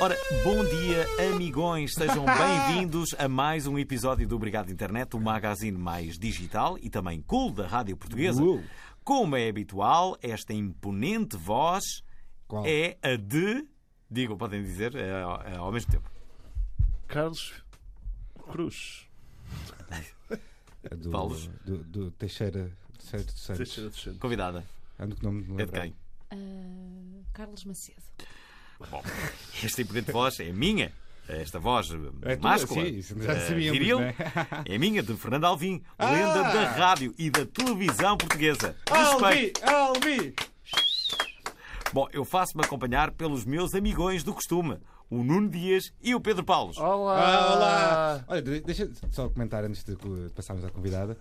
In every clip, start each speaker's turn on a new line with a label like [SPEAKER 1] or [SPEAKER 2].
[SPEAKER 1] Ora, bom dia, amigões. Sejam bem-vindos a mais um episódio do Obrigado Internet, o magazine mais digital e também cool da Rádio Portuguesa.
[SPEAKER 2] Uou.
[SPEAKER 1] Como é habitual, esta imponente voz
[SPEAKER 2] Qual?
[SPEAKER 1] é a de. Digam, podem dizer é, é ao mesmo tempo.
[SPEAKER 3] Carlos Cruz.
[SPEAKER 2] É do,
[SPEAKER 1] Paulo.
[SPEAKER 2] do, do Teixeira de Santos. de Santos.
[SPEAKER 3] Deixa eu descer.
[SPEAKER 1] Convidada.
[SPEAKER 2] Ando que não me
[SPEAKER 1] É de
[SPEAKER 2] lembro.
[SPEAKER 1] quem?
[SPEAKER 4] Ah, Carlos Macedo.
[SPEAKER 1] Esta imponente voz é minha. Esta voz
[SPEAKER 2] É tu,
[SPEAKER 1] máscula.
[SPEAKER 2] sim, isso já
[SPEAKER 1] eh,
[SPEAKER 2] sabíamos,
[SPEAKER 1] viril,
[SPEAKER 2] né?
[SPEAKER 1] É minha, de Fernando Alvim, lenda
[SPEAKER 2] Ah!
[SPEAKER 1] da rádio e da televisão portuguesa. Respeito.
[SPEAKER 2] Albi! Albi!
[SPEAKER 1] Bom, eu faço-me acompanhar pelos meus amigões do costume, o Nuno Dias e o Pedro Paulos.
[SPEAKER 3] Olá!
[SPEAKER 2] Ah, olá! Olha, de- deixa só comentar antes de co- de passarmos à convidada.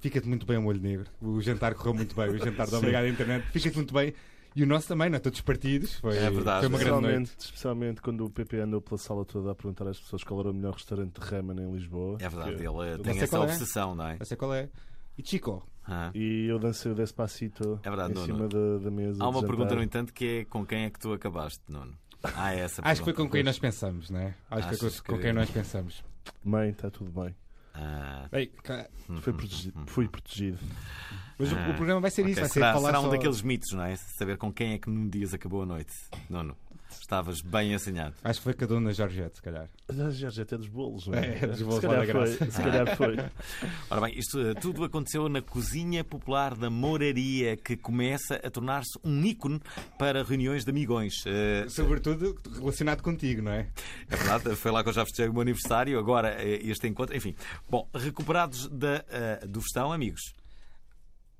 [SPEAKER 2] Fica-te muito bem o olho negro. O jantar correu muito bem. O jantar do Obrigado à Internet. Fica-te muito bem. E o nosso também, não é? todos partidos. Foi,
[SPEAKER 1] É verdade.
[SPEAKER 2] Foi uma grande noite.
[SPEAKER 3] Especialmente, especialmente quando o PP andou pela sala toda a perguntar às pessoas qual era o melhor restaurante de ramen em Lisboa.
[SPEAKER 1] É verdade,
[SPEAKER 3] Que-
[SPEAKER 1] ele eh,
[SPEAKER 2] sei
[SPEAKER 1] tem essa
[SPEAKER 2] qual é.
[SPEAKER 1] obsessão, não é?
[SPEAKER 2] Não sei qual é. E Chico,
[SPEAKER 1] Ah.
[SPEAKER 3] E eu dancei o Despacito
[SPEAKER 1] É verdade,
[SPEAKER 3] em
[SPEAKER 1] Nuno.
[SPEAKER 3] cima da, da mesa.
[SPEAKER 1] Há uma
[SPEAKER 3] de jantar.
[SPEAKER 1] pergunta, no entanto, que é com quem é que tu acabaste, Nuno? Ah, é essa
[SPEAKER 2] acho que foi
[SPEAKER 1] pergunta.
[SPEAKER 2] com quem nós pensamos, não é? Acho que foi
[SPEAKER 1] Achas
[SPEAKER 2] com- com
[SPEAKER 1] que-
[SPEAKER 2] quem nós pensamos.
[SPEAKER 3] Mãe, está tudo bem.
[SPEAKER 1] Ah,
[SPEAKER 2] Ei, ca-
[SPEAKER 3] Foi protegido, fui protegido.
[SPEAKER 2] Mas o, o programa vai ser isso.
[SPEAKER 1] Ah, ok.
[SPEAKER 2] Vai ser
[SPEAKER 1] será
[SPEAKER 2] falar
[SPEAKER 1] será um
[SPEAKER 2] só-
[SPEAKER 1] daqueles mitos, não é? Saber com quem é que num dias acabou a noite. Nuno, estavas bem assinado.
[SPEAKER 2] Acho que foi com a dona Georgette, se calhar.
[SPEAKER 3] Mas Já, já até dos bolos, não é?
[SPEAKER 2] É, dos bolos
[SPEAKER 3] se
[SPEAKER 2] lá
[SPEAKER 3] calhar
[SPEAKER 2] da
[SPEAKER 3] foi.
[SPEAKER 2] graça.
[SPEAKER 3] Se calhar foi.
[SPEAKER 1] Ora bem, isto eh, tudo aconteceu na cozinha popular da Moraria, que começa a tornar-se um ícone para reuniões de amigões. Eh,
[SPEAKER 2] Sobretudo relacionado contigo, não é?
[SPEAKER 1] É verdade, foi lá que eu já festejei o meu aniversário, agora eh, este encontro, enfim. Bom, recuperados da, eh, do festão, amigos.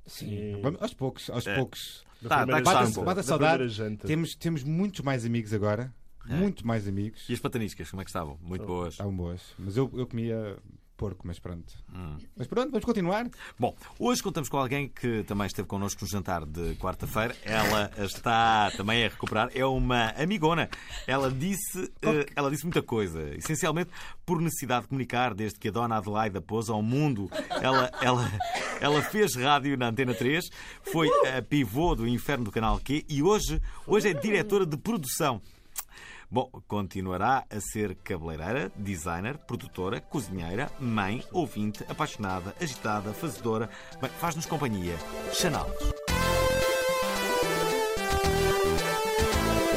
[SPEAKER 2] Sim. Vamos, aos poucos, aos
[SPEAKER 3] É.
[SPEAKER 2] poucos.
[SPEAKER 1] Tá,
[SPEAKER 3] primeira
[SPEAKER 1] tá a gostar
[SPEAKER 3] janta,
[SPEAKER 1] um pouco.
[SPEAKER 2] Bata
[SPEAKER 3] da
[SPEAKER 2] saudade.
[SPEAKER 3] primeira janta.
[SPEAKER 2] Temos, temos muitos mais amigos agora.
[SPEAKER 3] É.
[SPEAKER 2] Muito mais amigos.
[SPEAKER 1] E as pataniscas, como é que estavam? Muito boas.
[SPEAKER 2] Estavam boas. Mas eu, eu comia porco, mas pronto.
[SPEAKER 3] Hum.
[SPEAKER 2] Mas pronto, vamos continuar.
[SPEAKER 1] Bom, hoje contamos com alguém que também esteve connosco no jantar de quarta-feira. Ela está também a recuperar. É uma amigona. Ela disse, eh, ela disse muita coisa. Essencialmente por necessidade de comunicar, desde que a dona Adelaida pôs ao mundo. Ela, ela, ela fez rádio na Antena 3, foi a pivô do Inferno do Canal Q e hoje, hoje é diretora de produção. Bom, continuará a ser cabeleireira, designer, produtora, cozinheira, mãe, ouvinte, apaixonada, agitada, fazedora. Bem, faz-nos companhia. Chanales.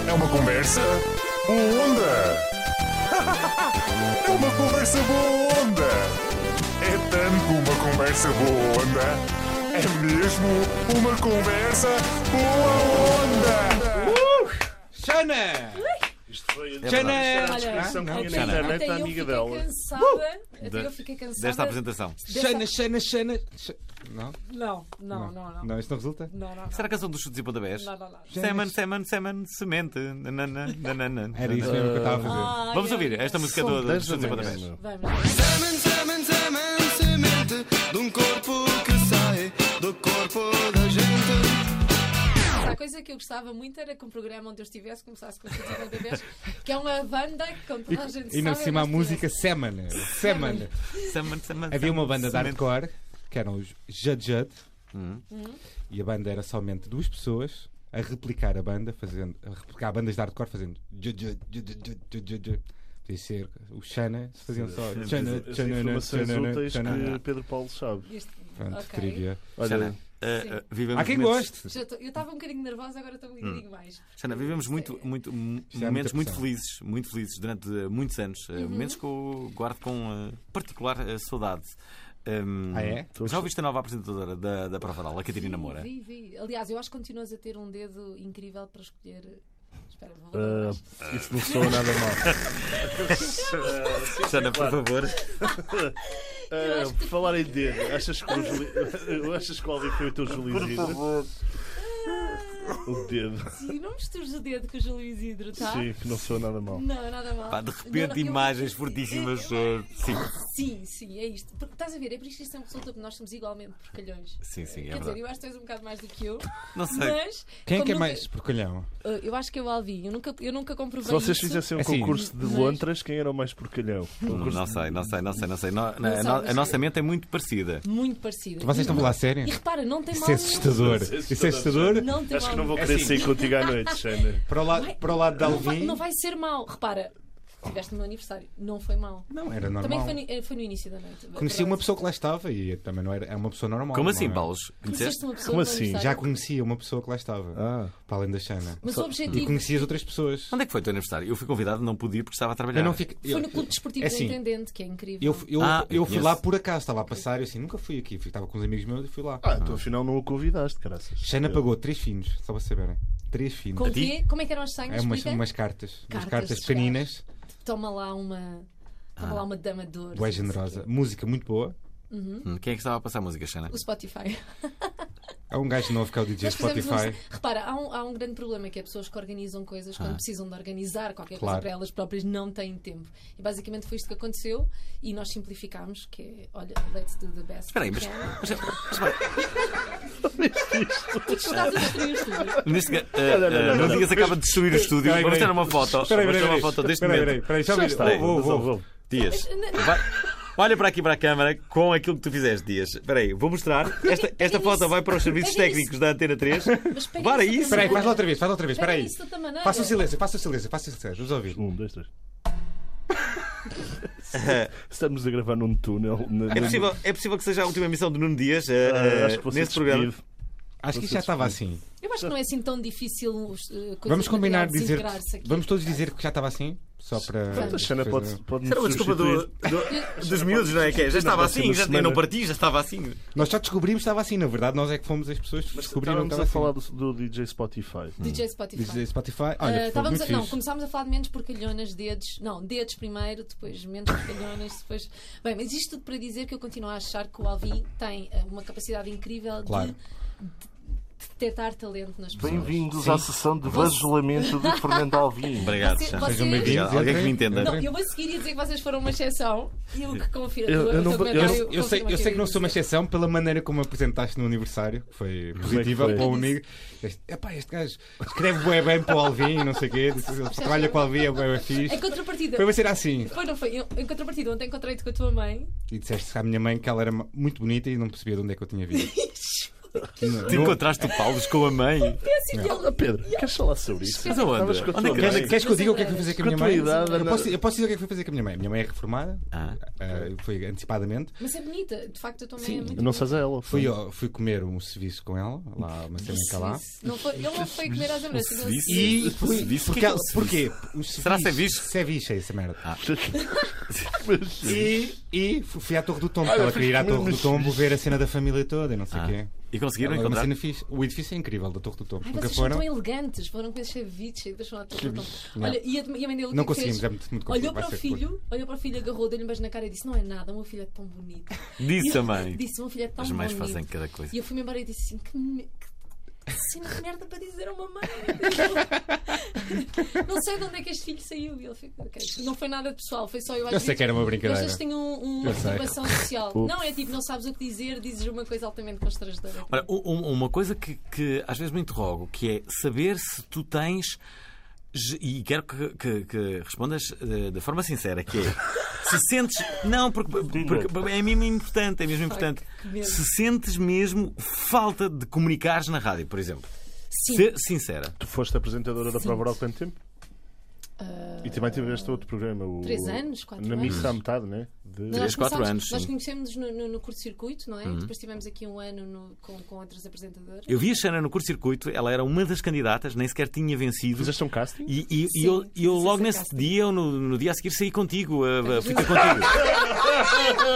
[SPEAKER 5] É uma conversa boa onda. É uma conversa boa onda. É tanto uma conversa boa onda. É mesmo uma conversa boa onda.
[SPEAKER 2] Xana!
[SPEAKER 3] Isto
[SPEAKER 1] É,
[SPEAKER 3] foi a
[SPEAKER 2] Xana!
[SPEAKER 3] descrição é que
[SPEAKER 2] Ah, não.
[SPEAKER 3] vinha na internet da amiga
[SPEAKER 4] eu
[SPEAKER 3] dela.
[SPEAKER 4] fiquei cansada. Até
[SPEAKER 1] Da-
[SPEAKER 4] eu fiquei cansada.
[SPEAKER 1] Desta apresentação.
[SPEAKER 2] Xana, Xana, Xana. Xa- Não?
[SPEAKER 4] Não, não, não, não. Não,
[SPEAKER 2] Não, isto não resulta?
[SPEAKER 4] não, não.
[SPEAKER 1] Será que a canção dos chutes e pontapés?
[SPEAKER 4] Não, não, não.
[SPEAKER 1] Seman, seman, seman, semente. Nanana, nanana.
[SPEAKER 2] Era isso mesmo que eu estava a fazer.
[SPEAKER 3] Ah,
[SPEAKER 4] Ai,
[SPEAKER 1] Vamos
[SPEAKER 4] ai,
[SPEAKER 1] ouvir esta música
[SPEAKER 4] som.
[SPEAKER 1] do- dos
[SPEAKER 3] Desde a
[SPEAKER 1] chutes e pontapés.
[SPEAKER 3] manhã.
[SPEAKER 4] Vamos.
[SPEAKER 6] Semen, semen, semen, semente De um corpo que sai do corpo da gente
[SPEAKER 4] A coisa que eu gostava muito era que um programa onde eu estivesse começasse com os Chutes e Pontapés, que é uma banda que, como toda a gente
[SPEAKER 2] E na
[SPEAKER 4] sabe, é
[SPEAKER 2] cima
[SPEAKER 4] eu
[SPEAKER 2] a
[SPEAKER 4] gosto
[SPEAKER 2] música Semana. Semana.
[SPEAKER 1] Seman, seman,
[SPEAKER 2] Havia uma banda de
[SPEAKER 1] semente.
[SPEAKER 2] hardcore que eram os Jud Jud
[SPEAKER 4] Hum.
[SPEAKER 2] e a banda era somente duas pessoas a replicar a banda, fazendo, a replicar bandas de hardcore fazendo Jud Jud Jud Jud Jud Jud Jud. Podia ser o Xana, se faziam só Xana,
[SPEAKER 3] As
[SPEAKER 2] Xana,
[SPEAKER 3] informações
[SPEAKER 2] Xana,
[SPEAKER 3] úteis que
[SPEAKER 2] Xana.
[SPEAKER 3] Pedro Paulo sabe.
[SPEAKER 4] deste- deste-
[SPEAKER 2] Pronto,
[SPEAKER 4] ok.
[SPEAKER 2] trivia.
[SPEAKER 3] Olha,
[SPEAKER 1] Xana, eh, eh, vivemos
[SPEAKER 2] Há quem
[SPEAKER 1] momentos-
[SPEAKER 2] goste.
[SPEAKER 4] Já tô- Eu estava um bocadinho nervosa, agora estou um bocadinho mais.
[SPEAKER 1] Xana, vivemos muito, muito, m-
[SPEAKER 2] Isto é
[SPEAKER 1] momentos muito
[SPEAKER 2] muita pressão.
[SPEAKER 1] felizes, muito felizes durante eh, muitos anos. Eh,
[SPEAKER 4] Uhum.
[SPEAKER 1] Momentos que eu guardo com eh, particular eh, saudade. Hum,
[SPEAKER 2] Ah, é?
[SPEAKER 1] Já ouviste a nova apresentadora da, da Prova Oral, a Catarina Moura?
[SPEAKER 4] Vi, vi. Aliás, eu acho que continuas a ter um dedo incrível para escolher os Espera, vou
[SPEAKER 3] Ah, isso não soa nada mal.
[SPEAKER 1] Sana, por favor.
[SPEAKER 4] Eu acho
[SPEAKER 3] Ah, por falar em dedo, achas que o Juli... achas que o Alvin foi o teu Julizinho? O dedo.
[SPEAKER 4] Sim, não mistures o dedo com o Júlio Isidro, tá?
[SPEAKER 3] Sim, que não soa nada mal.
[SPEAKER 4] Não, nada mal.
[SPEAKER 1] Pá, de
[SPEAKER 4] Não,
[SPEAKER 1] repente,
[SPEAKER 4] não, eu-
[SPEAKER 1] imagens fortíssimas.
[SPEAKER 4] eu-
[SPEAKER 1] eh, Sim,
[SPEAKER 4] Sim, sim, é isto. Porque, estás a ver, é por isto que isto resulta que nós somos igualmente porcalhões.
[SPEAKER 1] sim, sim, é
[SPEAKER 4] Quer dizer,
[SPEAKER 1] verdade.
[SPEAKER 4] eu acho que tu és um bocado mais do que eu,
[SPEAKER 1] Não sei.
[SPEAKER 4] mas.
[SPEAKER 2] Quem é que é
[SPEAKER 4] como nunca-
[SPEAKER 2] mais porcalhão?
[SPEAKER 4] Ah, Eu acho que é o Alvin. Eu nunca, eu nunca comprovei
[SPEAKER 3] Se vocês
[SPEAKER 4] isso.
[SPEAKER 3] fizessem um
[SPEAKER 2] É assim,
[SPEAKER 3] concurso de
[SPEAKER 4] mas-
[SPEAKER 3] lontras, quem era o mais porcalhão?
[SPEAKER 1] Não sei, não sei, não sei, não sei. No- na-
[SPEAKER 4] Mas,
[SPEAKER 1] no-
[SPEAKER 4] olha,
[SPEAKER 1] a nossa mente é muito parecida.
[SPEAKER 4] Muito parecido.
[SPEAKER 2] Vocês estão a falar a sério?
[SPEAKER 4] E repara, não tem mal.
[SPEAKER 2] Isso é assustador. Isso é assustador.
[SPEAKER 4] Não tem
[SPEAKER 3] Acho que
[SPEAKER 4] mal.
[SPEAKER 3] não vou
[SPEAKER 2] É
[SPEAKER 3] querer
[SPEAKER 2] assim.
[SPEAKER 3] sair contigo à noite, Xana.
[SPEAKER 2] Para o lado, para o lado de
[SPEAKER 4] Não vai,
[SPEAKER 2] Alvin.
[SPEAKER 4] não vai ser mal. Repara, tiveste no meu aniversário. Não foi mal.
[SPEAKER 2] Não, era
[SPEAKER 4] Também
[SPEAKER 2] normal.
[SPEAKER 4] foi, no- eh, foi no início da noite.
[SPEAKER 2] Conheci uma pessoa que lá estava e também não era. É uma pessoa normal.
[SPEAKER 1] Como
[SPEAKER 2] não
[SPEAKER 1] assim,
[SPEAKER 2] é?
[SPEAKER 1] Paulos?
[SPEAKER 4] Conheceste
[SPEAKER 1] Conheceste?
[SPEAKER 4] uma pessoa
[SPEAKER 3] Como
[SPEAKER 4] no
[SPEAKER 3] assim?
[SPEAKER 4] aniversário?
[SPEAKER 2] Já conhecia uma pessoa que lá estava.
[SPEAKER 3] Ah.
[SPEAKER 2] Para além da Xana.
[SPEAKER 4] Mas o
[SPEAKER 2] E
[SPEAKER 4] objetivo
[SPEAKER 2] conheci as outras pessoas.
[SPEAKER 1] Onde é que foi o teu aniversário? Eu fui convidado, não podia porque estava a trabalhar.
[SPEAKER 2] Eu não fico.
[SPEAKER 4] é tá? foi
[SPEAKER 2] eu-
[SPEAKER 4] no Clube Desportivo
[SPEAKER 2] é
[SPEAKER 4] do
[SPEAKER 2] assim,
[SPEAKER 4] Intendente, que é incrível.
[SPEAKER 2] Eu, eu,
[SPEAKER 1] Ah,
[SPEAKER 2] eu fui
[SPEAKER 1] conheço.
[SPEAKER 2] lá por acaso, estava a passar, eu assim, nunca fui aqui, fui- estava com uns amigos meus e fui lá.
[SPEAKER 3] Ah, tu afinal não o convidaste, caraças.
[SPEAKER 2] Xana pagou três finos, só para saberem. Três finos.
[SPEAKER 4] Com o
[SPEAKER 1] A ti?
[SPEAKER 4] quê? Como é que eram as senhas?
[SPEAKER 2] É umas,
[SPEAKER 4] Explica.
[SPEAKER 2] umas cartas, umas
[SPEAKER 4] Cartas
[SPEAKER 2] cartas
[SPEAKER 4] de
[SPEAKER 2] pequeninas,
[SPEAKER 4] Toma lá uma. Toma lá uma dama de ouro.
[SPEAKER 2] Ah, bué
[SPEAKER 4] não sei o
[SPEAKER 2] generosa,
[SPEAKER 4] quê.
[SPEAKER 2] música muito boa.
[SPEAKER 1] Hum, Quem é que estava a passar música, Xana?
[SPEAKER 4] O Spotify.
[SPEAKER 2] Há um gajo novo que é o DJ
[SPEAKER 4] Nós fizemos
[SPEAKER 2] Spotify.
[SPEAKER 4] um- Repara, há um, há um grande problema que é pessoas que organizam coisas quando precisam de organizar qualquer
[SPEAKER 2] Ah. Claro.
[SPEAKER 4] coisa para elas próprias não têm tempo. E basicamente foi isto que aconteceu e nós simplificámos que é, olha, let's do the best.
[SPEAKER 1] Espera aí,
[SPEAKER 4] we
[SPEAKER 1] mas-
[SPEAKER 4] can.
[SPEAKER 1] mas- mas vai,
[SPEAKER 4] Tu estás a destruir tudo.
[SPEAKER 1] Neste, ca- eh,
[SPEAKER 3] não, não,
[SPEAKER 1] eh, não
[SPEAKER 3] não.
[SPEAKER 1] digas acaba de destruir o estúdio.
[SPEAKER 2] Peraí,
[SPEAKER 1] Vou mostrar
[SPEAKER 2] peraí.
[SPEAKER 1] uma foto. Vou mostrar uma foto deste momento.
[SPEAKER 2] já
[SPEAKER 3] Já
[SPEAKER 2] vi.
[SPEAKER 3] está.
[SPEAKER 1] Peraí,
[SPEAKER 2] Vou, vou, vou.
[SPEAKER 1] Dias, vai- olha para aqui para a câmara com aquilo que tu fizeste, Dias. Espera aí, vou mostrar. Esta, esta
[SPEAKER 4] pega
[SPEAKER 1] foto
[SPEAKER 4] nisso.
[SPEAKER 1] vai para os serviços
[SPEAKER 4] Pega
[SPEAKER 1] técnicos da Antena É 3.
[SPEAKER 4] Mas pega
[SPEAKER 1] Para
[SPEAKER 4] isso.
[SPEAKER 1] isso.
[SPEAKER 2] Espera aí, faz lá outra vez, faz lá outra vez, espera
[SPEAKER 4] Pega
[SPEAKER 2] aí.
[SPEAKER 4] isso de outra maneira.
[SPEAKER 2] Faça o silêncio, faça o silêncio, faça o silêncio, vamos ouvir.
[SPEAKER 3] Um, dois, três. Estamos a gravar num túnel. na-
[SPEAKER 1] É
[SPEAKER 3] na-
[SPEAKER 1] possível, é possível que seja a última emissão de Nuno Dias
[SPEAKER 3] Ah,
[SPEAKER 1] eh, eh,
[SPEAKER 3] acho que vou ser
[SPEAKER 1] neste programa.
[SPEAKER 3] despedido.
[SPEAKER 2] Acho que isto já estava assim.
[SPEAKER 4] Eu acho que não é assim tão difícil. uh, coisas
[SPEAKER 2] Vamos combinar,
[SPEAKER 4] materiais
[SPEAKER 2] dizer.
[SPEAKER 4] integrar-se aqui.
[SPEAKER 2] Vamos todos dizer que já estava assim? Só para.
[SPEAKER 4] Pronto,
[SPEAKER 3] A Então, Xana pode, pode
[SPEAKER 1] Era uma desculpa do- do- dos miúdos, não é? Que é, já estava assim, já, eu não parti, já estava assim.
[SPEAKER 2] Nós só descobrimos que estava assim, na verdade, nós é que fomos as pessoas que descobriram que
[SPEAKER 3] Estávamos
[SPEAKER 2] estava
[SPEAKER 3] a
[SPEAKER 2] assim.
[SPEAKER 3] falar do, do DJ Spotify.
[SPEAKER 4] DJ Spotify.
[SPEAKER 2] Diz aí, Spotify.
[SPEAKER 4] Ah,
[SPEAKER 2] Olha, foi
[SPEAKER 4] estávamos
[SPEAKER 2] muito
[SPEAKER 4] a- não,
[SPEAKER 2] fixe.
[SPEAKER 4] começámos a falar de menos porcalhonas, dedos. Não, dedos primeiro, depois menos porcalhonas, depois. Bem, mas isto tudo para dizer que eu continuo a achar que o Alvin tem ah, uma capacidade incrível
[SPEAKER 2] Claro.
[SPEAKER 4] de, de detectar talento nas pessoas.
[SPEAKER 3] Bem-vindos à sessão de vaselamento de Fernando Alvim.
[SPEAKER 1] Obrigado,
[SPEAKER 4] Você-
[SPEAKER 1] Xana.
[SPEAKER 4] você-
[SPEAKER 2] Sejam bem-vindos.
[SPEAKER 1] Alguém que me entenda.
[SPEAKER 4] Não, eu vou seguir e dizer que vocês foram uma exceção e o que confira.
[SPEAKER 3] Eu- eu não- eu-
[SPEAKER 2] Eu, eu sei, eu sei que não sou uma exceção pela maneira como apresentaste no aniversário, que foi positiva
[SPEAKER 3] é foi?
[SPEAKER 2] para o amigo. Este, epá, este gajo escreve bué bem para o Alvin, não sei o quê, disse, ele trabalha com o Alvin, é bué bem
[SPEAKER 4] Em
[SPEAKER 2] fixe.
[SPEAKER 4] contrapartida.
[SPEAKER 2] Foi vai ser assim.
[SPEAKER 4] Foi, não foi? Eu- Em contrapartida, ontem encontrei-te com a tua mãe.
[SPEAKER 2] E disseste à minha mãe que ela era muito bonita e não percebia de onde é que eu tinha vindo.
[SPEAKER 1] Tu encontraste o Paulo com a mãe.
[SPEAKER 4] Pensa que
[SPEAKER 2] Ah,
[SPEAKER 4] ele-
[SPEAKER 3] Pedro, queres falar sobre isso?
[SPEAKER 1] Mas aonde?
[SPEAKER 3] Estavas com
[SPEAKER 1] Onde
[SPEAKER 3] a
[SPEAKER 1] é que
[SPEAKER 3] tua
[SPEAKER 2] Queres,
[SPEAKER 3] mãe.
[SPEAKER 2] queres que eu diga o que é que fui fazer com a
[SPEAKER 3] Com a
[SPEAKER 2] minha
[SPEAKER 3] tua
[SPEAKER 2] mãe?
[SPEAKER 3] idade,
[SPEAKER 2] Eu
[SPEAKER 3] não-
[SPEAKER 2] posso, eu posso dizer o que é que fui fazer com a minha mãe. A minha mãe é reformada,
[SPEAKER 1] Ah.
[SPEAKER 2] ah, foi antecipadamente.
[SPEAKER 4] Mas é bonita, de facto, a tua mãe é muito
[SPEAKER 3] Não sejas a ela.
[SPEAKER 2] Fui, ao- fui comer um serviço com ela, lá uma cena em lá.
[SPEAKER 4] Não foi, ele não foi comer às amoras. ele-
[SPEAKER 1] serviço?
[SPEAKER 2] E
[SPEAKER 1] Isso,
[SPEAKER 2] fui,
[SPEAKER 1] isso,
[SPEAKER 2] porque
[SPEAKER 1] que é
[SPEAKER 2] ela-
[SPEAKER 1] isso?
[SPEAKER 2] porquê? Um
[SPEAKER 1] Será Ah. ceviche?
[SPEAKER 2] Ceviche, é essa merda.
[SPEAKER 3] Mas-
[SPEAKER 2] E, e fu- fui à Torre do Tombo, porque ela queria ir à Torre do Tombo ver a cena da família toda e não sei o quê.
[SPEAKER 1] E conseguiram
[SPEAKER 2] Ela-
[SPEAKER 1] Ah.
[SPEAKER 2] uma
[SPEAKER 1] encontrar?
[SPEAKER 2] cena fixe. O edifício é incrível da Torre do Tombo.
[SPEAKER 4] Ai,
[SPEAKER 2] Nunca
[SPEAKER 4] vocês são
[SPEAKER 2] foram?
[SPEAKER 4] tão elegantes, foram com esse ceviche e deixam lá todo o Olha, e a, e a mãe dele o que
[SPEAKER 2] Não
[SPEAKER 4] que fez?
[SPEAKER 2] conseguimos, é muito, muito complicado.
[SPEAKER 4] Olhou
[SPEAKER 2] vai
[SPEAKER 4] para o
[SPEAKER 2] ser depois.
[SPEAKER 4] filho, olhou para o filho, agarrou, deu-lhe um beijo na cara e disse: Não é nada, o meu filho é tão bonito.
[SPEAKER 1] Disse a
[SPEAKER 4] E
[SPEAKER 1] mãe.
[SPEAKER 4] Disse: O meu filho é tão
[SPEAKER 1] As mães
[SPEAKER 4] bonito.
[SPEAKER 1] fazem cada coisa.
[SPEAKER 4] E eu fui-me embora e disse assim: Que, me... que cena de merda para dizer a uma mãe. não sei de onde é que este filho saiu. E ele ficou: Ok, não foi nada pessoal, foi só eu. às
[SPEAKER 2] Eu sei
[SPEAKER 4] vezes-
[SPEAKER 2] que era uma
[SPEAKER 4] eu às
[SPEAKER 2] brincadeira.
[SPEAKER 4] vezes tenho um- uma
[SPEAKER 2] Eu sei.
[SPEAKER 4] situação social. Não é tipo, não sabes o que dizer, dizes uma coisa altamente constrangedora.
[SPEAKER 1] Olha, u- um- uma coisa que, que às vezes me interrogo, que é saber se tu tens. ge- E quero que, que- que respondas eh, de forma sincera, que é. Se sentes. Não, porque, porque é mesmo importante, é mesmo importante.
[SPEAKER 4] que medo.
[SPEAKER 1] Se sentes mesmo falta de comunicares na rádio, por exemplo.
[SPEAKER 4] Sim.
[SPEAKER 1] Ser sincera.
[SPEAKER 3] Tu foste apresentadora da Prova Oral há quanto tempo?
[SPEAKER 4] ah,
[SPEAKER 3] E também tiveste outro programa. O...
[SPEAKER 4] Três anos, quatro
[SPEAKER 3] Na
[SPEAKER 4] anos.
[SPEAKER 3] missa à metade, né? De...
[SPEAKER 4] Nós
[SPEAKER 1] Três, quatro
[SPEAKER 4] começámos-
[SPEAKER 1] anos,
[SPEAKER 4] Nós
[SPEAKER 1] sim. Uhum.
[SPEAKER 4] conhecemos no, no, no curto-circuito, não é? Depois tivemos aqui um ano no- com, com outros apresentadores.
[SPEAKER 1] Eu vi a Xana no curto-circuito, ela era uma das candidatas, nem sequer tinha vencido.
[SPEAKER 3] Fizeste um casting?
[SPEAKER 1] E, e- e
[SPEAKER 4] Sim,
[SPEAKER 1] eu, e eu
[SPEAKER 4] fiz
[SPEAKER 1] logo
[SPEAKER 4] esse
[SPEAKER 1] nesse
[SPEAKER 4] casting.
[SPEAKER 1] dia, ou no, no dia a seguir, saí contigo, a, a, fui ter contigo.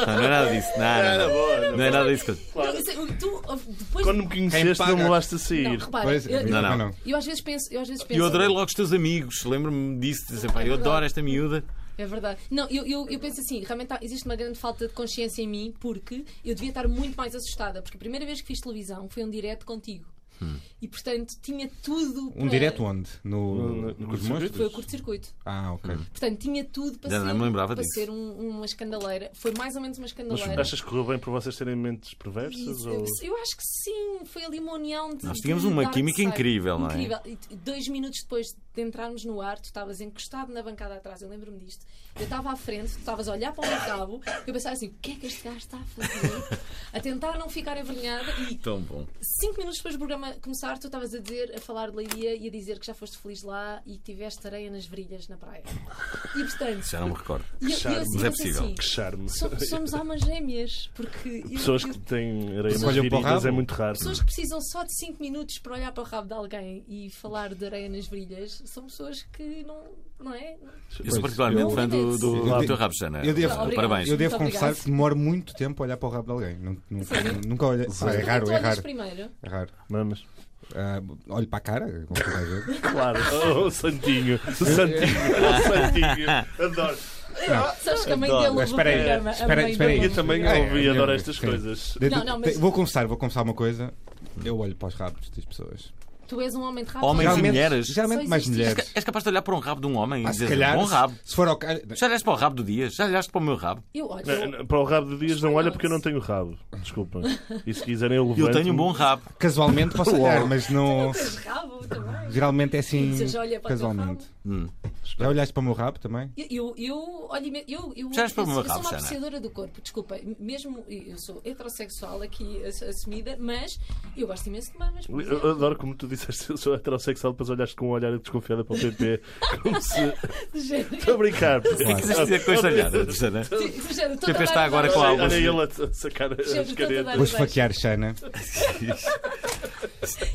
[SPEAKER 1] Não, não é nada disso. Não, não, não. Não é nada disso. que eu-
[SPEAKER 4] Não, isso- Porque tu, depois.
[SPEAKER 3] Quando me
[SPEAKER 2] Quem
[SPEAKER 3] conheceste,
[SPEAKER 2] paga-
[SPEAKER 3] não me levaste a
[SPEAKER 4] Não,
[SPEAKER 3] sair.
[SPEAKER 4] repara,
[SPEAKER 2] Pois,
[SPEAKER 4] eu,
[SPEAKER 1] Não, não.
[SPEAKER 4] eu às vezes penso. Eu às vezes
[SPEAKER 1] E
[SPEAKER 4] penso
[SPEAKER 1] eu adorei logo os teus amigos. Lembro-me disso. de Dizer, pá, eu adoro esta miúda.
[SPEAKER 4] É verdade. Não, eu, eu, eu penso assim, realmente há- existe uma grande falta de consciência em mim porque eu devia estar muito mais assustada, porque a primeira vez que fiz televisão foi um direto contigo.
[SPEAKER 1] Hum.
[SPEAKER 4] E portanto tinha tudo
[SPEAKER 2] Um
[SPEAKER 4] É.
[SPEAKER 2] direto onde? No,
[SPEAKER 3] No- no
[SPEAKER 2] nos monstros?
[SPEAKER 4] Foi o curto-circuito.
[SPEAKER 2] Ah, ok.
[SPEAKER 1] Uhum.
[SPEAKER 4] Portanto, tinha tudo para
[SPEAKER 1] Já não
[SPEAKER 4] ser,
[SPEAKER 1] me lembrava
[SPEAKER 4] para
[SPEAKER 1] disso.
[SPEAKER 4] ser um- uma escandaleira. Foi mais ou menos uma
[SPEAKER 3] Mas
[SPEAKER 4] escandaleira.
[SPEAKER 3] achas que correu bem por vocês terem mentes perversas?
[SPEAKER 4] Isso,
[SPEAKER 3] Ou...
[SPEAKER 4] Eu acho que sim, foi ali uma união de.
[SPEAKER 1] Nós tínhamos
[SPEAKER 4] de
[SPEAKER 1] uma
[SPEAKER 4] dar
[SPEAKER 1] química
[SPEAKER 4] de sair.
[SPEAKER 1] incrível, não é?
[SPEAKER 4] Incrível. E t- dois minutos depois de entrarmos no ar, tu estavas encostado na bancada atrás, eu lembro-me disto. Eu estava à frente, tu estavas a olhar para o meu cabo, eu pensava assim: o que é que este gajo está a fazer? A tentar não ficar envergonhada e
[SPEAKER 1] Tão bom.
[SPEAKER 4] cinco minutos depois do programa começar, tu estavas a dizer, a falar de Leiria e a dizer que já foste feliz lá e que tiveste areia nas virilhas na praia. E portanto.
[SPEAKER 1] Já não me recordo.
[SPEAKER 4] e eu- e eu
[SPEAKER 3] charme,
[SPEAKER 4] assim
[SPEAKER 1] mas é
[SPEAKER 4] pensei
[SPEAKER 1] possível.
[SPEAKER 4] assim,
[SPEAKER 3] Que charme.
[SPEAKER 4] so- Somos almas gêmeas, porque eu-
[SPEAKER 3] Pessoas
[SPEAKER 4] eu-
[SPEAKER 3] que têm areia nas
[SPEAKER 2] olham para o
[SPEAKER 3] virilhas
[SPEAKER 2] rabo.
[SPEAKER 3] é muito raro.
[SPEAKER 4] Pessoas que precisam só de 5 minutos para olhar para o rabo de alguém e falar de areia nas brilhas são pessoas que não. não é?
[SPEAKER 1] Eu sou
[SPEAKER 2] Pois,
[SPEAKER 1] particularmente
[SPEAKER 4] eu-
[SPEAKER 1] fã do, do,
[SPEAKER 2] Eu-
[SPEAKER 1] do teu rabo, Xana.
[SPEAKER 2] eu devo-
[SPEAKER 1] Ah, Parabéns.
[SPEAKER 2] Eu devo
[SPEAKER 4] Muito
[SPEAKER 2] confessar
[SPEAKER 4] obrigada.
[SPEAKER 2] que demoro muito tempo a olhar para o rabo de alguém. Nun- Nunca,
[SPEAKER 4] Sério?
[SPEAKER 2] nunca olho. Ah, é
[SPEAKER 4] Porque tu
[SPEAKER 2] raro, é
[SPEAKER 4] Então olhas
[SPEAKER 2] raro.
[SPEAKER 4] primeiro.
[SPEAKER 2] É raro.
[SPEAKER 3] Mamas.
[SPEAKER 2] Ah, olho para a cara, como toda a gente.
[SPEAKER 3] Claro. Oh, o Santinho. O Santinho. O Santinho. Adoro.
[SPEAKER 4] Sabes que a mãe dele ouve o
[SPEAKER 2] Mas espera aí,
[SPEAKER 4] programa, a
[SPEAKER 2] espera aí,
[SPEAKER 4] mãe
[SPEAKER 2] espera aí.
[SPEAKER 3] E
[SPEAKER 4] dele ouve o
[SPEAKER 3] também
[SPEAKER 4] programa.
[SPEAKER 3] ouvi,
[SPEAKER 2] é,
[SPEAKER 3] adoro
[SPEAKER 2] é,
[SPEAKER 3] estas
[SPEAKER 2] sim.
[SPEAKER 3] coisas.
[SPEAKER 4] Não, não, mas-
[SPEAKER 2] Vou confessar, vou confessar uma coisa. Eu olho para os rabos das pessoas.
[SPEAKER 4] Tu és um homem de rabo.
[SPEAKER 1] Homens
[SPEAKER 4] Realmente-
[SPEAKER 1] e mulheres.
[SPEAKER 2] Geralmente
[SPEAKER 4] Só
[SPEAKER 2] mais
[SPEAKER 4] existe-
[SPEAKER 2] mulheres.
[SPEAKER 1] És capaz de olhar para um rabo de um homem e
[SPEAKER 2] Ah, se
[SPEAKER 1] dizer
[SPEAKER 2] calhar,
[SPEAKER 1] bom rabo.
[SPEAKER 2] Se for ao ca-
[SPEAKER 1] Já olhaste para o rabo do Dias? Já olhaste para o meu rabo?
[SPEAKER 4] Eu olho.
[SPEAKER 3] Não, não, Para o rabo de Dias não olha porque eu não tenho rabo. Desculpa. E se quiserem eu levanto.
[SPEAKER 1] Eu tenho um bom rabo.
[SPEAKER 2] Casualmente posso olhar, mas não.
[SPEAKER 4] Tens rabo também.
[SPEAKER 2] Geralmente é assim.
[SPEAKER 4] Você Então, já olha para o teu
[SPEAKER 2] Casualmente.
[SPEAKER 1] Hum.
[SPEAKER 2] Já olhaste para o meu rabo também?
[SPEAKER 4] Eu, eu, eu, olho imen- eu, eu,
[SPEAKER 1] Já és para
[SPEAKER 4] eu,
[SPEAKER 1] uma
[SPEAKER 4] sou- eu sou
[SPEAKER 1] rabo,
[SPEAKER 4] uma
[SPEAKER 1] Sana.
[SPEAKER 4] apreciadora do corpo, desculpa. Mesmo eu sou heterossexual aqui ass- assumida, mas eu gosto imenso de mamas. por é
[SPEAKER 3] Eu
[SPEAKER 4] exemplo.
[SPEAKER 3] eu adoro como tu disseste, eu sou heterossexual, depois olhaste com um olhar desconfiado para o PP. Como se.
[SPEAKER 4] De género.
[SPEAKER 3] Estou a brincar.
[SPEAKER 1] O que é que quiseste dizer com esta olhada, Xana?
[SPEAKER 4] De género, estou
[SPEAKER 1] Pepe
[SPEAKER 4] a dar
[SPEAKER 1] está agora
[SPEAKER 4] uma-
[SPEAKER 1] com a-
[SPEAKER 3] Olha ele a sacar as
[SPEAKER 4] Gente,
[SPEAKER 2] Vou
[SPEAKER 3] caretas.
[SPEAKER 4] Mas vais.
[SPEAKER 2] esfaquear Xana.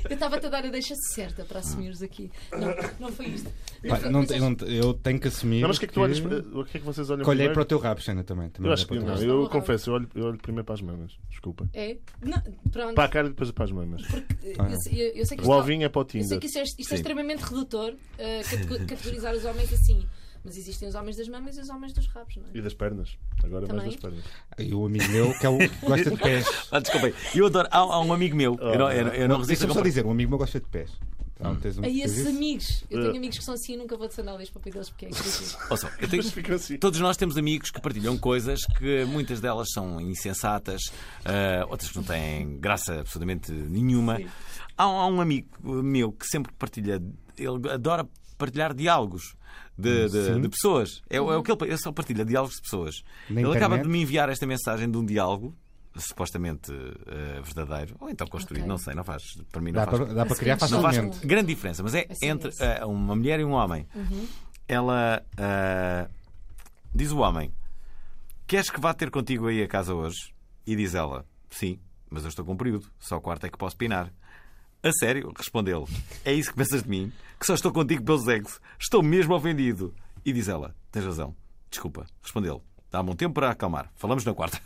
[SPEAKER 4] Eu estava-te a dar a deixa certa para assumires aqui. Não, não foi isto.
[SPEAKER 2] Pá,
[SPEAKER 4] foi,
[SPEAKER 2] não
[SPEAKER 4] mas
[SPEAKER 2] te-
[SPEAKER 4] acho-
[SPEAKER 2] não te- eu tenho que assumir.
[SPEAKER 3] Não, mas o que é que tu olhas para. O que é que vocês olham
[SPEAKER 2] que olhei
[SPEAKER 3] primeiro?
[SPEAKER 2] para o teu rabo, Xana, também. também
[SPEAKER 3] Eu acho que
[SPEAKER 2] olhei para o
[SPEAKER 3] não,
[SPEAKER 2] teu rabo.
[SPEAKER 3] eu confesso, eu olho, eu olho primeiro para as mamas. Desculpa.
[SPEAKER 4] É? Não, pronto.
[SPEAKER 3] Para a cara e depois para as mamas.
[SPEAKER 4] Eu, eu- eu sei que
[SPEAKER 3] O
[SPEAKER 4] isto,
[SPEAKER 3] alvinho é para o
[SPEAKER 4] eu sei
[SPEAKER 3] Tinder.
[SPEAKER 4] que isto é, isto é
[SPEAKER 1] Sim.
[SPEAKER 4] extremamente redutor, eh, catego- categorizar os homens assim. Mas existem os homens das mamas e os homens dos rabos, não é?
[SPEAKER 3] E das pernas. Agora mais
[SPEAKER 4] Também.
[SPEAKER 3] das pernas.
[SPEAKER 2] E o amigo meu, que é o que gosta de pés.
[SPEAKER 1] Ah, desculpem. Eu adoro. Há, há um amigo meu. Eu não, eu não- eu não resisto a
[SPEAKER 2] Deixa-me só
[SPEAKER 1] comprar.
[SPEAKER 2] dizer, o amigo meu gosta de pés. Então, tens um-
[SPEAKER 4] Aí
[SPEAKER 2] tens
[SPEAKER 4] esses
[SPEAKER 2] isso?
[SPEAKER 4] amigos. Eu
[SPEAKER 3] Eh.
[SPEAKER 4] tenho amigos que são assim e nunca vou de sandálias para o pé deles porque é incrível.
[SPEAKER 1] Ouçam, eu tenho-
[SPEAKER 3] Mas fica assim.
[SPEAKER 1] Todos nós temos amigos que partilham coisas que muitas delas são insensatas, ah, outras que não têm graça absolutamente nenhuma. Há, um- há um amigo meu que sempre partilha, ele adora partilhar diálogos
[SPEAKER 2] Hum,
[SPEAKER 1] de, de- de pessoas. É, o- é o que ele, ele só partilha diálogos de pessoas.
[SPEAKER 2] Na
[SPEAKER 1] ele acaba
[SPEAKER 2] internet?
[SPEAKER 1] de me enviar esta mensagem de um diálogo. Supostamente ah, verdadeiro, ou então construído,
[SPEAKER 4] Ok.
[SPEAKER 1] não sei, não faz. Para mim, não
[SPEAKER 2] Dá
[SPEAKER 1] faz.
[SPEAKER 2] para, dá para criar
[SPEAKER 4] Não
[SPEAKER 1] Não faz
[SPEAKER 2] facilmente.
[SPEAKER 1] grande diferença, mas é
[SPEAKER 4] Assim,
[SPEAKER 1] entre
[SPEAKER 4] assim.
[SPEAKER 1] eh, uma mulher e um homem. Ela eh, diz o homem: Queres que vá ter contigo aí a casa hoje? E diz ela: Sim, mas eu estou com um período, só quarta é que posso pinar. A sério? Responde ele: É isso que pensas de mim? Que só estou contigo pelo sexo? Estou mesmo ofendido. E diz ela: Tens razão, desculpa. Responde ele: Dá-me um tempo para acalmar, falamos na quarta.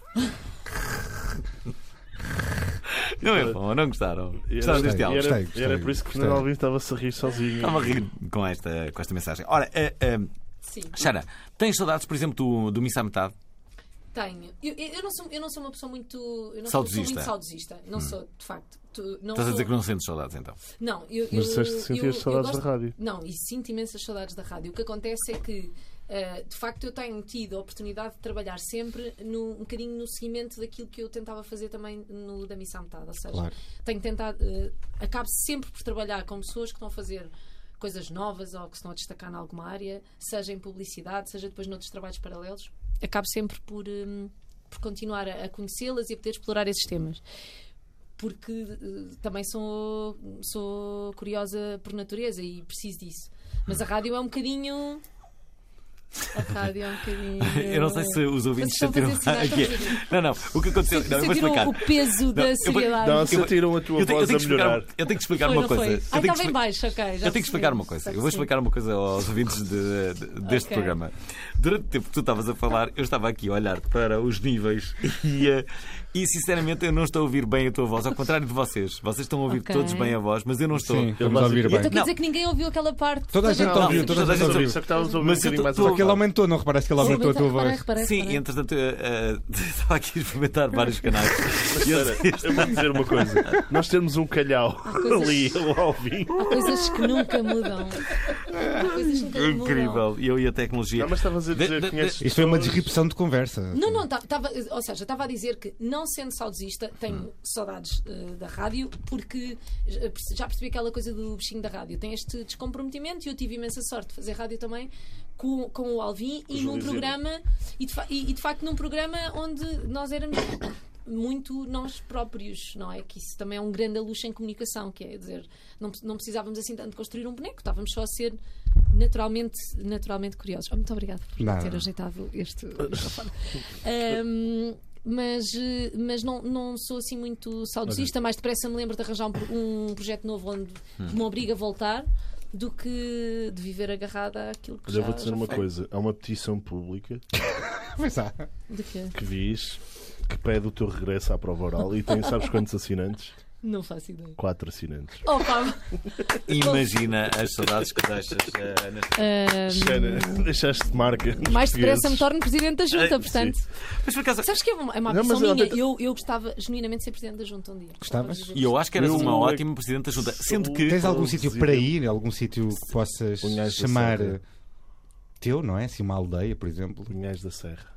[SPEAKER 1] Não é bom, não gostaram? Gostaram deste
[SPEAKER 2] gostei.
[SPEAKER 1] diálogo?
[SPEAKER 3] E era,
[SPEAKER 2] Gostei, gostei,
[SPEAKER 3] e era por isso que o Fernando
[SPEAKER 2] gostei.
[SPEAKER 3] Alvim estava-se a rir sozinho.
[SPEAKER 1] Estava a rir com esta, com esta mensagem. Ora, eh, eh,
[SPEAKER 4] Sim.
[SPEAKER 1] Xara, tens saudades, por exemplo, do, do Missa à Metade?
[SPEAKER 4] Tenho. Eu, eu- eu não sou, eu não sou uma pessoa muito. Eu não sou uma pessoa
[SPEAKER 1] Saudosista. Hum.
[SPEAKER 4] muito saudosista. Não sou, de facto. Tu- não
[SPEAKER 1] Estás a
[SPEAKER 4] sou-
[SPEAKER 1] dizer que não sentes saudades, então?
[SPEAKER 4] Não, eu.
[SPEAKER 3] Mas
[SPEAKER 4] eu-
[SPEAKER 3] disseste que sentias
[SPEAKER 4] eu- eu
[SPEAKER 3] saudades
[SPEAKER 4] gosto-
[SPEAKER 3] da rádio.
[SPEAKER 4] Não, e sinto imensas saudades da rádio. O que acontece é que, eh, de facto, eu tenho tido a oportunidade de trabalhar sempre no, um bocadinho no seguimento daquilo que eu tentava fazer também no da Missa à Metade. Ou seja,
[SPEAKER 2] Claro.
[SPEAKER 4] tenho tentado. eh, acabo sempre por trabalhar com pessoas que estão a fazer coisas novas ou que se estão a destacar em alguma área, seja em publicidade, seja depois noutros trabalhos paralelos. Acabo sempre por. hum, por continuar a a conhecê-las e a poder explorar esses temas porque eh, também sou, sou curiosa por natureza e preciso disso. Mas a rádio é um bocadinho. A rádio é um bocadinho.
[SPEAKER 1] Eu não sei se os ouvintes
[SPEAKER 4] Vocês estão a fazer
[SPEAKER 1] sentiram-
[SPEAKER 4] sinais tão giros.
[SPEAKER 1] Não, não. O que aconteceu. Não, eu vou
[SPEAKER 4] Sentiram
[SPEAKER 1] explicar.
[SPEAKER 4] o peso
[SPEAKER 1] eu
[SPEAKER 4] da
[SPEAKER 1] vou-
[SPEAKER 4] seriedade.
[SPEAKER 3] Não,
[SPEAKER 4] Foi,
[SPEAKER 3] sentiram a tua
[SPEAKER 1] Eu tenho, eu
[SPEAKER 3] voz
[SPEAKER 1] tenho
[SPEAKER 3] a
[SPEAKER 1] que explicar,
[SPEAKER 3] melhorar.
[SPEAKER 1] eu tenho que explicar
[SPEAKER 4] não
[SPEAKER 1] uma coisa.
[SPEAKER 4] foi?
[SPEAKER 1] Eu tenho
[SPEAKER 4] Ah,
[SPEAKER 1] que
[SPEAKER 4] estava em
[SPEAKER 1] expli-
[SPEAKER 4] baixo, ok. já
[SPEAKER 1] Eu tenho que explicar
[SPEAKER 4] percebi,
[SPEAKER 1] uma coisa.
[SPEAKER 4] já
[SPEAKER 1] Eu vou
[SPEAKER 4] percebi.
[SPEAKER 1] explicar uma coisa aos ouvintes de- de- deste
[SPEAKER 4] Ok.
[SPEAKER 1] programa. Durante o tempo que tu estavas a falar, eu estava aqui a olhar para os níveis e, eh, e sinceramente eu não estou a ouvir bem a tua voz, ao contrário de vocês. Vocês estão a ouvir
[SPEAKER 4] Ok.
[SPEAKER 1] todos bem a voz, mas eu não estou.
[SPEAKER 2] Sim, estamos
[SPEAKER 3] Ele
[SPEAKER 2] a ouvir
[SPEAKER 3] vai-
[SPEAKER 4] Então
[SPEAKER 2] bem.
[SPEAKER 4] quer
[SPEAKER 1] Não.
[SPEAKER 4] dizer que ninguém ouviu aquela parte. então,
[SPEAKER 2] Toda a gente
[SPEAKER 4] não
[SPEAKER 2] ouviu,
[SPEAKER 1] toda a gente
[SPEAKER 2] ouviu.
[SPEAKER 3] Só que estávamos a ouvir um
[SPEAKER 1] Mas eu
[SPEAKER 3] bocadinho mais
[SPEAKER 1] tô-
[SPEAKER 2] Só
[SPEAKER 3] alto.
[SPEAKER 2] que ele aumentou, não reparaste que ele aumentou a tua
[SPEAKER 4] Reparei,
[SPEAKER 2] voz.
[SPEAKER 4] reparei,
[SPEAKER 1] Sim,
[SPEAKER 4] reparei.
[SPEAKER 1] e entretanto eu, eh, estava aqui a experimentar vários canais. E eu-
[SPEAKER 3] Eu vou dizer uma coisa. Nós temos um calhau
[SPEAKER 4] coisas-
[SPEAKER 3] ali ao vivo.
[SPEAKER 4] Há coisas que nunca mudam. Há coisas que nunca mudam.
[SPEAKER 1] Incrível. Eu e a tecnologia.
[SPEAKER 3] Não, mas estavas a
[SPEAKER 1] De-
[SPEAKER 3] dizer
[SPEAKER 1] de-
[SPEAKER 3] que conheces
[SPEAKER 2] Isto foi uma
[SPEAKER 3] pessoas.
[SPEAKER 2] descrição de conversa.
[SPEAKER 4] Não, não, tá- tava, ou seja, estava a dizer que não sendo saudosista, tenho saudades eh, da rádio, porque já perce- já percebi aquela coisa do bichinho da rádio. Tem este descomprometimento e eu tive imensa sorte de fazer rádio também com, com o Alvin e num
[SPEAKER 3] Júlio Zilo.
[SPEAKER 4] programa, e de, fa- e- e de facto num programa onde nós éramos muito nós próprios, não é? Que isso também é um grande luxo em comunicação, que é dizer, não, pre- não precisávamos assim tanto construir um boneco, estávamos só a ser naturalmente, naturalmente curiosos. Oh, muito obrigada por
[SPEAKER 2] Nada.
[SPEAKER 4] ter ajeitado este microfone. Ahm, mas eh, mas não, não sou assim muito
[SPEAKER 3] é.
[SPEAKER 4] saudosista, mais depressa me lembro de arranjar um, pro- um projeto novo onde
[SPEAKER 3] Hum.
[SPEAKER 4] me obriga a voltar do que de viver agarrada àquilo que
[SPEAKER 3] Olha, eu
[SPEAKER 4] já,
[SPEAKER 3] vou dizer
[SPEAKER 4] já
[SPEAKER 3] uma
[SPEAKER 4] foi.
[SPEAKER 3] coisa. Há uma petição pública
[SPEAKER 2] Pois há.
[SPEAKER 4] De quê?
[SPEAKER 3] que diz que pede o teu regresso à prova oral e tem, sabes quantos assinantes?
[SPEAKER 4] Não faço ideia.
[SPEAKER 3] Quatro assinantes.
[SPEAKER 4] Opa!
[SPEAKER 1] Imagina as saudades que deixas. eh, neste-
[SPEAKER 4] ahm,
[SPEAKER 3] Xana, deixaste marca. nos
[SPEAKER 4] mais depressa me
[SPEAKER 3] portugueses.
[SPEAKER 4] torno presidente da junta,
[SPEAKER 1] Ah,
[SPEAKER 4] portanto.
[SPEAKER 1] Mas por acaso.
[SPEAKER 4] Sabes que é uma, é uma
[SPEAKER 3] Não,
[SPEAKER 4] opção
[SPEAKER 3] mas eu-
[SPEAKER 4] minha. Eu, eu gostava genuinamente de ser presidente da junta um dia.
[SPEAKER 2] Gostavas?
[SPEAKER 4] Gostava de
[SPEAKER 1] E eu acho que eras
[SPEAKER 3] Eu-
[SPEAKER 1] uma ótima presidente da junta. Sendo que.
[SPEAKER 2] Tens algum
[SPEAKER 3] Eu
[SPEAKER 2] sítio
[SPEAKER 3] visito-
[SPEAKER 2] para ir, algum sítio que possas
[SPEAKER 3] Unhais da
[SPEAKER 2] chamar
[SPEAKER 3] Serra.
[SPEAKER 2] eh, teu, não é? Assim, uma aldeia, por exemplo.
[SPEAKER 3] Punhais da Serra.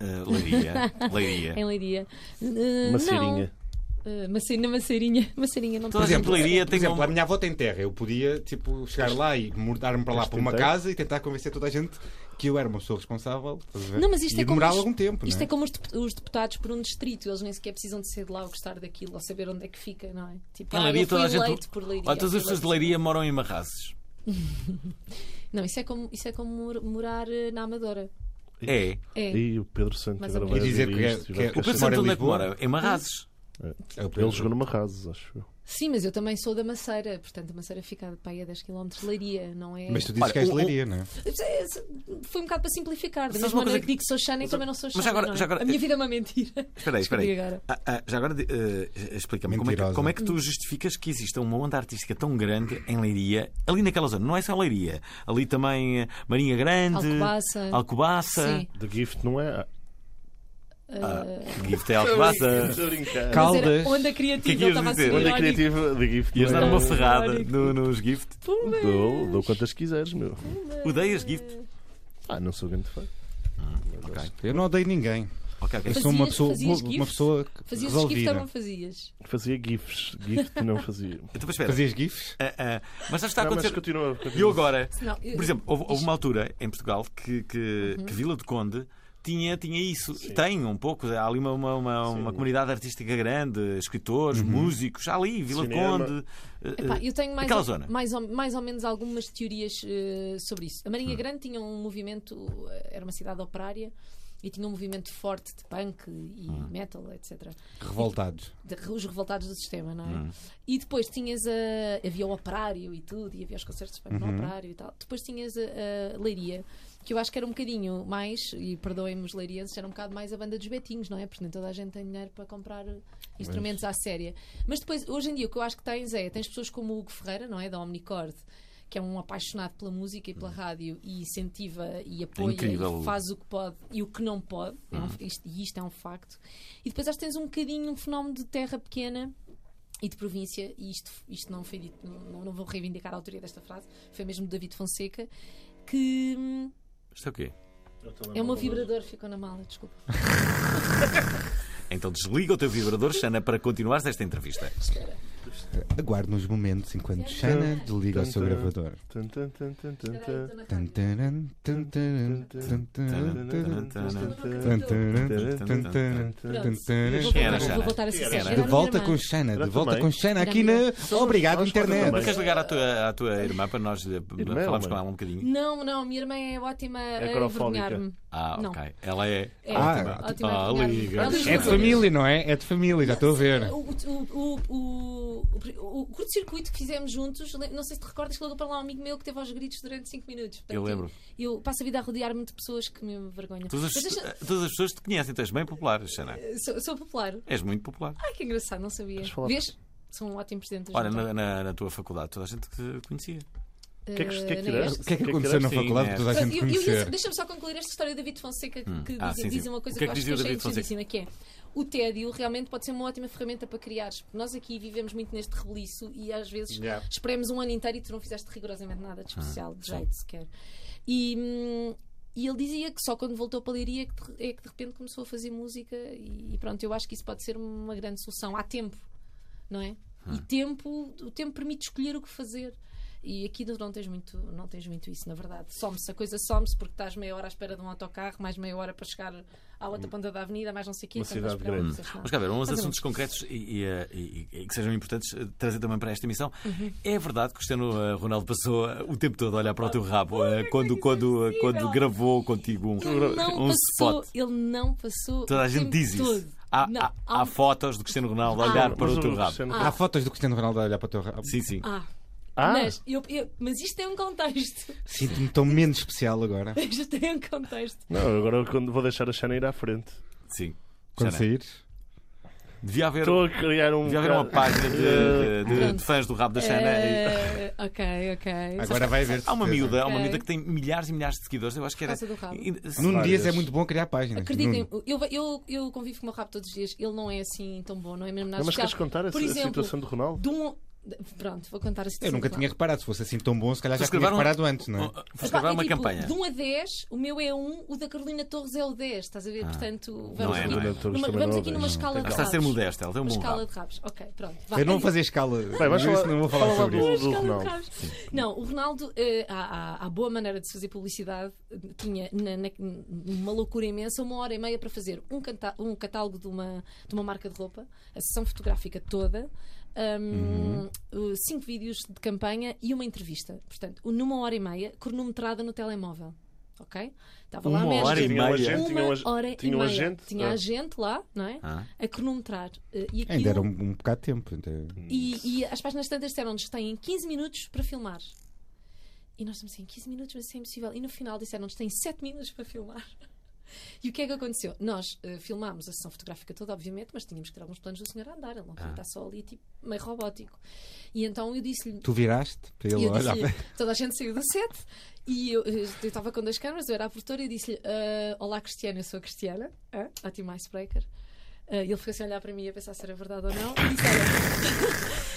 [SPEAKER 1] Eh, Leiria. Leiria.
[SPEAKER 4] Em Leiria. Uh,
[SPEAKER 3] Maceirinha.
[SPEAKER 4] Não. Uh, Mace- na Maceirinha. Maceirinha não
[SPEAKER 1] Toda a
[SPEAKER 4] tem-
[SPEAKER 1] gente leiria
[SPEAKER 2] Por
[SPEAKER 1] tem
[SPEAKER 2] exemplo,
[SPEAKER 1] uma.
[SPEAKER 2] a minha avó tem terra. Eu podia, tipo, chegar lá e mudar-me para lá
[SPEAKER 3] Este
[SPEAKER 2] para uma
[SPEAKER 3] inteiro?
[SPEAKER 2] casa e tentar convencer toda a gente que eu era uma pessoa responsável. estás a ver?
[SPEAKER 1] Né?
[SPEAKER 4] Não, mas isto
[SPEAKER 2] e
[SPEAKER 4] é como
[SPEAKER 2] demorar
[SPEAKER 4] os-
[SPEAKER 2] algum tempo,
[SPEAKER 4] Isto
[SPEAKER 2] não
[SPEAKER 4] é como os, dep- os deputados por um distrito, eles nem sequer precisam de ser de lá ou gostar daquilo ou saber onde é que fica, não é? Tipo,
[SPEAKER 1] Em
[SPEAKER 4] ah,
[SPEAKER 1] Leiria
[SPEAKER 4] eu fui
[SPEAKER 1] toda a gente-
[SPEAKER 4] eleito por Leiria.
[SPEAKER 1] Olha, todas as
[SPEAKER 4] fui
[SPEAKER 1] pessoas de
[SPEAKER 4] eleito.
[SPEAKER 1] leiria moram em Marrazes.
[SPEAKER 4] Não, isso é como, isso é como mor- morar eh, na Amadora.
[SPEAKER 1] É.
[SPEAKER 4] É.
[SPEAKER 3] E o Pedro Santo
[SPEAKER 4] Mas
[SPEAKER 3] agora
[SPEAKER 4] eu-
[SPEAKER 3] vai
[SPEAKER 2] E dizer
[SPEAKER 3] ouvir
[SPEAKER 2] que é-
[SPEAKER 3] isto e
[SPEAKER 2] que
[SPEAKER 3] vai
[SPEAKER 2] é-
[SPEAKER 1] O
[SPEAKER 3] ficar
[SPEAKER 1] Pedro
[SPEAKER 2] Mora
[SPEAKER 1] Santo
[SPEAKER 2] em
[SPEAKER 1] onde é que
[SPEAKER 2] Lisboa?
[SPEAKER 1] mora? Em Marrazes.
[SPEAKER 2] é? o
[SPEAKER 3] Ele jogou no Marrazes, acho eu.
[SPEAKER 4] Sim, mas eu também sou da Maceira, portanto a Maceira fica para aí a 10 km de Leiria, não é?
[SPEAKER 2] Mas tu dizes
[SPEAKER 1] Olha,
[SPEAKER 2] que és
[SPEAKER 1] o-
[SPEAKER 2] de leiria, não é?
[SPEAKER 4] É, Foi um bocado para simplificar. Da
[SPEAKER 1] Sabes
[SPEAKER 4] mesma
[SPEAKER 1] uma coisa
[SPEAKER 4] maneira que digo que sou Xana e também não sou Xana.
[SPEAKER 1] Mas agora-
[SPEAKER 4] não é?
[SPEAKER 1] já agora-
[SPEAKER 4] A minha vida é uma mentira.
[SPEAKER 1] Espera aí, espera aí.
[SPEAKER 4] Descobri agora.
[SPEAKER 1] Ah, ah, já agora eh, explica-me como é, que,
[SPEAKER 2] Mentirosa.
[SPEAKER 1] como é que tu justificas que exista uma onda artística tão grande em Leiria, ali naquela zona, não é só Leiria, ali também eh, Marinha Grande,
[SPEAKER 4] Alcobaça.
[SPEAKER 1] Alcobaça,
[SPEAKER 4] Sim.
[SPEAKER 3] The Gift não é.
[SPEAKER 1] Gift é Alcobaça.
[SPEAKER 3] Estou a brincar.
[SPEAKER 2] Cal-
[SPEAKER 4] Mas era
[SPEAKER 2] Caldas.
[SPEAKER 4] Onda
[SPEAKER 1] O que é que
[SPEAKER 4] criativa,
[SPEAKER 1] ias
[SPEAKER 4] ele estava a ser
[SPEAKER 1] dizer?
[SPEAKER 3] Onda
[SPEAKER 4] irónico.
[SPEAKER 3] criativa The Gift.
[SPEAKER 1] Ias
[SPEAKER 3] não
[SPEAKER 1] dar
[SPEAKER 3] é-
[SPEAKER 1] uma ferrada
[SPEAKER 4] Irónico.
[SPEAKER 1] no- nos Gift.
[SPEAKER 4] tipo, Pumba.
[SPEAKER 3] Dou, dou quantas quiseres, meu.
[SPEAKER 1] Odeias Gift?
[SPEAKER 3] Ah, não sou grande fã.
[SPEAKER 2] Eu não odeio ninguém.
[SPEAKER 1] Ok, ok.
[SPEAKER 2] Eu sou uma
[SPEAKER 4] Fazias-
[SPEAKER 2] pessoa,
[SPEAKER 4] fazias
[SPEAKER 2] uma
[SPEAKER 4] gifs?
[SPEAKER 2] pessoa que-
[SPEAKER 4] Fazias esquiva ou
[SPEAKER 2] resolvida.
[SPEAKER 4] não fazias?
[SPEAKER 3] Fazia GIFs. GIFs não fazia.
[SPEAKER 1] Então, mas espera.
[SPEAKER 2] Fazias GIFs?
[SPEAKER 1] Ah, ah, mas sabes o que está a
[SPEAKER 3] Não, mas
[SPEAKER 1] acontecer?
[SPEAKER 3] continua.
[SPEAKER 1] E eu agora?
[SPEAKER 4] Não, eu-
[SPEAKER 1] Por exemplo, houve, houve uma altura em Portugal que, que,
[SPEAKER 4] Uhum.
[SPEAKER 1] que Vila do Conde tinha, tinha isso. Tem um pouco. Há ali uma, uma, uma, uma comunidade artística grande, escritores, músicos. Há ali, Vila do
[SPEAKER 3] Uhum. Cinema.
[SPEAKER 1] Conde. eh,
[SPEAKER 4] Epá,
[SPEAKER 1] eh,
[SPEAKER 4] eu tenho mais,
[SPEAKER 1] aquela
[SPEAKER 4] ou,
[SPEAKER 1] zona.
[SPEAKER 4] Mais, ou, mais ou menos algumas teorias eh, sobre isso. A
[SPEAKER 1] Hum.
[SPEAKER 4] Marinha Grande tinha um movimento, eh, era uma cidade operária e tinha um movimento forte de punk e
[SPEAKER 1] Hum.
[SPEAKER 4] metal, etc.
[SPEAKER 2] Revoltados.
[SPEAKER 4] de- os revoltados do sistema, não é? E depois tinhas a. Havia o operário e tudo, e havia os concertos de punk no operário e tal. Depois tinhas a, a Leiria, que eu acho que era um bocadinho mais, e perdoem-me os leirienses, era um bocado mais a banda dos betinhos, não é? Porque nem toda a gente tem dinheiro para comprar instrumentos à séria. Mas depois, hoje em dia, o que eu acho que tens é, tens pessoas como o Hugo Ferreira, não é? Da Omnicord. Que é um apaixonado pela música e
[SPEAKER 2] Hum.
[SPEAKER 4] pela rádio e incentiva
[SPEAKER 2] É
[SPEAKER 4] e apoia
[SPEAKER 1] Incrível.
[SPEAKER 4] e faz faz o que pode e o que não pode, é
[SPEAKER 2] Hum.
[SPEAKER 4] um- isto- e isto é um facto. E depois acho que tens um bocadinho um fenómeno de terra pequena e de província, e isto, isto não foi dito, não, não vou reivindicar a autoria desta frase, foi mesmo do David Fonseca, que hum,
[SPEAKER 1] Isto é o quê?
[SPEAKER 4] é o meu vibrador, ficou na mala, desculpa.
[SPEAKER 1] Então desliga o teu vibrador, Xana, para continuares esta entrevista.
[SPEAKER 2] Aguardo nos momentos enquanto Shanna desliga o seu gravador.
[SPEAKER 3] Tum, tum, tum, tum, tum,
[SPEAKER 4] Espera aí,
[SPEAKER 3] tum.
[SPEAKER 4] estou na
[SPEAKER 2] Tan,
[SPEAKER 4] rádio.
[SPEAKER 2] taran, tan, taran, tan, taran, tan, tan, taran, tan, taran, tan, taran.
[SPEAKER 1] Era, Sara.
[SPEAKER 4] Vou voltar- Vou voltar a ser
[SPEAKER 1] Era.
[SPEAKER 4] sincera.
[SPEAKER 2] De
[SPEAKER 4] à
[SPEAKER 2] volta
[SPEAKER 4] minha
[SPEAKER 2] com
[SPEAKER 4] irmã.
[SPEAKER 2] Xana,
[SPEAKER 3] Era
[SPEAKER 2] de volta
[SPEAKER 3] também.
[SPEAKER 2] com Xana
[SPEAKER 4] Era
[SPEAKER 2] aqui
[SPEAKER 4] minha
[SPEAKER 2] na Obrigado
[SPEAKER 3] Vamos falar
[SPEAKER 1] Mas
[SPEAKER 2] Internet.
[SPEAKER 3] também.
[SPEAKER 1] queres ligar à tua, à tua irmã para nós lhe
[SPEAKER 3] Irmã,
[SPEAKER 1] falarmos
[SPEAKER 3] mãe.
[SPEAKER 1] com ela um bocadinho?
[SPEAKER 4] Não, não, minha irmã é ótima a
[SPEAKER 3] Agorafóbica.
[SPEAKER 4] envergonhar-me.
[SPEAKER 1] Ah,
[SPEAKER 4] Não.
[SPEAKER 1] ok. Ela é.
[SPEAKER 4] É
[SPEAKER 2] Ah,
[SPEAKER 4] ótima, ótima a
[SPEAKER 1] ah,
[SPEAKER 4] envergonhar-me.
[SPEAKER 1] liga.
[SPEAKER 4] Ela diz
[SPEAKER 2] É
[SPEAKER 4] uma
[SPEAKER 2] de
[SPEAKER 4] coisa-
[SPEAKER 2] família, não é? É de família, já estou a ver.
[SPEAKER 4] O, o, o, o, o, o curto-circuito que fizemos juntos, le- não sei se te recordas que ligou para lá um amigo meu que teve aos gritos durante 5 minutos. Portanto,
[SPEAKER 1] Eu lembro.
[SPEAKER 4] Eu, eu passo a vida a rodear-me de pessoas que me envergonham.
[SPEAKER 1] Todas
[SPEAKER 4] Mas
[SPEAKER 1] as,
[SPEAKER 4] deixa-
[SPEAKER 1] todas as pessoas te conhecem, tu és bem popular, Xana.
[SPEAKER 4] sou, sou popular.
[SPEAKER 1] És muito popular.
[SPEAKER 4] Ai, que engraçado, não sabia.
[SPEAKER 3] Mas fala-
[SPEAKER 4] Vês? Sou um ótimo presidente. da
[SPEAKER 1] Olha,
[SPEAKER 4] junta.
[SPEAKER 1] na, na- na tua faculdade toda a gente te conhecia.
[SPEAKER 4] Eh,
[SPEAKER 3] que é que- que é que
[SPEAKER 4] na
[SPEAKER 3] tiveste?
[SPEAKER 4] Este.
[SPEAKER 2] O que é que
[SPEAKER 3] que
[SPEAKER 2] aconteceu na
[SPEAKER 1] sim,
[SPEAKER 2] faculdade
[SPEAKER 1] é.
[SPEAKER 2] que toda a
[SPEAKER 4] Mas
[SPEAKER 2] gente
[SPEAKER 4] Então, eu- eu ia-
[SPEAKER 2] conhecer?
[SPEAKER 4] Deixa-me só concluir esta história do David Fonseca que, que
[SPEAKER 1] Ah,
[SPEAKER 4] diz,
[SPEAKER 1] sim,
[SPEAKER 4] diz
[SPEAKER 1] sim.
[SPEAKER 4] uma coisa
[SPEAKER 1] O que é
[SPEAKER 4] eu
[SPEAKER 1] que
[SPEAKER 4] acho que
[SPEAKER 1] dizia o
[SPEAKER 4] achei
[SPEAKER 1] David Fonseca?
[SPEAKER 4] interessantíssima, que é o tédio realmente pode ser uma ótima ferramenta para criares. porque Nós aqui vivemos muito neste reboliço e às vezes
[SPEAKER 2] Yeah.
[SPEAKER 4] esperemos um ano inteiro e tu não fizeste rigorosamente nada
[SPEAKER 1] Ah,
[SPEAKER 4] de especial, de jeito sequer. E, hum, e ele dizia que só quando voltou para a Leiria é que de, é que de repente começou a fazer música e, e pronto, eu acho que isso pode ser uma grande solução. Há tempo, não é?
[SPEAKER 1] Hum.
[SPEAKER 4] E tempo, o tempo permite escolher o que fazer. E aqui tu não tens muito, não tens muito isso, na verdade. Some-se, a coisa some-se porque estás meia hora à espera de um autocarro, mais meia hora para chegar à
[SPEAKER 1] Hum.
[SPEAKER 4] outra ponta da avenida, mais não sei o quê.
[SPEAKER 3] Uma
[SPEAKER 4] quando vais
[SPEAKER 3] cidade
[SPEAKER 4] para lá,
[SPEAKER 3] grande.
[SPEAKER 4] não sei se não. é?
[SPEAKER 1] Mas cá ver, uns
[SPEAKER 4] Mais ou
[SPEAKER 1] assuntos
[SPEAKER 4] menos.
[SPEAKER 1] concretos e, e, eh, e- e que sejam importantes eh, trazer também para esta emissão.
[SPEAKER 4] Uhum.
[SPEAKER 1] É verdade que o Cristiano eh, Ronaldo passou eh, o tempo todo a olhar para o teu rabo eh, quando, quando, quando gravou contigo um,
[SPEAKER 4] Ele não
[SPEAKER 1] um
[SPEAKER 4] passou,
[SPEAKER 1] spot.
[SPEAKER 4] ele não passou.
[SPEAKER 1] Toda
[SPEAKER 4] o
[SPEAKER 1] a gente
[SPEAKER 4] tempo
[SPEAKER 1] diz isso.
[SPEAKER 4] todo.
[SPEAKER 1] Há,
[SPEAKER 4] Não,
[SPEAKER 1] há-
[SPEAKER 4] há
[SPEAKER 1] há
[SPEAKER 4] um-
[SPEAKER 1] fotos do Cristiano Ronaldo a
[SPEAKER 4] Ah.
[SPEAKER 1] olhar para
[SPEAKER 3] Mas
[SPEAKER 1] o teu
[SPEAKER 3] o
[SPEAKER 1] rabo.
[SPEAKER 3] Cristiano-
[SPEAKER 2] Há fotos do Cristiano Ronaldo a olhar para o teu rabo.
[SPEAKER 1] Sim, sim.
[SPEAKER 4] Ah,
[SPEAKER 3] Ah,
[SPEAKER 4] Mas, eu- eu- mas isto tem um contexto.
[SPEAKER 2] Sinto-me tão menos especial agora.
[SPEAKER 4] Isto tem um contexto.
[SPEAKER 3] não, agora eu quando vou deixar a Xana ir à frente.
[SPEAKER 4] Ah.
[SPEAKER 1] sim.
[SPEAKER 2] Quando
[SPEAKER 1] Xana,
[SPEAKER 2] saíres.
[SPEAKER 1] Devia haver,
[SPEAKER 3] Estou a criar um.
[SPEAKER 1] devia haver uma
[SPEAKER 3] bocado-
[SPEAKER 1] página de, de- de
[SPEAKER 4] Pronto.
[SPEAKER 1] fãs do rabo da Xana. Tá, né? e-
[SPEAKER 4] Eh, ok, ok.
[SPEAKER 2] Agora
[SPEAKER 4] é
[SPEAKER 2] vai ver.
[SPEAKER 1] Há uma miúda, há uma
[SPEAKER 4] Ok.
[SPEAKER 1] miúda que tem milhares e milhares de seguidores. Eu acho que era.
[SPEAKER 4] Por causa do rabo.
[SPEAKER 2] Nuno Dias é
[SPEAKER 3] Várias.
[SPEAKER 2] muito bom a criar páginas.
[SPEAKER 4] Acreditem,
[SPEAKER 2] Nuno.
[SPEAKER 4] eu, eu, eu convivo com o meu rabo todos os dias. Ele não é assim tão bom, não é mesmo nada
[SPEAKER 3] Não, mas
[SPEAKER 4] especial.
[SPEAKER 3] queres contar a,
[SPEAKER 4] Por
[SPEAKER 3] a
[SPEAKER 4] exemplo,
[SPEAKER 3] situação do Ronaldo?
[SPEAKER 4] de um- de- Pronto, vou contar a situação.
[SPEAKER 2] Eu nunca
[SPEAKER 4] do
[SPEAKER 2] tinha
[SPEAKER 4] rabo.
[SPEAKER 2] reparado. Se fosse assim tão bom, se calhar já
[SPEAKER 1] Vocês
[SPEAKER 2] tinha
[SPEAKER 4] um-
[SPEAKER 1] gravaram-
[SPEAKER 2] reparado antes, não é?
[SPEAKER 1] Vocês
[SPEAKER 4] Epá,
[SPEAKER 1] gravaram
[SPEAKER 4] é
[SPEAKER 1] uma
[SPEAKER 4] tipo,
[SPEAKER 1] campanha.
[SPEAKER 4] De 1 a 10, o meu é 1, o da Carolina Torres é o 10. Estás a ver? Portanto,
[SPEAKER 1] Não
[SPEAKER 4] vamos
[SPEAKER 1] é,
[SPEAKER 4] aqui,
[SPEAKER 1] não é.
[SPEAKER 4] numa-
[SPEAKER 3] Também
[SPEAKER 4] vamos
[SPEAKER 3] não é
[SPEAKER 4] aqui
[SPEAKER 3] o
[SPEAKER 4] numa
[SPEAKER 3] 10,
[SPEAKER 4] escala
[SPEAKER 3] não.
[SPEAKER 4] de
[SPEAKER 1] Está a ser
[SPEAKER 4] rabos.
[SPEAKER 1] modesta, ela tem um
[SPEAKER 4] Uma
[SPEAKER 1] bom
[SPEAKER 4] escala
[SPEAKER 1] rabo.
[SPEAKER 4] de rabos. Ok, pronto. vá.
[SPEAKER 2] Eu não
[SPEAKER 4] Adiante.
[SPEAKER 2] vou fazer escala.
[SPEAKER 3] Bem, vais
[SPEAKER 2] Isso
[SPEAKER 3] falar-
[SPEAKER 2] não vou falar
[SPEAKER 3] fala lá
[SPEAKER 2] sobre
[SPEAKER 3] do-
[SPEAKER 2] isso.
[SPEAKER 4] Mas
[SPEAKER 3] do
[SPEAKER 4] calma,
[SPEAKER 3] Ronaldo.
[SPEAKER 4] Carlos. Não, o Ronaldo, eh, há, há- há boa maneira de se fazer publicidade, eh, tinha na- na- uma loucura imensa, uma hora e meia para fazer um, canta- um catálogo de uma, de uma marca de roupa, a sessão fotográfica toda, ahm,
[SPEAKER 1] Uhum.
[SPEAKER 4] eh, cinco vídeos de campanha e uma entrevista. Portanto, numa hora e meia, cronometrada no telemóvel. Ok? Estava lá
[SPEAKER 1] Uma
[SPEAKER 4] a mesma-
[SPEAKER 1] hora e
[SPEAKER 3] Tinha um
[SPEAKER 1] meia.
[SPEAKER 3] agente, tinha um
[SPEAKER 4] uma
[SPEAKER 3] ag-
[SPEAKER 4] hora
[SPEAKER 3] tinha
[SPEAKER 4] e
[SPEAKER 3] um
[SPEAKER 4] meia.
[SPEAKER 3] agente.
[SPEAKER 4] Tinha
[SPEAKER 3] Ah.
[SPEAKER 4] agente lá, não é?
[SPEAKER 1] Ah.
[SPEAKER 4] A cronometrar. Eh, E aquilo...
[SPEAKER 2] Ainda era um, um bocado de tempo. ainda-
[SPEAKER 4] E, e as páginas tantas disseram-nos têm 15 minutos para filmar. E nós estamos assim, 15 minutos, mas isso é impossível. E no final disseram-nos têm 7 minutos para filmar. E o que é que aconteceu? Nós eh, filmámos a sessão fotográfica toda, obviamente, mas tínhamos que tirar alguns planos do senhor a andar. Ele não podia estar só ali, tipo, meio robótico. E então eu disse-lhe,
[SPEAKER 2] Tu viraste para
[SPEAKER 4] e
[SPEAKER 2] ele
[SPEAKER 4] eu
[SPEAKER 2] olhar.
[SPEAKER 4] disse-lhe, toda a gente saiu do set e eu eu estava com duas câmaras, eu era a produtora e disse-lhe: "Ah, Olá, Cristiano, eu sou a Cristiana, ah, ótimo icebreaker. Ah, E ele ficou assim a olhar para mim e a pensar se era verdade ou não. E disse: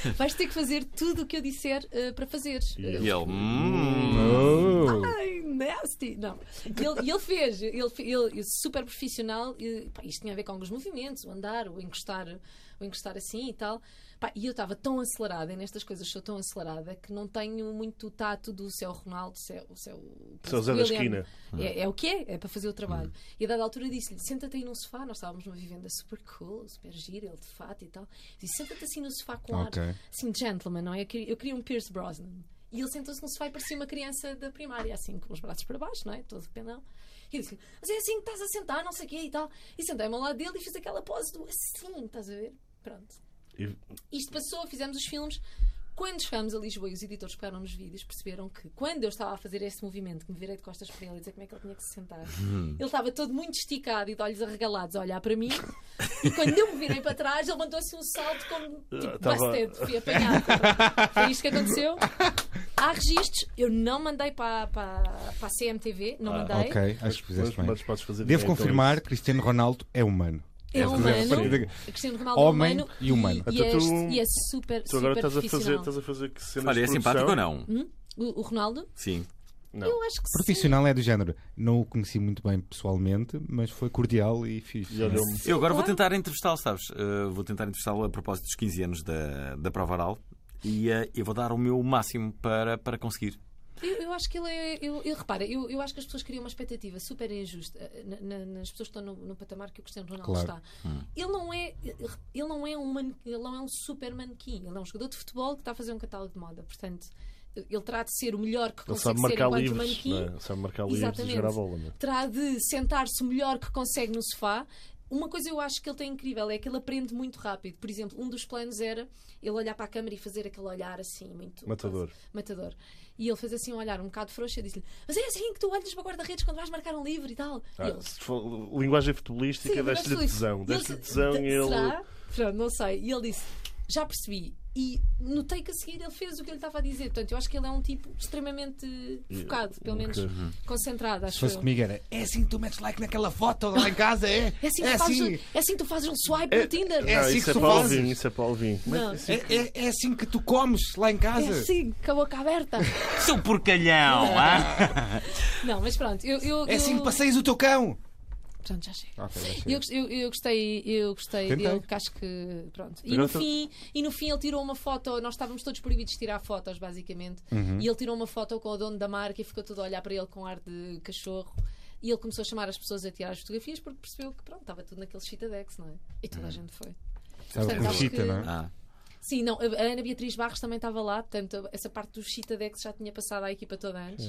[SPEAKER 4] Olha, vais ter que fazer tudo o que eu disser ah, para fazeres.
[SPEAKER 1] E é
[SPEAKER 4] Ah,
[SPEAKER 1] ele. "Hum,
[SPEAKER 2] Oh.
[SPEAKER 4] Ai, nasty! Não. E ele, e ele fez, ele, fe- ele super profissional, e, pá, isto tinha a ver com alguns movimentos, o andar, o encostar, o encostar assim e tal. Pá, e eu estava tão acelerada, e nestas coisas sou tão acelerada, que não tenho muito o tato do céu Ronaldo, céu, céu,
[SPEAKER 3] Seu Zé da
[SPEAKER 4] William.
[SPEAKER 3] Esquina.
[SPEAKER 4] É, é o que é, é para fazer o trabalho. E a dada altura disse-lhe: senta-te aí num sofá, nós estávamos numa vivenda super cool, super gira, ele de fato e tal. Disse: senta-te assim no sofá com
[SPEAKER 2] Ok.
[SPEAKER 4] ar, assim, gentleman, não é? Eu queria, eu queria um Pierce Brosnan. E ele sentou-se no sofá e parecia uma criança da primária, assim, com os braços para baixo, não é? Todo pendão. E eu disse-lhe: mas é assim que estás a sentar, não sei o quê e tal. E sentei-me ao lado dele e fiz aquela pose do assim, estás a ver? Pronto.
[SPEAKER 3] E-
[SPEAKER 4] Isto passou, fizemos os filmes. Quando chegámos a Lisboa e os editores pegaram nos vídeos, perceberam que quando eu estava a fazer este movimento, que me virei de costas para ele e dizer como é que ele tinha que se sentar,
[SPEAKER 3] Hum.
[SPEAKER 4] ele estava todo muito esticado e de olhos arregalados a olhar para mim. E quando eu me virei para trás, ele mandou-se um salto como tipo,
[SPEAKER 3] Ah, tava-
[SPEAKER 4] busted, fui apanhado. Foi isto que aconteceu. Há registros, eu não mandei para, para, para a CMTV,
[SPEAKER 3] Ah,
[SPEAKER 4] não mandei. É
[SPEAKER 2] Ok, acho que fizeste bem.
[SPEAKER 3] Mas podes fazer
[SPEAKER 2] Devo
[SPEAKER 3] então
[SPEAKER 2] confirmar,
[SPEAKER 3] isso.
[SPEAKER 2] Cristiano Ronaldo é humano.
[SPEAKER 4] É
[SPEAKER 2] Esta
[SPEAKER 4] humano.
[SPEAKER 2] a partir de-
[SPEAKER 4] Cristiano Ronaldo
[SPEAKER 2] Homem
[SPEAKER 4] é humano
[SPEAKER 2] e humano.
[SPEAKER 4] E,
[SPEAKER 3] Então
[SPEAKER 4] é,
[SPEAKER 3] tu-
[SPEAKER 4] este- e é super,
[SPEAKER 3] Tu agora estás
[SPEAKER 4] super
[SPEAKER 3] a fazer,
[SPEAKER 4] profissional.
[SPEAKER 3] estás a fazer que cenas
[SPEAKER 1] Olha,
[SPEAKER 3] de
[SPEAKER 1] é
[SPEAKER 4] Hum?
[SPEAKER 3] produção.
[SPEAKER 1] simpático ou não?
[SPEAKER 4] O, o Ronaldo?
[SPEAKER 1] Sim.
[SPEAKER 3] Não.
[SPEAKER 4] Eu acho que sim.
[SPEAKER 2] Profissional é do género. Não o conheci muito bem pessoalmente, mas foi cordial e fixe.
[SPEAKER 3] E olhou-me.
[SPEAKER 1] Eu agora vou
[SPEAKER 4] claro.
[SPEAKER 1] tentar entrevistá-lo, sabes? Eh, vou tentar entrevistá-lo a propósito dos 15 anos da, da prova oral e eh, eu vou dar o meu máximo para, para conseguir.
[SPEAKER 4] Eu, eu acho que ele é. Eu, eu- repara, eu, eu acho que as pessoas criam uma expectativa super injusta eh, na- na- nas pessoas que estão no, no patamar que o Cristiano Ronaldo
[SPEAKER 2] Claro.
[SPEAKER 4] está.
[SPEAKER 3] Hum.
[SPEAKER 4] Ele, não é, ele, não é um man- ele não é um super manequim. Ele é um jogador de futebol que está a fazer um catálogo de moda. Portanto, ele terá de ser o melhor que
[SPEAKER 3] Ele
[SPEAKER 4] consegue
[SPEAKER 3] sabe
[SPEAKER 4] ser
[SPEAKER 3] marcar
[SPEAKER 4] enquanto
[SPEAKER 3] livros,
[SPEAKER 4] manequim.
[SPEAKER 3] não é? sabe marcar livros e
[SPEAKER 4] Exatamente.
[SPEAKER 3] jogar a bola. não é?
[SPEAKER 4] terá de sentar-se o melhor que consegue no sofá. Uma coisa eu acho que ele tem incrível é que ele aprende muito rápido. Por exemplo, um dos planos era ele olhar para a câmara e fazer aquele olhar assim, muito.
[SPEAKER 3] Matador.
[SPEAKER 4] quase matador. E ele fez assim um olhar um bocado frouxo e eu disse-lhe: Mas é assim que tu olhas para guarda-redes quando vais marcar um livro e tal.
[SPEAKER 3] Ah,
[SPEAKER 4] e ele,
[SPEAKER 3] se for linguagem futebolística,
[SPEAKER 4] Sim,
[SPEAKER 3] deste-lhe
[SPEAKER 4] mas foi isso.
[SPEAKER 3] tesão.
[SPEAKER 4] E
[SPEAKER 3] Deste-lhe
[SPEAKER 4] ele-
[SPEAKER 3] tesão e ele.
[SPEAKER 4] Será? Pronto, não sei. E ele disse: Já percebi. E notei que a seguir ele fez o que ele estava a dizer. Portanto, eu acho que ele é um tipo extremamente focado, pelo menos
[SPEAKER 3] ok.
[SPEAKER 4] concentrado, acho
[SPEAKER 2] Se fosse
[SPEAKER 4] eu.
[SPEAKER 2] comigo era é assim que tu metes like naquela foto lá em casa, é?
[SPEAKER 4] É assim, que tu fazes, é assim que tu fazes um swipe no Tinder.
[SPEAKER 2] É
[SPEAKER 3] Ah,
[SPEAKER 2] assim
[SPEAKER 3] isso
[SPEAKER 2] que
[SPEAKER 3] é
[SPEAKER 2] tu
[SPEAKER 3] para o
[SPEAKER 2] fazes.
[SPEAKER 3] Alvin, isso é para o Alvin.
[SPEAKER 4] não,
[SPEAKER 2] É, é- é assim que tu comes lá em casa.
[SPEAKER 4] é assim, com a boca aberta.
[SPEAKER 1] Seu porcalhão! ah!
[SPEAKER 4] Não, mas pronto, eu. eu,
[SPEAKER 2] É assim
[SPEAKER 4] eu-
[SPEAKER 2] que passeias o teu cão.
[SPEAKER 4] Pronto, já chega.
[SPEAKER 2] Ok, vai
[SPEAKER 4] Eu,
[SPEAKER 2] ser.
[SPEAKER 4] gost- eu, eu gostei, eu gostei
[SPEAKER 2] Tentei.
[SPEAKER 4] dele, que acho que. Pronto. E
[SPEAKER 3] Agora
[SPEAKER 4] no,
[SPEAKER 3] estou-
[SPEAKER 4] fim, e no fim ele tirou uma foto, nós estávamos todos proibidos de tirar fotos, basicamente. E ele tirou uma foto com o dono da marca e ficou todo a olhar para ele com ar de cachorro. E ele começou a chamar as pessoas a tirar as fotografias porque percebeu que pronto, estava tudo naqueles fitadex, não é? E toda a gente foi.
[SPEAKER 2] Estava
[SPEAKER 4] Portanto,
[SPEAKER 2] com
[SPEAKER 4] acho
[SPEAKER 2] chita,
[SPEAKER 4] que-
[SPEAKER 2] não é?
[SPEAKER 1] Ah.
[SPEAKER 4] Sim, não, a a Ana Beatriz Barros também estava lá, portanto, essa parte do Chitadex já tinha passado à equipa toda antes.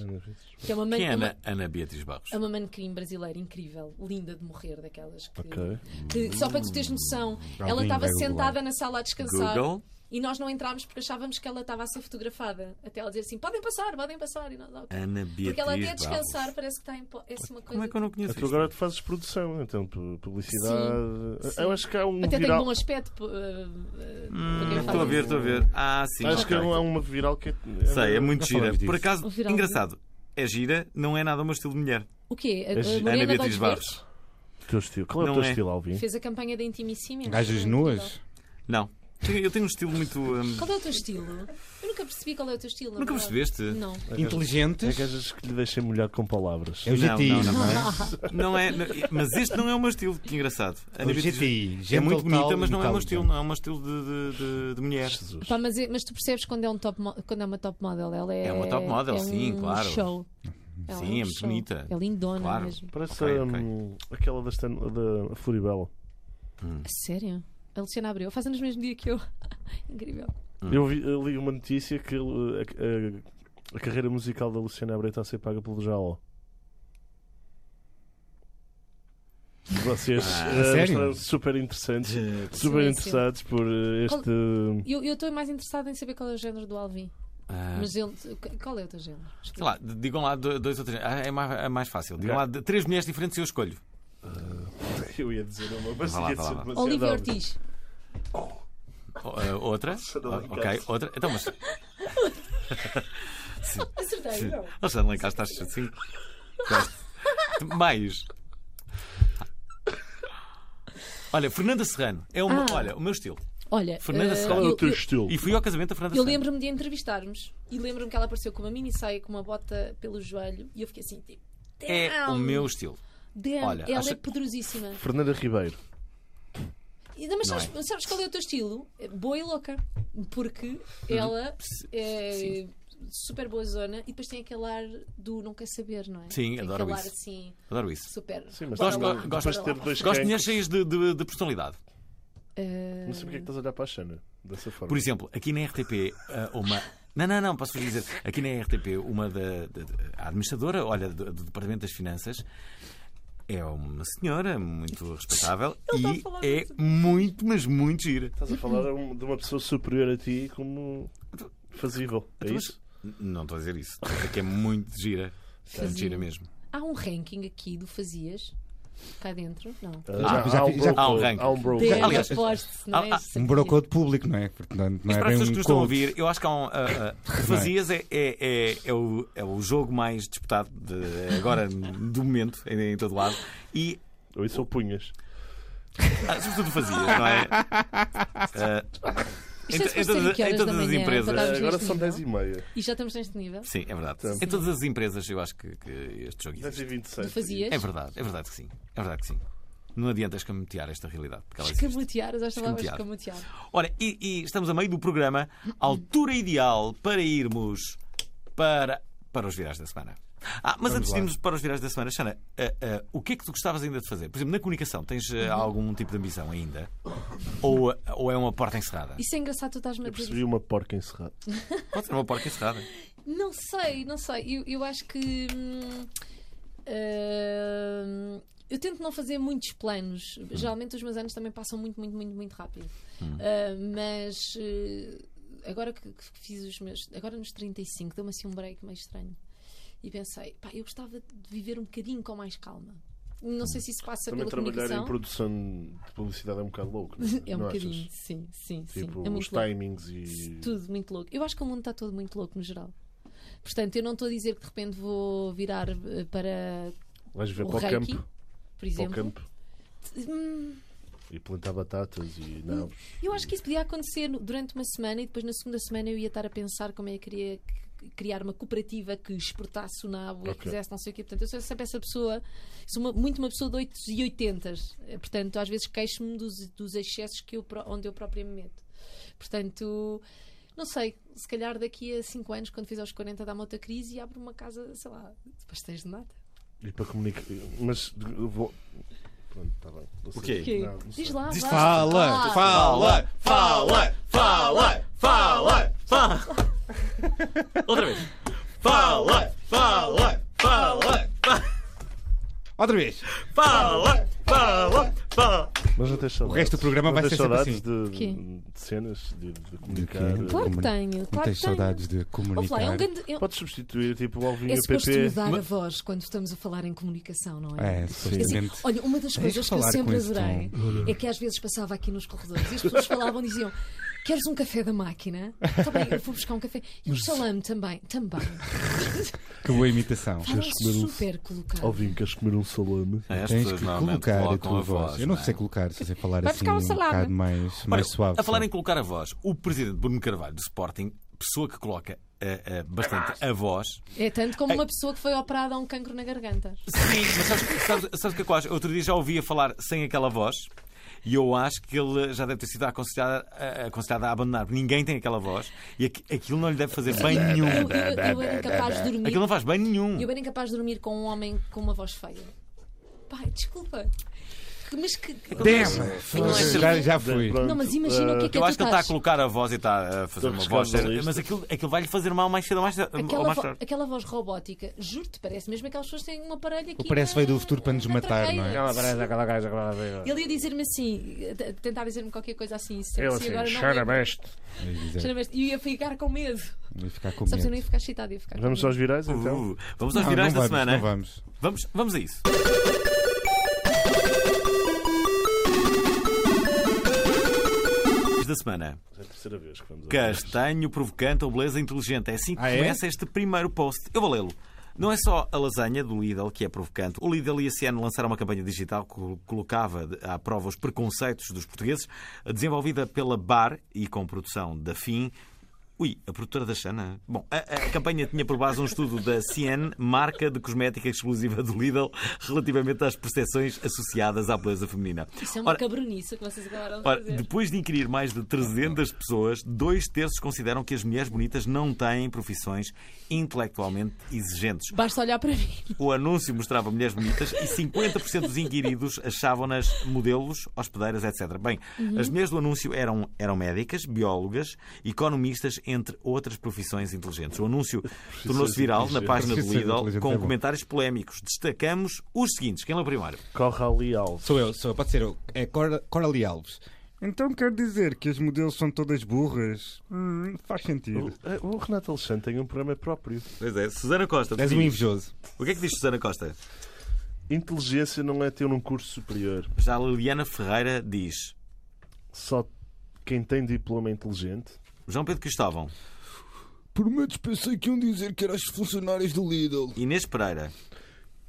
[SPEAKER 4] Que é uma, man,
[SPEAKER 1] Quem é
[SPEAKER 4] uma,
[SPEAKER 1] Ana, Ana Beatriz Barros?
[SPEAKER 4] é uma manequim brasileira incrível, linda de morrer, daquelas que.
[SPEAKER 3] Ok.
[SPEAKER 4] que, só para tu
[SPEAKER 1] Hum.
[SPEAKER 4] teres noção, ela
[SPEAKER 2] Alguém
[SPEAKER 4] estava
[SPEAKER 2] vai
[SPEAKER 4] sentada
[SPEAKER 2] googlar.
[SPEAKER 4] na sala a descansar
[SPEAKER 1] Google?
[SPEAKER 4] e nós não entrámos porque achávamos que ela estava a ser fotografada. Até ela dizer assim: podem passar, podem passar. E nós, "Ah, ok."
[SPEAKER 1] Ana Beatriz
[SPEAKER 4] Porque ela até a
[SPEAKER 1] Barros.
[SPEAKER 4] descansar parece que está em. po- É assim
[SPEAKER 1] Como
[SPEAKER 4] uma coisa.
[SPEAKER 1] é que eu não conheço
[SPEAKER 3] Tu
[SPEAKER 1] isto?
[SPEAKER 3] agora tu fazes produção, então, pu- publicidade.
[SPEAKER 4] Sim.
[SPEAKER 3] Eu acho que há um
[SPEAKER 4] Até tem
[SPEAKER 3] viral.
[SPEAKER 4] bom aspecto. p- uh, uh, para quem
[SPEAKER 1] Hum, Estou a
[SPEAKER 4] faz
[SPEAKER 1] ver,
[SPEAKER 4] isso.
[SPEAKER 1] estou a ver. Ah, sim.
[SPEAKER 3] Acho que
[SPEAKER 1] ok.
[SPEAKER 3] há um- há uma viral que é.
[SPEAKER 1] Sei, é muito
[SPEAKER 2] Já
[SPEAKER 1] gira.
[SPEAKER 2] falamos
[SPEAKER 1] Por
[SPEAKER 2] disso.
[SPEAKER 1] acaso,
[SPEAKER 4] O viral-
[SPEAKER 1] engraçado, é gira, não é nada o meu estilo de mulher.
[SPEAKER 4] O quê? A,
[SPEAKER 3] A
[SPEAKER 4] a
[SPEAKER 3] Ana
[SPEAKER 4] Lorena
[SPEAKER 1] Ana Beatriz
[SPEAKER 4] Dodge Verdes
[SPEAKER 1] Barros.
[SPEAKER 3] Teu estilo. Qual é o
[SPEAKER 1] Não
[SPEAKER 3] teu
[SPEAKER 1] é.
[SPEAKER 3] estilo, Alvin?
[SPEAKER 4] Fez a campanha da é? Intimissimi.
[SPEAKER 2] Gajas nuas?
[SPEAKER 1] Não. Eu tenho um estilo muito. hum,
[SPEAKER 4] Qual é o teu estilo? Eu nunca percebi qual é o teu estilo. na
[SPEAKER 1] Nunca
[SPEAKER 4] verdade.
[SPEAKER 1] percebeste?
[SPEAKER 4] Não.
[SPEAKER 3] É
[SPEAKER 2] Inteligentes?
[SPEAKER 3] gajas que lhe deixem molhar com palavras.
[SPEAKER 2] É o
[SPEAKER 1] Não,
[SPEAKER 2] GTI,
[SPEAKER 1] não,
[SPEAKER 2] não,
[SPEAKER 1] não.
[SPEAKER 2] é?
[SPEAKER 1] Não é, não- mas este não é o meu estilo, que engraçado.
[SPEAKER 2] É o GTI.
[SPEAKER 1] é
[SPEAKER 2] Gentle
[SPEAKER 1] muito bonita,
[SPEAKER 2] Tal
[SPEAKER 1] mas não é o meu
[SPEAKER 2] Intelligent.
[SPEAKER 1] estilo, não é o meu estilo de, de, de- de mulher.
[SPEAKER 3] Jesus.
[SPEAKER 4] Pá, mas, é- mas tu percebes quando é, um top mo- quando é uma top model? Ela é,
[SPEAKER 1] É uma top model,
[SPEAKER 4] é
[SPEAKER 1] sim,
[SPEAKER 4] um
[SPEAKER 1] claro.
[SPEAKER 4] Show. Ela
[SPEAKER 1] Sim, é muito
[SPEAKER 4] show.
[SPEAKER 1] bonita.
[SPEAKER 4] É lindona
[SPEAKER 1] Claro.
[SPEAKER 4] mesmo.
[SPEAKER 3] Parece
[SPEAKER 1] Ok, ok.
[SPEAKER 3] hum, aquela da, Stan- da Floribela.
[SPEAKER 4] A sério? A Luciana Abreu. Faz anos no mesmo dia que eu. Incrível.
[SPEAKER 3] Eu, vi, eu li uma notícia que uh, a, a- a carreira musical da Luciana Abreu está a ser paga pelo Jaló. Vocês
[SPEAKER 1] Ah,
[SPEAKER 3] uh,
[SPEAKER 2] sério?
[SPEAKER 3] mostraram-se super interessantes, super
[SPEAKER 4] Silêncio.
[SPEAKER 3] interessados por uh, este.
[SPEAKER 4] Eu eu estou mais interessada em saber qual é o género do Alvin.
[SPEAKER 1] Ah,
[SPEAKER 4] Mas ele. Qual é o teu género? Explica.
[SPEAKER 1] sei lá, d- digam lá do- dois ou três. Ah, é mais, é mais fácil. Digam lá de- três mulheres diferentes e eu escolho.
[SPEAKER 3] Eu ia dizer uma, mas
[SPEAKER 1] Vá lá,
[SPEAKER 3] ia
[SPEAKER 1] vá
[SPEAKER 3] dizer
[SPEAKER 1] lá.
[SPEAKER 3] demasiado
[SPEAKER 4] Olivia
[SPEAKER 3] óbvio.
[SPEAKER 4] Ortiz.
[SPEAKER 1] O- ah, outra?
[SPEAKER 3] não
[SPEAKER 1] Ah, ok, outra. Então, mas.
[SPEAKER 4] Acertei, não.
[SPEAKER 1] Alexandre, cá estás assim. Gosto. Mais. Olha, Fernanda Serrano. É uma,
[SPEAKER 4] Ah.
[SPEAKER 1] Olha, o meu estilo.
[SPEAKER 4] Olha,
[SPEAKER 1] Fernanda
[SPEAKER 4] eh,
[SPEAKER 1] Serrano.
[SPEAKER 3] Qual é o
[SPEAKER 4] eu-
[SPEAKER 3] teu
[SPEAKER 4] eu-
[SPEAKER 3] estilo?
[SPEAKER 1] E fui ao casamento da Fernanda
[SPEAKER 4] Eu
[SPEAKER 1] Serrano.
[SPEAKER 4] lembro-me de entrevistarmos e lembro-me que ela apareceu com uma mini saia, com uma bota pelo joelho e eu fiquei assim, tipo,
[SPEAKER 1] É o
[SPEAKER 4] "Damn,
[SPEAKER 1] meu estilo.
[SPEAKER 4] damn."
[SPEAKER 1] Olha,
[SPEAKER 4] ela
[SPEAKER 1] acha-
[SPEAKER 4] é poderosíssima.
[SPEAKER 3] Fernanda Ribeiro.
[SPEAKER 4] E- Mas
[SPEAKER 1] Não
[SPEAKER 4] sabes, sabes qual é o teu estilo? É Boa e louca.
[SPEAKER 1] Uhum.
[SPEAKER 4] Porque ela é super boa zona e depois tem aquele ar do não quer saber, não é?
[SPEAKER 1] Sim,
[SPEAKER 4] tem
[SPEAKER 1] adoro
[SPEAKER 4] aquele
[SPEAKER 1] isso.
[SPEAKER 4] ar assim,
[SPEAKER 1] Adoro isso.
[SPEAKER 4] super.
[SPEAKER 3] Sim, mas
[SPEAKER 1] Gosto- gosto-
[SPEAKER 3] também, depois de ter dois
[SPEAKER 1] Gosto de mulheres cheias
[SPEAKER 3] cancros,
[SPEAKER 1] de, de- de personalidade.
[SPEAKER 4] Eh,
[SPEAKER 3] Não sei porque é que estás a olhar para a Xana dessa forma.
[SPEAKER 1] Por exemplo, aqui na RTP, ah, uma. Não, não, não, posso dizer. Aqui na RTP, uma da. da- da- a administradora, olha, do, do Departamento das Finanças. É uma senhora muito respeitável
[SPEAKER 4] Ele
[SPEAKER 1] e
[SPEAKER 4] está a falar
[SPEAKER 1] é
[SPEAKER 4] disso. Tá
[SPEAKER 1] muito, mas muito gira.
[SPEAKER 3] Estás a falar a um- de uma pessoa superior a ti como fazível. É
[SPEAKER 1] Então, mas-
[SPEAKER 3] isso?
[SPEAKER 1] N- Não estou a dizer isso. Estou a dizer que é muito gira. É muito
[SPEAKER 4] Fazia.
[SPEAKER 1] gira mesmo.
[SPEAKER 4] Há um ranking aqui do fazias cá dentro, não?
[SPEAKER 1] Ah,
[SPEAKER 2] já- já
[SPEAKER 3] há,
[SPEAKER 2] fiz- já-
[SPEAKER 3] um
[SPEAKER 1] Há um
[SPEAKER 3] broco,
[SPEAKER 1] ranking.
[SPEAKER 3] há um broco.
[SPEAKER 4] Damn,
[SPEAKER 1] Aliás,
[SPEAKER 4] aposto, não é?
[SPEAKER 1] há- há-
[SPEAKER 4] Isso
[SPEAKER 2] Um
[SPEAKER 4] aqui.
[SPEAKER 2] brocou de público, não é? Portanto, não
[SPEAKER 1] Mas
[SPEAKER 2] é
[SPEAKER 1] para as pessoas
[SPEAKER 2] bem um
[SPEAKER 1] que nos estão a
[SPEAKER 2] coach.
[SPEAKER 1] ouvir, eu acho que há um. ah, ah, Fazias é, é, é, é o, é o jogo mais disputado de- agora do momento, em, em todo lado. E
[SPEAKER 3] Ou isso ou punhas.
[SPEAKER 1] ah, sobretudo fazias, não é? Ah,
[SPEAKER 4] Isto é
[SPEAKER 1] Em to- em
[SPEAKER 4] suposto ser
[SPEAKER 1] todas-
[SPEAKER 4] em que horas
[SPEAKER 1] em
[SPEAKER 4] da
[SPEAKER 1] todas as
[SPEAKER 4] manhã, para
[SPEAKER 1] empresas.
[SPEAKER 4] darmos
[SPEAKER 3] Agora
[SPEAKER 4] neste
[SPEAKER 3] são
[SPEAKER 4] nível?
[SPEAKER 3] 10 e meia.
[SPEAKER 4] E já estamos neste nível?
[SPEAKER 1] Sim, é verdade.
[SPEAKER 3] Estamos.
[SPEAKER 1] Em todas as empresas, eu acho que, que este jogo
[SPEAKER 3] 10 e
[SPEAKER 1] existe.
[SPEAKER 3] 26.
[SPEAKER 4] Tu fazias?
[SPEAKER 1] É verdade, é verdade que sim. É verdade que sim. Não adianta escamotear esta realidade. Porque ela existe.
[SPEAKER 4] Escamotear, já estava a
[SPEAKER 1] Escamotear.
[SPEAKER 4] escamotear.
[SPEAKER 1] Ora, e, e estamos a meio do programa, altura ideal para irmos para, para os virais da semana. Ah, mas antes de irmos para os virais da semana, Xana, ah, ah, o que é que tu gostavas ainda de fazer? Por exemplo, na comunicação, tens ah,
[SPEAKER 4] Uhum.
[SPEAKER 1] algum tipo de ambição ainda? Ou, ou é uma porta encerrada?
[SPEAKER 4] Isso é engraçado, tu estás-me a
[SPEAKER 3] Eu
[SPEAKER 4] dizer
[SPEAKER 3] percebi uma porca encerrada.
[SPEAKER 1] Pode ser uma porta encerrada.
[SPEAKER 4] Não sei, não sei. Eu, eu acho que. hum, hum, eu tento não fazer muitos planos. Geralmente os meus anos também passam muito, muito, muito, muito rápido. Uh, mas. uh, agora que, que fiz os meus. Agora nos 35, deu-me assim um break meio estranho. E pensei, pá, eu gostava de viver um bocadinho com mais calma. Não sei se isso passa
[SPEAKER 3] Também
[SPEAKER 4] pela
[SPEAKER 3] trabalhar
[SPEAKER 4] comunicação.
[SPEAKER 3] em produção de publicidade é um bocado louco. não
[SPEAKER 4] É um
[SPEAKER 3] não achas?
[SPEAKER 4] bocadinho, sim, sim, sim.
[SPEAKER 3] Tipo,
[SPEAKER 4] é muito
[SPEAKER 3] os
[SPEAKER 4] louco.
[SPEAKER 3] timings e.
[SPEAKER 4] Tudo muito louco. Eu acho que o mundo está todo muito louco no geral. Portanto, eu não estou a dizer que de repente vou virar eh, para
[SPEAKER 3] Vais ver
[SPEAKER 4] o
[SPEAKER 3] para o
[SPEAKER 4] reiki,
[SPEAKER 3] campo.
[SPEAKER 4] por
[SPEAKER 3] Para o
[SPEAKER 4] exemplo.
[SPEAKER 3] campo.
[SPEAKER 4] Hum,
[SPEAKER 3] E plantar batatas e nabos.
[SPEAKER 4] Eu acho que isso podia acontecer no- durante uma semana e depois na segunda semana eu ia estar a pensar como é que queria c- criar uma cooperativa que exportasse o nabo e
[SPEAKER 3] Ok.
[SPEAKER 4] que fizesse não sei o quê. Portanto, eu sou sempre essa pessoa, sou uma- muito uma pessoa de 8 e 80. Portanto, às vezes queixo-me dos, dos excessos que eu, pró- onde eu própria me meto. Portanto, não sei, se calhar daqui a 5 anos, quando fiz aos 40, dá-me outra crise e abro uma casa, sei lá, de pastéis de nata.
[SPEAKER 3] E para comunicar. Mas de- eu vou. Pronto, está bem. Não sei.
[SPEAKER 1] O quê?
[SPEAKER 4] Que-
[SPEAKER 3] Não, não sei.
[SPEAKER 4] Diz lá,
[SPEAKER 1] Diz-
[SPEAKER 4] vá.
[SPEAKER 2] Fala,
[SPEAKER 4] Ah,
[SPEAKER 2] fala,
[SPEAKER 1] Fala! Fala! Fala! Fala! Outra vez. Fala! Fala! Fala!
[SPEAKER 2] outra vez.
[SPEAKER 1] Fala! Fala! Fala!
[SPEAKER 3] Mas não tens saudades.
[SPEAKER 2] O resto do programa
[SPEAKER 3] Não
[SPEAKER 2] vai
[SPEAKER 3] tens
[SPEAKER 2] ser sempre
[SPEAKER 3] saudades
[SPEAKER 2] assim.
[SPEAKER 3] de,
[SPEAKER 4] Quê?
[SPEAKER 3] de cenas, de, de comunicar.
[SPEAKER 2] quê?
[SPEAKER 4] Claro que
[SPEAKER 2] Comuni-
[SPEAKER 4] tenho,
[SPEAKER 2] Não
[SPEAKER 4] claro que
[SPEAKER 2] tens saudades de
[SPEAKER 4] tenho. Ouve lá, é um
[SPEAKER 2] comunicar.
[SPEAKER 4] grande- é-
[SPEAKER 3] Podes substituir tipo o Alvinho
[SPEAKER 4] É
[SPEAKER 3] PP.
[SPEAKER 4] suposto mudar a voz quando estamos a falar em comunicação, não é?
[SPEAKER 2] É,
[SPEAKER 4] Assim,
[SPEAKER 2] supostamente.
[SPEAKER 4] olha, uma das coisas que eu
[SPEAKER 2] falar com
[SPEAKER 4] sempre
[SPEAKER 2] esse
[SPEAKER 4] adorei é que às vezes passava aqui nos corredores e as pessoas falavam e diziam: Queres um café da máquina? Está bem, eu vou buscar um café. E um salame também, também.
[SPEAKER 2] Que boa imitação.
[SPEAKER 4] Estavam
[SPEAKER 3] comer um-
[SPEAKER 4] super colocados.
[SPEAKER 3] Alvinho, queres comer um salame?
[SPEAKER 1] As
[SPEAKER 2] Tens
[SPEAKER 1] pessoas
[SPEAKER 2] que
[SPEAKER 1] normalmente
[SPEAKER 2] colocar a
[SPEAKER 1] colocam
[SPEAKER 2] tua voz. Eu não é? sei é colocar, só sei falar
[SPEAKER 4] Vai
[SPEAKER 2] assim
[SPEAKER 4] buscar um
[SPEAKER 2] um
[SPEAKER 4] salame.
[SPEAKER 2] bocado mais,
[SPEAKER 1] Olha,
[SPEAKER 2] mais suave.
[SPEAKER 1] A falar
[SPEAKER 2] só.
[SPEAKER 1] em colocar a voz, o presidente Bruno Carvalho do Sporting, pessoa que coloca eh, eh, bastante a voz.
[SPEAKER 4] É tanto como uma pessoa que foi operada a um cancro na garganta.
[SPEAKER 1] Sim, mas sabes, sabes, sabes que é quase? Outro dia já ouvia falar sem aquela voz. E eu acho que ele já deve ter sido aconselhado, a- aconselhado a abandonar. Ninguém tem aquela voz e aqu- aquilo não lhe deve fazer bem
[SPEAKER 4] Eu,
[SPEAKER 1] nenhum.
[SPEAKER 4] eu- eu era incapaz de dormir.
[SPEAKER 1] Aquilo não faz bem nenhum.
[SPEAKER 4] Eu era incapaz de dormir com um homem com uma voz feia. Pai, desculpa. Mas que.
[SPEAKER 2] Damn! Já, já fui.
[SPEAKER 4] Não, mas imagina o que é que
[SPEAKER 1] Eu
[SPEAKER 4] é
[SPEAKER 1] acho que ele está a
[SPEAKER 4] tu estás.
[SPEAKER 1] colocar a voz e está a fazer
[SPEAKER 3] Estou
[SPEAKER 1] uma
[SPEAKER 3] buscando
[SPEAKER 1] voz.
[SPEAKER 3] a
[SPEAKER 1] séria,
[SPEAKER 3] lista.
[SPEAKER 1] Mas aquilo, aquilo vai-lhe fazer mal mais cedo ou mais, cedo- ou
[SPEAKER 4] Aquela,
[SPEAKER 1] mais
[SPEAKER 4] vo-
[SPEAKER 1] tarde.
[SPEAKER 4] aquela voz robótica, juro-te, parece mesmo aquelas pessoas que têm um aparelho aqui.
[SPEAKER 2] O parece
[SPEAKER 4] na-
[SPEAKER 2] veio do futuro para nos
[SPEAKER 4] na
[SPEAKER 2] matar,
[SPEAKER 3] Ah.
[SPEAKER 2] não é?
[SPEAKER 3] um
[SPEAKER 4] traqueia. Ele ia dizer-me assim, t- tentar dizer-me qualquer coisa assim. Se
[SPEAKER 3] Eu
[SPEAKER 4] se
[SPEAKER 3] assim,
[SPEAKER 4] agora não
[SPEAKER 3] cheira
[SPEAKER 4] lembro.
[SPEAKER 3] best.
[SPEAKER 2] Ia dizer,
[SPEAKER 4] Cheira best. E eu ia ficar com medo.
[SPEAKER 2] ia ficar com
[SPEAKER 4] Sabes, eu não ia
[SPEAKER 2] medo.
[SPEAKER 4] ficar excitada, ia ficar com
[SPEAKER 3] Vamos
[SPEAKER 4] medo.
[SPEAKER 3] aos virais então?
[SPEAKER 1] Uh, vamos aos
[SPEAKER 2] Não,
[SPEAKER 1] virais
[SPEAKER 2] não
[SPEAKER 1] da
[SPEAKER 2] vamos,
[SPEAKER 1] semana. é?
[SPEAKER 2] não vamos.
[SPEAKER 1] Vamos, vamos a isso. Da semana.
[SPEAKER 3] É a terceira vez que vamos a
[SPEAKER 1] Castanho provocante ou beleza inteligente. É assim que
[SPEAKER 2] Ah, é?
[SPEAKER 1] começa este primeiro post. Eu vou lê-lo. Não é só a lasanha do Lidl que é provocante. O Lidl e a CN lançaram uma campanha digital que colocava de- à prova os preconceitos dos portugueses, desenvolvida pela Bar e com produção da FIM. Ui, a produtora da Xana. Bom, a, a campanha tinha por base um estudo da CN, marca de cosmética exclusiva do Lidl, relativamente às percepções associadas à beleza feminina.
[SPEAKER 4] Isso é uma
[SPEAKER 1] Ora,
[SPEAKER 4] cabroniça que vocês acabaram de
[SPEAKER 1] Ora,
[SPEAKER 4] fazer.
[SPEAKER 1] depois de inquirir mais de 300 pessoas, dois terços consideram que as mulheres bonitas não têm profissões intelectualmente exigentes.
[SPEAKER 4] Basta olhar para mim.
[SPEAKER 1] O anúncio mostrava mulheres bonitas e 50% dos inquiridos achavam-nas modelos, hospedeiras, etc. Bem, as mulheres do anúncio eram, eram médicas, biólogas, economistas, entre outras profissões inteligentes. O anúncio tornou-se viral na página do
[SPEAKER 2] Profissões
[SPEAKER 1] Lidl
[SPEAKER 2] inteligentes é
[SPEAKER 1] com
[SPEAKER 2] bom.
[SPEAKER 1] comentários polémicos. Destacamos os seguintes. Quem é o primeiro?
[SPEAKER 3] Corra ali alto.
[SPEAKER 2] Sou eu, sou eu, pode ser eu. É Cora- Coralie Alves. Então quer dizer que as modelos são todas burras? Hum, faz sentido.
[SPEAKER 3] O, o Renato Alexandre tem um programa próprio.
[SPEAKER 1] Pois é, Susana Costa.
[SPEAKER 2] És um invejoso.
[SPEAKER 1] O que é que diz Susana Costa?
[SPEAKER 3] Inteligência não é ter um curso superior.
[SPEAKER 1] Já a Liliana Ferreira diz:
[SPEAKER 3] Só quem tem diploma é inteligente.
[SPEAKER 1] João Pedro Cristóvão,
[SPEAKER 7] Por momentos pensei que iam dizer que eras funcionários do Lidl.
[SPEAKER 1] Inês Pereira,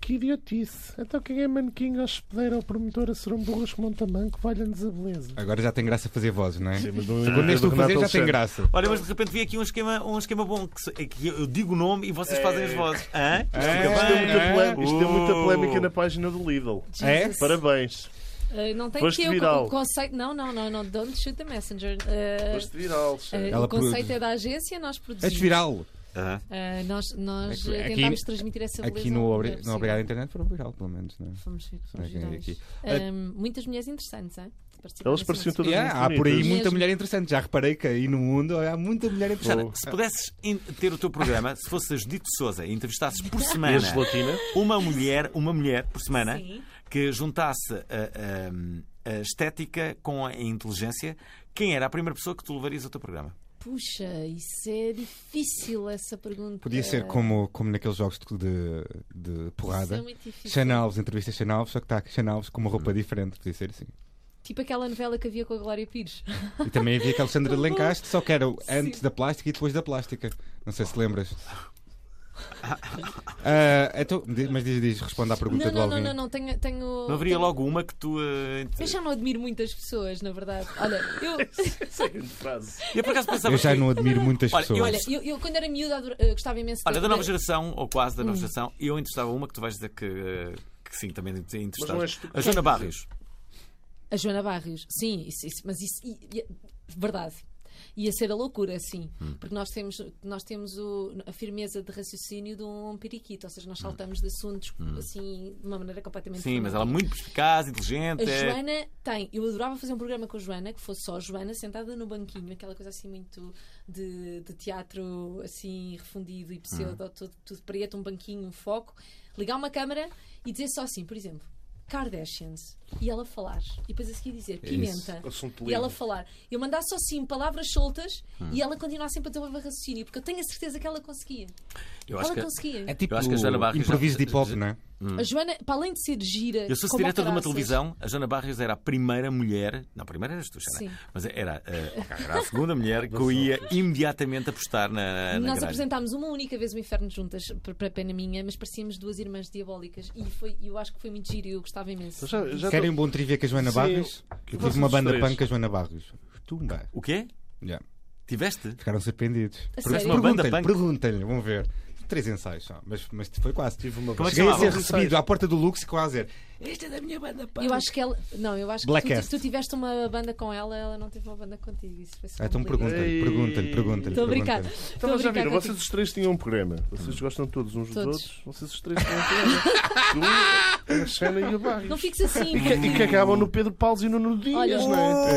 [SPEAKER 3] Que idiotice. Então quem é manequim, hospedeiro ou promotora serão burros que monta manco, valha-nos a beleza.
[SPEAKER 2] Agora já tem graça fazer vozes, não é?
[SPEAKER 3] Sim, mas não-
[SPEAKER 2] Quando este o
[SPEAKER 3] Renato
[SPEAKER 2] fazer já tem
[SPEAKER 3] Alexandre.
[SPEAKER 2] graça.
[SPEAKER 1] Olha, mas de repente vi aqui um esquema, um esquema bom. Que, se- é que eu digo o nome e vocês fazem as vozes. Hã? Isto fica
[SPEAKER 2] É,
[SPEAKER 3] Isto deu
[SPEAKER 1] bem,
[SPEAKER 3] muita,
[SPEAKER 1] não é?
[SPEAKER 3] polé- isto deu muita
[SPEAKER 1] Uh.
[SPEAKER 3] polémica na página do Lidl.
[SPEAKER 2] É?
[SPEAKER 4] Jesus.
[SPEAKER 3] Parabéns.
[SPEAKER 4] Uh, não tem
[SPEAKER 3] Foste
[SPEAKER 4] que eu
[SPEAKER 3] viral.
[SPEAKER 4] o conceito. Não, não, não, não. Don't shoot the messenger. Uh,
[SPEAKER 3] Foste viral, chefe.
[SPEAKER 4] uh,
[SPEAKER 2] Ela
[SPEAKER 4] o conceito
[SPEAKER 2] produ-
[SPEAKER 4] é da agência, nós
[SPEAKER 2] És
[SPEAKER 4] produzimos.
[SPEAKER 2] viral.
[SPEAKER 1] Aham.
[SPEAKER 4] Uh, nós nós
[SPEAKER 2] Aqui-
[SPEAKER 4] uh,
[SPEAKER 2] aqui-
[SPEAKER 4] tentámos transmitir essa beleza.
[SPEAKER 2] Aqui no,
[SPEAKER 4] onde
[SPEAKER 2] Obri-
[SPEAKER 4] é
[SPEAKER 2] no
[SPEAKER 4] possível.
[SPEAKER 2] Obrigado à Internet foram viral, pelo menos, não é?
[SPEAKER 4] Fomos, fomos
[SPEAKER 2] Será que é
[SPEAKER 4] virais.
[SPEAKER 2] aqui?
[SPEAKER 4] Um, muitas mulheres interessantes, hein? Participaram
[SPEAKER 3] Elas
[SPEAKER 4] nesse
[SPEAKER 3] pareciam
[SPEAKER 4] nosso-
[SPEAKER 3] todas
[SPEAKER 2] Yeah,
[SPEAKER 3] muito
[SPEAKER 2] há por aí
[SPEAKER 3] bonitas.
[SPEAKER 2] muita
[SPEAKER 4] Mesmo.
[SPEAKER 2] mulher interessante. Já reparei que aí no mundo há muita mulher
[SPEAKER 1] Sara,
[SPEAKER 3] Oh.
[SPEAKER 2] interessante.
[SPEAKER 1] se pudesses in- ter o teu programa, se fosses a Judite Souza e entrevistasses por
[SPEAKER 3] E a
[SPEAKER 1] semana
[SPEAKER 3] gelatina?
[SPEAKER 1] uma mulher, uma mulher por semana
[SPEAKER 4] Sim.
[SPEAKER 1] que juntasse a, a- a estética com a inteligência, quem era a primeira pessoa que tu levarias ao teu programa?
[SPEAKER 4] Puxa, isso é difícil essa pergunta.
[SPEAKER 2] Podia ser como, como naqueles jogos de, de, de
[SPEAKER 4] Isso é
[SPEAKER 2] porrada.
[SPEAKER 4] muito difícil.
[SPEAKER 2] Xana Alves, entrevista a Xana Alves, só que está Xana Alves com uma roupa
[SPEAKER 1] Uhum.
[SPEAKER 2] diferente, podia ser assim.
[SPEAKER 4] Tipo aquela novela que havia com a Glória Pires.
[SPEAKER 2] E também havia aquele Sandra de Lencastre, só que era o antes
[SPEAKER 4] Tá Sim.
[SPEAKER 2] da plástica e depois da plástica. Não sei se lembras. Ah, então, di- mas diz, diz, responde à pergunta
[SPEAKER 4] Não,
[SPEAKER 2] do
[SPEAKER 4] não,
[SPEAKER 2] Alvin.
[SPEAKER 4] não, não, não, tenho. tenho
[SPEAKER 1] Não haveria
[SPEAKER 4] tenho-
[SPEAKER 1] logo uma que tu. eh,
[SPEAKER 4] Eu já não admiro muitas pessoas, na verdade. Olha, eu,
[SPEAKER 3] é Grande frase.
[SPEAKER 1] Eu por acaso pensava
[SPEAKER 2] Eu já
[SPEAKER 1] que-
[SPEAKER 2] não admiro muitas
[SPEAKER 1] Olha, eu-
[SPEAKER 2] pessoas.
[SPEAKER 4] olha, eu, eu quando era miúda adora- eh, gostava imenso de-
[SPEAKER 1] Olha, da nova
[SPEAKER 4] de-
[SPEAKER 1] geração, ou quase
[SPEAKER 4] Hum.
[SPEAKER 1] da nova geração, eu entrevistava uma que tu vais dizer que, eh, que sim, também te
[SPEAKER 3] Mas não és
[SPEAKER 1] interessaste.
[SPEAKER 3] tu que
[SPEAKER 1] A Joana
[SPEAKER 3] vais
[SPEAKER 1] Barrios.
[SPEAKER 4] A Joana Barrios, sim, isso, isso, mas isso. i- i- verdade. Ia ser a loucura, sim.
[SPEAKER 1] Hum.
[SPEAKER 4] Porque nós temos, nós temos o- a firmeza de raciocínio de um periquito, ou seja, nós saltamos de assuntos assim de uma maneira completamente
[SPEAKER 1] Hum. Sim, mas
[SPEAKER 4] frenética.
[SPEAKER 1] ela é muito perspicaz, inteligente.
[SPEAKER 4] A
[SPEAKER 1] é-
[SPEAKER 4] Joana tem. Eu adorava fazer um programa com a Joana, que fosse só a Joana sentada no banquinho, aquela coisa assim muito de, de teatro assim refundido e pseudo, tudo, tudo preto, um banquinho, um foco. Ligar uma câmara e dizer só assim, por exemplo, Kardashians. E ela falar. E depois a seguir dizer pimenta.
[SPEAKER 3] Assunto
[SPEAKER 4] E ela
[SPEAKER 3] livre.
[SPEAKER 4] falar. Eu mandar só assim palavras soltas e ela continuar sempre a desenvolver raciocínio, porque eu tenho a certeza que ela conseguia.
[SPEAKER 1] Eu acho
[SPEAKER 4] ela
[SPEAKER 1] que.
[SPEAKER 4] conseguia.
[SPEAKER 2] É tipo
[SPEAKER 1] Eu acho que a Joana Barrios
[SPEAKER 2] improviso
[SPEAKER 1] já-
[SPEAKER 2] de hip-hop, não é?
[SPEAKER 4] A Joana, para além de ser gira.
[SPEAKER 1] Eu sou
[SPEAKER 4] como o
[SPEAKER 1] diretor de uma
[SPEAKER 4] caraças,
[SPEAKER 1] televisão, a Joana Barrios era a primeira mulher, não, a primeira eras tu, Joana,
[SPEAKER 4] Sim.
[SPEAKER 1] mas era, eh, ok, era a segunda mulher que eu ia imediatamente apostar É, na, na
[SPEAKER 4] Nós
[SPEAKER 1] grelha.
[SPEAKER 4] apresentámos uma única vez o Inferno juntas, para- para pena minha, mas parecíamos duas irmãs diabólicas e foi, eu acho que foi muito giro e eu gostava imenso.
[SPEAKER 3] Eu Então já- eu já
[SPEAKER 2] Querem
[SPEAKER 3] tô-
[SPEAKER 2] um bom trivia com a Joana
[SPEAKER 3] Sim.
[SPEAKER 2] Barrios? Eu
[SPEAKER 3] Vocês
[SPEAKER 2] tive uma
[SPEAKER 3] os
[SPEAKER 2] banda
[SPEAKER 3] três.
[SPEAKER 2] punk com a Joana Barrios. Tumba.
[SPEAKER 1] O quê?
[SPEAKER 2] Já.
[SPEAKER 1] Tiveste?
[SPEAKER 2] Ficaram surpreendidos.
[SPEAKER 4] A
[SPEAKER 2] Pergun-
[SPEAKER 4] sério?
[SPEAKER 1] Uma banda
[SPEAKER 2] Perguntem-lhe,
[SPEAKER 1] punk?
[SPEAKER 2] perguntem-lhe, vão ver. Três ensaios só, mas, mas foi quase. Tive uma
[SPEAKER 1] Como é que
[SPEAKER 2] Cheguei a ser
[SPEAKER 1] chamava?
[SPEAKER 2] recebido à porta do Lux e quase a dizer.
[SPEAKER 4] Eu acho que ela. Não, eu acho
[SPEAKER 2] Black
[SPEAKER 4] que tu,
[SPEAKER 2] Est.
[SPEAKER 4] tu tiveste uma banda com ela, ela não teve uma banda contigo. Isso foi só
[SPEAKER 2] Ah, então
[SPEAKER 4] um delírio.
[SPEAKER 2] pergunta-lhe,
[SPEAKER 3] Ei.
[SPEAKER 2] pergunta-lhe, pergunta-lhe.
[SPEAKER 4] Estou a brincar.
[SPEAKER 2] pergunta-lhe.
[SPEAKER 4] Estou
[SPEAKER 3] Então,
[SPEAKER 4] a
[SPEAKER 3] já
[SPEAKER 4] brincar
[SPEAKER 3] viram,
[SPEAKER 4] contigo.
[SPEAKER 3] vocês os três tinham um programa. Vocês gostam todos uns
[SPEAKER 4] Todos.
[SPEAKER 3] dos outros. Vocês os três tinham um programa. Eu, a Xana e o Barrios.
[SPEAKER 4] Não fiques assim.
[SPEAKER 3] E que, e que é acabam no Pedro Paulo e no Nuno Dias,
[SPEAKER 4] Olha.
[SPEAKER 3] não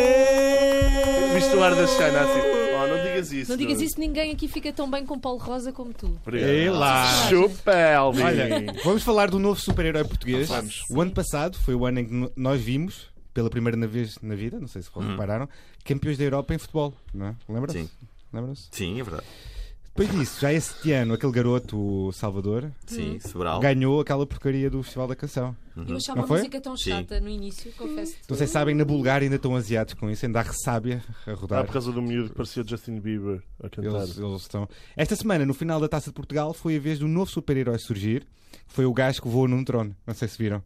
[SPEAKER 3] é? Viste o ar da Xana assim. Oh, não digas isso.
[SPEAKER 4] Não digas
[SPEAKER 3] Nuno.
[SPEAKER 4] isso, ninguém aqui fica tão bem com Paulo Rosa como tu.
[SPEAKER 3] Obrigado.
[SPEAKER 2] Ei lá.
[SPEAKER 3] Chupa, Elvin.
[SPEAKER 2] Olha, vamos falar do novo super-herói português.
[SPEAKER 3] Vamos.
[SPEAKER 2] O ano passado foi o ano em que no- nós vimos, pela primeira na- vez na vida, não sei se repararam, campeões da Europa em futebol, não é? Lembram-se?
[SPEAKER 1] Sim.
[SPEAKER 2] Lembram-se?
[SPEAKER 1] Sim, é verdade.
[SPEAKER 4] Hum.
[SPEAKER 2] Depois disso, já este ano, aquele garoto, o Salvador,
[SPEAKER 1] Sim, Sobral.
[SPEAKER 2] ganhou aquela porcaria do Festival da Canção.
[SPEAKER 4] Eu achava
[SPEAKER 2] Não
[SPEAKER 4] a
[SPEAKER 2] foi? Uhum.
[SPEAKER 4] música tão
[SPEAKER 1] Sim.
[SPEAKER 4] chata no início, confesso.
[SPEAKER 2] Não sei se sabem, na Bulgária ainda estão asiados com isso, ainda há ressábia a
[SPEAKER 3] Ah,
[SPEAKER 2] rodar.
[SPEAKER 3] por causa do miúdo que parecia Justin Bieber a cantar.
[SPEAKER 2] Eles, eles estão... Esta semana, no final da Taça de Portugal, foi a vez do novo super-herói surgir, que foi o gajo que voa num drone. Não sei se viram.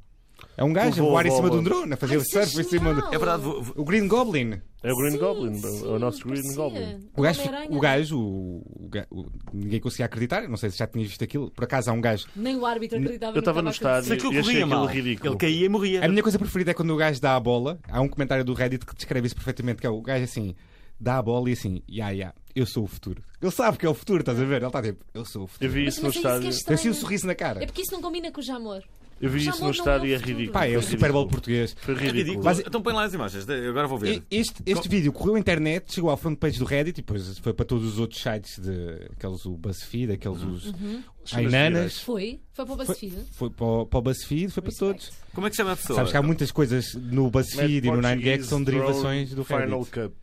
[SPEAKER 2] É um gajo a
[SPEAKER 3] voa,
[SPEAKER 2] voar em
[SPEAKER 3] voa,
[SPEAKER 2] cima de
[SPEAKER 3] voa.
[SPEAKER 2] um drone, a fazer
[SPEAKER 4] Ai,
[SPEAKER 2] o
[SPEAKER 4] isso é
[SPEAKER 2] surf em cima do...
[SPEAKER 4] genial.
[SPEAKER 1] É verdade, vou- vou-
[SPEAKER 2] O Green Goblin.
[SPEAKER 3] É o Green
[SPEAKER 4] Sim,
[SPEAKER 3] Goblin,
[SPEAKER 4] sim,
[SPEAKER 3] é o nosso Green
[SPEAKER 4] parecia.
[SPEAKER 3] Goblin.
[SPEAKER 2] O gajo,
[SPEAKER 4] Homem-Aranha.
[SPEAKER 2] o gajo, o- o ga- o- ninguém conseguia acreditar. eu Não sei se já tinhas visto aquilo. Por acaso há um gajo.
[SPEAKER 4] Nem o árbitro acreditava
[SPEAKER 3] Eu estava no
[SPEAKER 4] que estava a acontecer.
[SPEAKER 3] estádio
[SPEAKER 1] aquilo
[SPEAKER 3] e achei
[SPEAKER 1] corria
[SPEAKER 3] aquilo
[SPEAKER 1] mal.
[SPEAKER 3] ridículo.
[SPEAKER 1] Ele caía e morria.
[SPEAKER 2] A minha coisa preferida é quando o gajo dá a bola. Há um comentário do Reddit que descreve isso perfeitamente: que é o gajo assim, dá a bola e assim, ya, ya, eu sou o futuro. Ele sabe que é o futuro, estás a ver? Ele está tipo, eu sou o
[SPEAKER 3] Eu
[SPEAKER 2] futuro.
[SPEAKER 3] vi
[SPEAKER 4] Mas,
[SPEAKER 3] isso no
[SPEAKER 4] mas é isso que é
[SPEAKER 3] estádio.
[SPEAKER 2] Tem assim um
[SPEAKER 4] estranho.
[SPEAKER 2] sorriso na
[SPEAKER 4] É
[SPEAKER 2] cara.
[SPEAKER 4] porque isso não combina com o Jamor.
[SPEAKER 3] Eu vi
[SPEAKER 4] Já
[SPEAKER 3] isso
[SPEAKER 4] não
[SPEAKER 3] no estádio e é
[SPEAKER 4] houve futuro.
[SPEAKER 3] ridículo.
[SPEAKER 2] Pá, é o
[SPEAKER 3] Foi
[SPEAKER 2] Super Bowl
[SPEAKER 3] ridículo.
[SPEAKER 2] português.
[SPEAKER 3] Foi
[SPEAKER 1] É
[SPEAKER 3] ridículo.
[SPEAKER 1] ridículo.
[SPEAKER 2] Mas-
[SPEAKER 1] Então põe lá as imagens, de- agora vou ver.
[SPEAKER 2] E Este, este vídeo correu à internet, chegou à front page do Reddit e depois foi para todos os outros sites, de, aqueles o BuzzFeed, aqueles
[SPEAKER 3] Uhum.
[SPEAKER 2] os Ainanas.
[SPEAKER 4] Foi? Foi para o
[SPEAKER 2] Foi,
[SPEAKER 4] BuzzFeed?
[SPEAKER 2] foi para, o, para o BuzzFeed, foi para todos.
[SPEAKER 1] Como é que chama a pessoa?
[SPEAKER 2] Sabes que há muitas coisas no BuzzFeed e no 9gag que é? são derivações do
[SPEAKER 3] Final
[SPEAKER 2] Reddit.
[SPEAKER 3] Cup.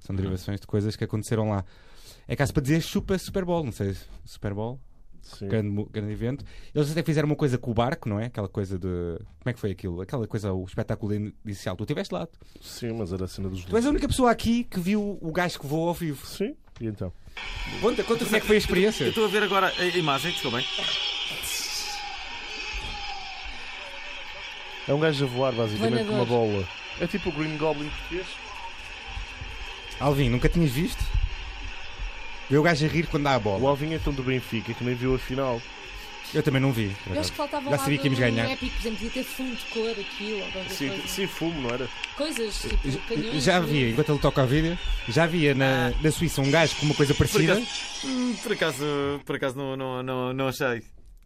[SPEAKER 2] São derivações de coisas que aconteceram lá. É caso para dizer chupa Super Bowl, não sei. se- Super Bowl,
[SPEAKER 3] Sim.
[SPEAKER 2] grande, mu- grande evento. Eles até fizeram uma coisa com o barco, não é? Aquela coisa de. Como é que foi aquilo? Aquela coisa, o espetáculo inicial. Tu estiveste lá.
[SPEAKER 3] Sim, mas era a cena dos
[SPEAKER 2] Tu és a
[SPEAKER 3] luzes.
[SPEAKER 2] única pessoa aqui que viu o gajo que voa ao vivo.
[SPEAKER 3] Sim, e então?
[SPEAKER 2] Conta, conta como é que foi a
[SPEAKER 1] Eu
[SPEAKER 2] experiência.
[SPEAKER 1] estou a ver agora a imagem, desculpem.
[SPEAKER 3] É um gajo a voar, basicamente, com uma
[SPEAKER 4] Planador.
[SPEAKER 3] bola. É tipo o Green Goblin português.
[SPEAKER 2] Alvin, nunca tinhas visto? Vê o gajo a rir quando dá a
[SPEAKER 3] O
[SPEAKER 2] bola.
[SPEAKER 3] Alvin é tão do Benfica que nem viu a final.
[SPEAKER 2] Eu também não vi. por
[SPEAKER 4] Eu acho
[SPEAKER 2] acaso.
[SPEAKER 4] que faltava
[SPEAKER 2] Já
[SPEAKER 4] lá
[SPEAKER 2] sabia que íamos
[SPEAKER 4] um
[SPEAKER 2] ganhar.
[SPEAKER 4] épico, por exemplo, devia ter fundo de cor aquilo, ou qualquer
[SPEAKER 3] Sim,
[SPEAKER 4] coisa.
[SPEAKER 3] sim, fumo, não era?
[SPEAKER 4] Coisas tipo canhões.
[SPEAKER 2] Já havia, enquanto ele toca a vida, já havia na,
[SPEAKER 4] Ah.
[SPEAKER 2] na Suíça um gajo com uma coisa
[SPEAKER 1] Por
[SPEAKER 2] parecida.
[SPEAKER 1] acaso, hum, por acaso, por acaso não, não, não, não achei.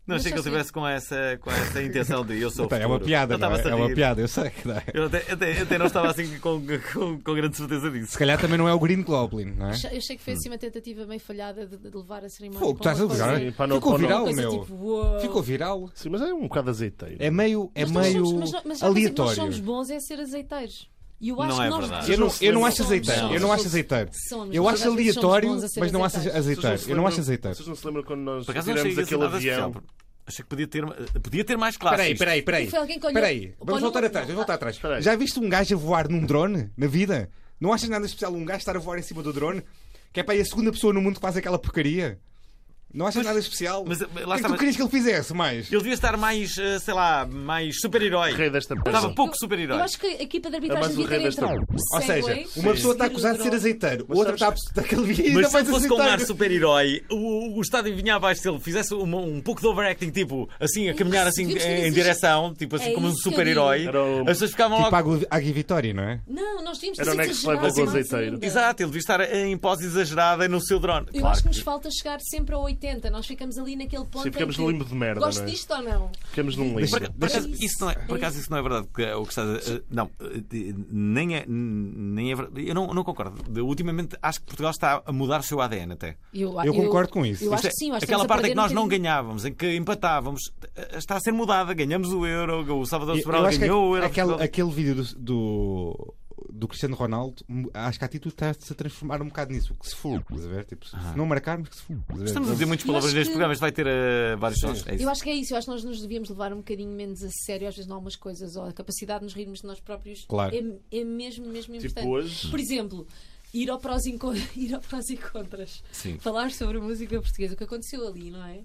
[SPEAKER 1] Não
[SPEAKER 4] Não
[SPEAKER 1] achei que ele
[SPEAKER 4] achaste?
[SPEAKER 1] estivesse com essa, com essa intenção de eu sou. o
[SPEAKER 2] Pá, É uma
[SPEAKER 1] futuro.
[SPEAKER 2] piada,
[SPEAKER 1] Eu
[SPEAKER 2] não é?
[SPEAKER 1] estava-se a
[SPEAKER 2] É uma
[SPEAKER 1] rir.
[SPEAKER 2] piada, eu sei que dá.
[SPEAKER 1] Eu até, até, até não estava assim com, com, com grande certeza disso.
[SPEAKER 2] Se calhar também não é o Green Goblin, não é?
[SPEAKER 4] Acha- Eu achei que foi assim uma tentativa meio falhada de, de levar a cerimónia.
[SPEAKER 2] Fogo,
[SPEAKER 4] para
[SPEAKER 2] estás a
[SPEAKER 4] uma coisa-
[SPEAKER 2] ligar?
[SPEAKER 3] Sim, para não-
[SPEAKER 2] Ficou
[SPEAKER 3] para não-
[SPEAKER 4] uma
[SPEAKER 2] viral,
[SPEAKER 4] coisa
[SPEAKER 2] meu.
[SPEAKER 4] tipo, uou.
[SPEAKER 2] Ficou viral.
[SPEAKER 3] Sim, mas é um bocado azeiteiro.
[SPEAKER 2] É meio, é
[SPEAKER 4] Mas nós
[SPEAKER 2] meio
[SPEAKER 4] somos- mas nós- mas já uma coisa que Nós
[SPEAKER 2] aleatório.
[SPEAKER 4] somos bons é ser azeiteiros. E eu acho
[SPEAKER 1] Não
[SPEAKER 4] que
[SPEAKER 1] é
[SPEAKER 4] nós
[SPEAKER 1] verdade.
[SPEAKER 2] Eu não, eu não acho
[SPEAKER 4] Somos,
[SPEAKER 2] azeiteiro. Eu não
[SPEAKER 4] somos.
[SPEAKER 2] acho azeiteiro.
[SPEAKER 4] Somos,
[SPEAKER 2] Eu
[SPEAKER 4] mas
[SPEAKER 2] acho
[SPEAKER 4] às vezes somos
[SPEAKER 2] aleatório,
[SPEAKER 4] bons a ser
[SPEAKER 2] mas não acho
[SPEAKER 4] azeiteiros.
[SPEAKER 3] Vocês não
[SPEAKER 2] azeiteiro.
[SPEAKER 3] se
[SPEAKER 2] Eu não acho
[SPEAKER 3] lembram-
[SPEAKER 2] azeiteiro.
[SPEAKER 3] Vocês não se lembram quando nós
[SPEAKER 1] Por acaso não achei
[SPEAKER 3] tiramos
[SPEAKER 1] que
[SPEAKER 3] aquele
[SPEAKER 1] nada especial.
[SPEAKER 3] avião?
[SPEAKER 1] Achei que podia ter, podia ter mais classes.
[SPEAKER 2] Peraí, peraí, peraí.
[SPEAKER 4] E foi alguém que olhou-
[SPEAKER 2] Peraí, vamos
[SPEAKER 4] olhou-
[SPEAKER 2] voltar atrás, vamos voltar atrás.
[SPEAKER 3] Espera aí.
[SPEAKER 2] Já viste um gajo a voar num drone na vida? Não achas nada especial um gajo estar a voar em cima do drone? Que é para aí a segunda pessoa no mundo que faz aquela porcaria? Não achas
[SPEAKER 1] Mas-
[SPEAKER 2] nada especial?
[SPEAKER 1] mas, eh,
[SPEAKER 2] o
[SPEAKER 1] lá
[SPEAKER 2] que é
[SPEAKER 1] está,
[SPEAKER 2] que tu
[SPEAKER 1] mas-
[SPEAKER 2] querias que ele fizesse mais?
[SPEAKER 1] Ele devia estar mais, eh, sei lá, mais super-herói.
[SPEAKER 3] Rei desta
[SPEAKER 1] Estava
[SPEAKER 3] peça.
[SPEAKER 1] pouco
[SPEAKER 4] Eu
[SPEAKER 1] super-herói.
[SPEAKER 4] acho que a equipa
[SPEAKER 3] um
[SPEAKER 4] de
[SPEAKER 3] É
[SPEAKER 4] arbitragem
[SPEAKER 3] mais o
[SPEAKER 4] devia ter
[SPEAKER 3] rei das
[SPEAKER 4] entrado. é?
[SPEAKER 3] trombas.
[SPEAKER 2] Ou seja,
[SPEAKER 4] Segway,
[SPEAKER 2] uma pessoa está
[SPEAKER 4] seguir
[SPEAKER 2] acusada
[SPEAKER 4] o
[SPEAKER 2] de ser
[SPEAKER 4] drone.
[SPEAKER 2] azeiteiro,
[SPEAKER 3] Mas
[SPEAKER 2] outra está
[SPEAKER 3] sabes-
[SPEAKER 2] acusada daquele vídeo
[SPEAKER 1] Mas
[SPEAKER 2] ainda assim
[SPEAKER 1] se ele
[SPEAKER 2] mais
[SPEAKER 1] fosse com um ar
[SPEAKER 2] azeiteiro.
[SPEAKER 1] super-herói, o, o Estado adivinhava se ele fizesse uma- um pouco de overacting, tipo, assim, a caminhar assim
[SPEAKER 4] Devíamos ter
[SPEAKER 1] em
[SPEAKER 4] exigido-
[SPEAKER 1] direção, tipo assim,
[SPEAKER 4] É
[SPEAKER 1] como um
[SPEAKER 4] isso que eu
[SPEAKER 1] super-herói,
[SPEAKER 4] digo.
[SPEAKER 3] Era o-
[SPEAKER 1] as pessoas ficavam
[SPEAKER 2] Tipo
[SPEAKER 1] logo.
[SPEAKER 2] a Agui- Agui Vitória, não é?
[SPEAKER 4] Não, nós devíamos ter
[SPEAKER 3] Era o
[SPEAKER 4] sido
[SPEAKER 3] next level
[SPEAKER 4] exagerados
[SPEAKER 3] do
[SPEAKER 4] mais
[SPEAKER 3] azeiteiro.
[SPEAKER 4] ainda.
[SPEAKER 1] Exato, ele devia estar em pose exagerada no seu drone.
[SPEAKER 4] Eu acho que nos falta chegar sempre a 80. Nós ficamos ali naquele ponto.
[SPEAKER 3] Sim, ficamos
[SPEAKER 4] em que
[SPEAKER 3] no limbo de merda,
[SPEAKER 4] Gosto
[SPEAKER 3] não é?
[SPEAKER 4] disto ou não?
[SPEAKER 3] Ficamos num
[SPEAKER 1] Por,
[SPEAKER 3] livro.
[SPEAKER 1] aca- por acaso,
[SPEAKER 4] Deixa-
[SPEAKER 1] isso não é, por acaso isso não é verdade que é o que estás a- eh, Não, eh, de- nem é, nem é verdade. Eu não, não concordo. De- Ultimamente acho que Portugal está a mudar o seu ADN até.
[SPEAKER 2] Eu concordo com isso.
[SPEAKER 1] Isto
[SPEAKER 4] Eu acho
[SPEAKER 1] é,
[SPEAKER 4] que sim. eu acho
[SPEAKER 1] aquela
[SPEAKER 4] estamos a
[SPEAKER 1] parte em
[SPEAKER 4] perder
[SPEAKER 1] que nós
[SPEAKER 4] um
[SPEAKER 1] não
[SPEAKER 4] bocadinho.
[SPEAKER 1] ganhávamos, em que empatávamos, eh, está a ser mudada. Ganhamos o Euro, o Salvador
[SPEAKER 2] Eu-
[SPEAKER 1] Sobral
[SPEAKER 2] eu acho que é
[SPEAKER 1] ganhou o Euro.
[SPEAKER 2] aquele,
[SPEAKER 1] Portugal-
[SPEAKER 2] aquele vídeo do, do, do Cristiano Ronaldo, m- acho que a atitude está-se a transformar um bocado nisso. Que se for, estás a ver? Tipo, se se não marcarmos, que se for. estás a ver?
[SPEAKER 1] Ah. Estamos a dizer muitos
[SPEAKER 4] Eu acho
[SPEAKER 1] palavras neste
[SPEAKER 4] que-
[SPEAKER 1] programa, isto vai ter eh, vários sons. É isso.
[SPEAKER 4] Eu acho que é isso. Eu acho que nós nos devíamos levar um bocadinho menos a sério, às vezes, em algumas coisas. Ou a capacidade de nos rirmos de nós próprios
[SPEAKER 2] Claro.
[SPEAKER 4] é, é mesmo, mesmo importante.
[SPEAKER 3] Tipo hoje.
[SPEAKER 4] Por exemplo, ir ao prós e, encon- ir ao prós e contras.
[SPEAKER 1] Sim.
[SPEAKER 4] Falar sobre a música portuguesa. O que aconteceu ali, não é?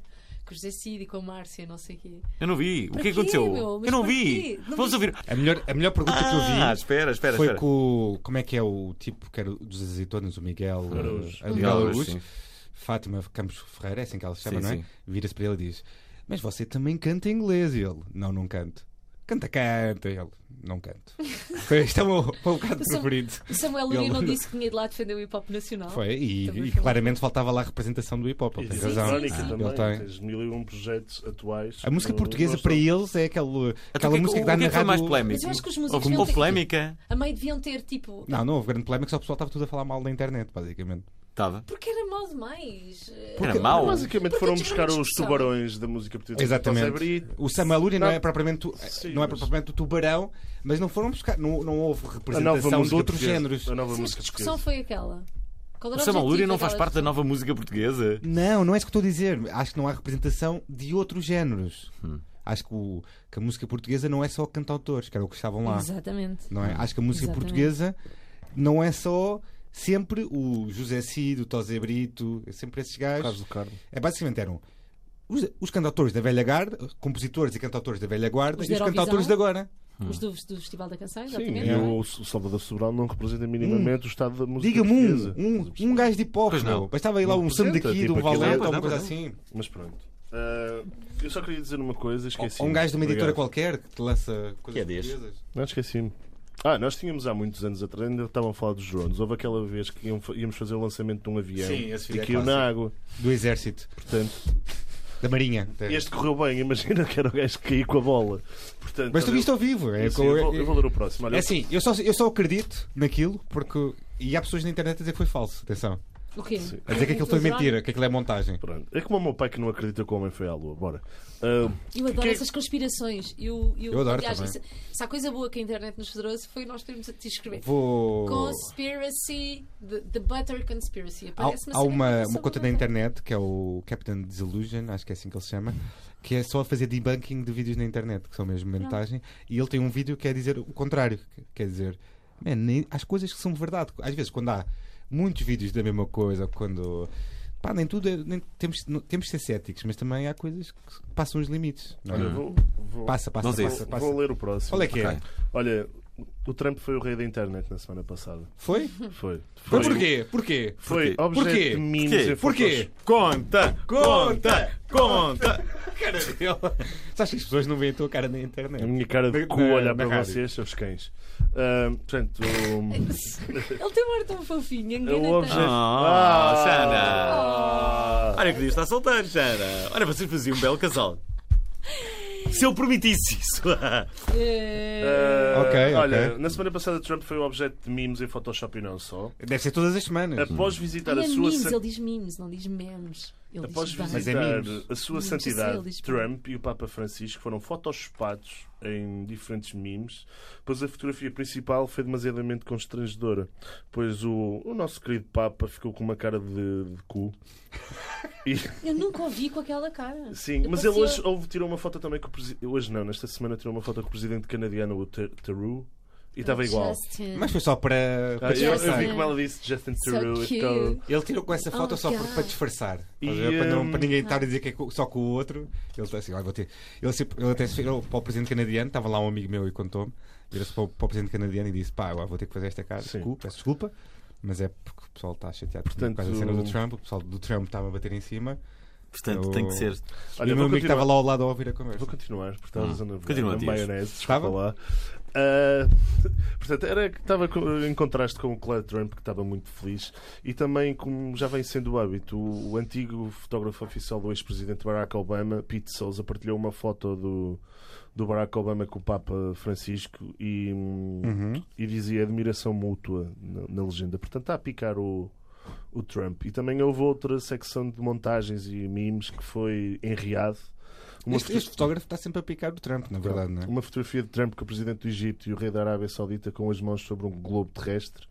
[SPEAKER 4] Com o José Cid e com a Márcia, não sei o quê.
[SPEAKER 1] Eu não vi. O que é
[SPEAKER 4] Para
[SPEAKER 1] que
[SPEAKER 4] quê,
[SPEAKER 1] aconteceu?
[SPEAKER 4] meu? Mas
[SPEAKER 1] Eu não
[SPEAKER 4] para
[SPEAKER 1] vi.
[SPEAKER 4] quê? Não
[SPEAKER 1] Vamos
[SPEAKER 4] vi.
[SPEAKER 1] ouvir.
[SPEAKER 2] A melhor, a melhor pergunta que eu vi
[SPEAKER 1] Ah, espera, espera,
[SPEAKER 2] foi
[SPEAKER 1] espera.
[SPEAKER 2] com o. Como é que é o tipo que era dos azeitonas, o Miguel
[SPEAKER 3] Araújo.
[SPEAKER 2] eh, o Miguel
[SPEAKER 1] Miguel Araújo,
[SPEAKER 2] Araújo,
[SPEAKER 1] sim.
[SPEAKER 2] Fátima Campos Ferreira, é assim que ela se chama,
[SPEAKER 1] Sim,
[SPEAKER 2] não é?
[SPEAKER 1] sim.
[SPEAKER 2] Vira-se para ele e diz: Mas você também canta inglês? E ele: Não, não canto. Canta, canta. E ele: Não canto. Foi- Isto é o meu foi o bocado
[SPEAKER 4] Sam-
[SPEAKER 2] preferido.
[SPEAKER 4] O Samuel
[SPEAKER 2] Ele-
[SPEAKER 4] Luria não disse que vinha de lá defender o hip hop nacional.
[SPEAKER 2] Foi, e,
[SPEAKER 4] Também
[SPEAKER 2] e
[SPEAKER 4] foi.
[SPEAKER 2] claramente faltava lá a representação do hip hop. ele tem
[SPEAKER 4] Sim,
[SPEAKER 2] razão.
[SPEAKER 1] Ah,
[SPEAKER 4] Eletrónica
[SPEAKER 3] Sim,
[SPEAKER 4] sim.
[SPEAKER 2] Ele
[SPEAKER 3] também.
[SPEAKER 2] tem.
[SPEAKER 3] Tens um mil e um projetos atuais.
[SPEAKER 2] A música
[SPEAKER 3] Não-
[SPEAKER 2] portuguesa
[SPEAKER 3] não
[SPEAKER 2] para
[SPEAKER 3] estão-
[SPEAKER 2] eles é aquela,
[SPEAKER 1] Então,
[SPEAKER 2] aquela
[SPEAKER 1] o que é que-
[SPEAKER 2] música que
[SPEAKER 1] o
[SPEAKER 2] dá
[SPEAKER 1] que é que
[SPEAKER 2] na
[SPEAKER 1] foi
[SPEAKER 2] rádio.
[SPEAKER 1] mais polémico?
[SPEAKER 4] Mas eu acho que os músicos
[SPEAKER 1] Houve
[SPEAKER 4] deviam
[SPEAKER 1] houve
[SPEAKER 4] ter-
[SPEAKER 1] polémica.
[SPEAKER 4] A meio deviam ter, tipo.
[SPEAKER 2] Não, não houve grande polémica, só o pessoal estava tudo a falar mal na internet, basicamente.
[SPEAKER 1] Estava.
[SPEAKER 4] Porque era mau demais.
[SPEAKER 1] Era mau.
[SPEAKER 3] Basicamente
[SPEAKER 4] Porque
[SPEAKER 3] foram
[SPEAKER 1] é
[SPEAKER 4] tiveram
[SPEAKER 3] buscar
[SPEAKER 4] uma
[SPEAKER 3] os
[SPEAKER 4] discussão.
[SPEAKER 3] tubarões da música portuguesa. José
[SPEAKER 2] Exatamente.
[SPEAKER 3] Brito.
[SPEAKER 2] O Samaluri não,
[SPEAKER 3] Então, Não.
[SPEAKER 2] é propriamente o,
[SPEAKER 3] Sim,
[SPEAKER 2] não é
[SPEAKER 3] mas-
[SPEAKER 2] propriamente o tubarão, mas não foram buscar, não, não houve
[SPEAKER 3] A nova
[SPEAKER 2] representação de
[SPEAKER 3] música
[SPEAKER 2] outros
[SPEAKER 3] portuguesa.
[SPEAKER 2] géneros.
[SPEAKER 3] A nova
[SPEAKER 4] Sim, mas que
[SPEAKER 3] música
[SPEAKER 4] discussão
[SPEAKER 3] portuguesa.
[SPEAKER 4] foi aquela? Qual
[SPEAKER 1] O
[SPEAKER 2] é
[SPEAKER 4] era
[SPEAKER 1] Samuel Lúria
[SPEAKER 4] objetivo
[SPEAKER 1] não faz
[SPEAKER 4] daquela
[SPEAKER 1] parte da nova música portuguesa.
[SPEAKER 2] Não, não é isso que estou a dizer. Acho que não há representação de outros géneros.
[SPEAKER 3] Hum.
[SPEAKER 2] Acho que, o- que a música portuguesa não é só cantautores, que era o que estavam lá.
[SPEAKER 4] discussão? Exatamente.
[SPEAKER 2] não
[SPEAKER 3] Hum.
[SPEAKER 2] é? Acho que a música
[SPEAKER 4] Exatamente.
[SPEAKER 2] portuguesa não é só sempre o José Cid, o Tosé Brito, é sempre esses gajos. É, basicamente eram os, os cantautores da velha guarda, compositores e cantautores da velha guarda
[SPEAKER 4] Os
[SPEAKER 2] e
[SPEAKER 4] da
[SPEAKER 2] os
[SPEAKER 4] Eurovisão.
[SPEAKER 2] cantautores de agora.
[SPEAKER 4] Os do, do Festival da Canção,
[SPEAKER 3] Sim,
[SPEAKER 4] exatamente.
[SPEAKER 3] e
[SPEAKER 4] não é?
[SPEAKER 3] o Salvador Sobral não representa minimamente o estado da música
[SPEAKER 2] Diga-me um,
[SPEAKER 3] portuguesa.
[SPEAKER 2] um, um gajo de
[SPEAKER 1] Pois
[SPEAKER 2] hipócrita.
[SPEAKER 1] não.
[SPEAKER 2] Mas estava aí lá
[SPEAKER 3] Não
[SPEAKER 2] um samba
[SPEAKER 3] representa,
[SPEAKER 2] daqui, de um
[SPEAKER 3] tipo, aquilo-
[SPEAKER 2] valete,
[SPEAKER 1] Não,
[SPEAKER 2] alguma
[SPEAKER 1] pois
[SPEAKER 2] coisa
[SPEAKER 1] não,
[SPEAKER 2] assim.
[SPEAKER 3] Mas pronto. Ah, eu só queria dizer uma coisa, esqueci.
[SPEAKER 2] Ou um gajo de uma editora qualquer que te lança coisas
[SPEAKER 1] é deste?
[SPEAKER 2] portuguesas.
[SPEAKER 3] Não, esqueci-me. Ah, nós tínhamos há muitos anos atrás, ainda estavam a falar dos drones. Houve aquela vez que iam fa- íamos fazer o lançamento de um avião
[SPEAKER 2] Sim, esse
[SPEAKER 3] e
[SPEAKER 2] vídeo é
[SPEAKER 3] caiu na
[SPEAKER 2] clássico.
[SPEAKER 3] água.
[SPEAKER 2] Do exército,
[SPEAKER 3] Portanto,
[SPEAKER 2] da marinha.
[SPEAKER 3] este correu bem. Imagina que era o gajo que caiu com a bola. Portanto,
[SPEAKER 2] Mas tu
[SPEAKER 3] olha,
[SPEAKER 2] viste ao vivo. É,
[SPEAKER 3] Sim,
[SPEAKER 2] co-
[SPEAKER 3] eu, vou, eu vou ler o próximo. Olha,
[SPEAKER 2] É assim, eu só, eu só acredito naquilo porque. E há pessoas na internet a dizer que foi falso, atenção.
[SPEAKER 4] O quê?
[SPEAKER 2] A dizer que aquilo foi
[SPEAKER 4] Drone?
[SPEAKER 2] mentira, que aquilo é montagem.
[SPEAKER 3] Pronto. É como o meu pai que não acredita que o homem foi à lua. Bora. Ah,
[SPEAKER 4] Eu adoro
[SPEAKER 3] Que-
[SPEAKER 4] essas conspirações. Eu, eu,
[SPEAKER 2] Eu adoro
[SPEAKER 4] aliás,
[SPEAKER 2] também.
[SPEAKER 4] Se, se há coisa boa que a internet nos trouxe foi nós termos a te escrever.
[SPEAKER 2] Vou.
[SPEAKER 4] Conspiracy, the, the Butter Conspiracy.
[SPEAKER 2] Há,
[SPEAKER 4] Aparece
[SPEAKER 2] há uma,
[SPEAKER 4] sobre
[SPEAKER 2] uma conta
[SPEAKER 4] o
[SPEAKER 2] na
[SPEAKER 4] butter.
[SPEAKER 2] internet que é o Captain Disillusion, acho que é assim que ele se chama, que é só a fazer debunking de vídeos na internet, que são mesmo montagem, e ele tem um vídeo que é dizer o contrário, que quer dizer, man, nem- as coisas que são verdade. Às vezes, quando há muitos vídeos da mesma coisa, quando Pá, nem tudo é- nem- temos, não- temos de ser céticos, mas também há coisas que passam os limites. não é?
[SPEAKER 3] Olha, vou, vou,
[SPEAKER 2] Passa, passa,
[SPEAKER 1] Não sei.
[SPEAKER 2] passa,
[SPEAKER 3] vou-
[SPEAKER 2] passa.
[SPEAKER 3] vou ler o próximo.
[SPEAKER 2] Qual é que é?
[SPEAKER 1] Ok.
[SPEAKER 3] Olha, o Trump foi o rei da internet na semana passada.
[SPEAKER 2] Foi?
[SPEAKER 3] Foi.
[SPEAKER 2] Foi porquê? Porquê?
[SPEAKER 3] Foi
[SPEAKER 1] Porquê?
[SPEAKER 3] objeto
[SPEAKER 2] Porquê?
[SPEAKER 3] de memes
[SPEAKER 1] Porquê?
[SPEAKER 3] em
[SPEAKER 2] Porquê?
[SPEAKER 3] Photoshop.
[SPEAKER 1] Conta,
[SPEAKER 2] conta,
[SPEAKER 1] conta.
[SPEAKER 2] Sabes que as pessoas não veem a tua cara na internet?
[SPEAKER 3] A minha cara de
[SPEAKER 2] Na-
[SPEAKER 3] cu
[SPEAKER 2] na- na
[SPEAKER 3] olhar para
[SPEAKER 2] rádio.
[SPEAKER 3] vocês, seus cães. Ah, portanto, o-
[SPEAKER 4] Ele tem um ar tão fofinho,
[SPEAKER 3] é o,
[SPEAKER 4] engana
[SPEAKER 3] objeto.
[SPEAKER 4] tanto.
[SPEAKER 1] Ah,
[SPEAKER 3] Ah.
[SPEAKER 1] Olha que diz, está solteiro, Jana. Olha, vocês faziam um belo casal. Se eu permitisse isso.
[SPEAKER 4] Eh,
[SPEAKER 3] Ah,
[SPEAKER 2] Ok,
[SPEAKER 3] olha,
[SPEAKER 2] ok.
[SPEAKER 3] na semana passada Trump foi o objeto de memes em Photoshop e não só.
[SPEAKER 2] Deve ser todas as
[SPEAKER 1] Uhum.
[SPEAKER 2] semanas.
[SPEAKER 3] Após visitar
[SPEAKER 4] ele
[SPEAKER 3] a
[SPEAKER 4] é
[SPEAKER 3] sua
[SPEAKER 4] memes,
[SPEAKER 3] sa-
[SPEAKER 4] ele diz memes, não diz memes. Ele
[SPEAKER 3] Após
[SPEAKER 4] diz bem.
[SPEAKER 2] Mas é
[SPEAKER 3] visitar
[SPEAKER 2] memes.
[SPEAKER 3] a sua
[SPEAKER 4] Memes, eu sei,
[SPEAKER 3] santidade,
[SPEAKER 4] Lisboa.
[SPEAKER 3] Trump e o Papa Francisco foram photoshopados em diferentes memes, pois a fotografia principal foi demasiadamente constrangedora, pois o, o nosso querido Papa ficou com uma cara de, de cu. E-
[SPEAKER 4] Eu nunca o vi com aquela cara.
[SPEAKER 3] sim, mas
[SPEAKER 4] parecia-
[SPEAKER 3] ele hoje houve- tirou uma foto também com o presidente. Hoje não, nesta semana tirou uma foto com o presidente canadiano, o Ter- Theroux, e estava igual.
[SPEAKER 4] Justin.
[SPEAKER 2] Mas foi só para, para
[SPEAKER 3] Ah, eu, eu
[SPEAKER 2] disfarçar.
[SPEAKER 3] vi como ela disse Justin
[SPEAKER 4] So
[SPEAKER 3] Theroux e ficou-
[SPEAKER 4] cute.
[SPEAKER 2] Ele tirou com essa foto
[SPEAKER 4] Oh,
[SPEAKER 2] só por-
[SPEAKER 4] God.
[SPEAKER 2] para disfarçar.
[SPEAKER 3] E,
[SPEAKER 2] Estás a ver? para, não,
[SPEAKER 3] hum,
[SPEAKER 2] para ninguém estar a dizer que é co- só com o outro. Ele está assim, "Olha, vou ter. Ele, sempre- ele até se virou para o presidente canadiano, estava lá um amigo meu e contou-me. Virou-se para, o- para o presidente canadiano e disse: pá, eu vou ter que fazer esta cara,
[SPEAKER 3] Sim.
[SPEAKER 2] desculpa, peço desculpa. Mas é porque o pessoal está chateado comigo
[SPEAKER 3] Portanto,
[SPEAKER 2] por causa da cena
[SPEAKER 3] o-
[SPEAKER 2] do Trump. O pessoal do Trump estava a bater em cima.
[SPEAKER 1] Portanto,
[SPEAKER 2] Eu-
[SPEAKER 1] tem que ser.
[SPEAKER 2] e o
[SPEAKER 3] Olha,
[SPEAKER 2] meu
[SPEAKER 3] vou
[SPEAKER 2] amigo
[SPEAKER 3] continuar.
[SPEAKER 2] estava lá ao lado a ouvir a
[SPEAKER 3] Vou
[SPEAKER 2] conversa.
[SPEAKER 3] continuar, porque estavas a navegar
[SPEAKER 1] Continua,
[SPEAKER 3] na
[SPEAKER 1] Dias.
[SPEAKER 3] maionese,
[SPEAKER 2] Estava?
[SPEAKER 3] desculpa lá. Ah, portanto, era que estava co- em contraste com o Claire Trump, que estava muito feliz, e também, como já vem sendo o hábito, o, o antigo fotógrafo oficial do ex-presidente Barack Obama, Pete Souza, partilhou uma foto do, do Barack Obama com o Papa Francisco e, hum,
[SPEAKER 2] Uhum.
[SPEAKER 3] e dizia admiração mútua na, na legenda. Portanto, está a picar o, o Trump. E também houve outra secção de montagens e memes que foi enriado. Uma
[SPEAKER 2] Este, este fotógrafo está sempre a picar o Trump, na verdade, não é?
[SPEAKER 3] uma fotografia de Trump com o presidente do Egito e o rei da Arábia Saudita com as mãos sobre um globo terrestre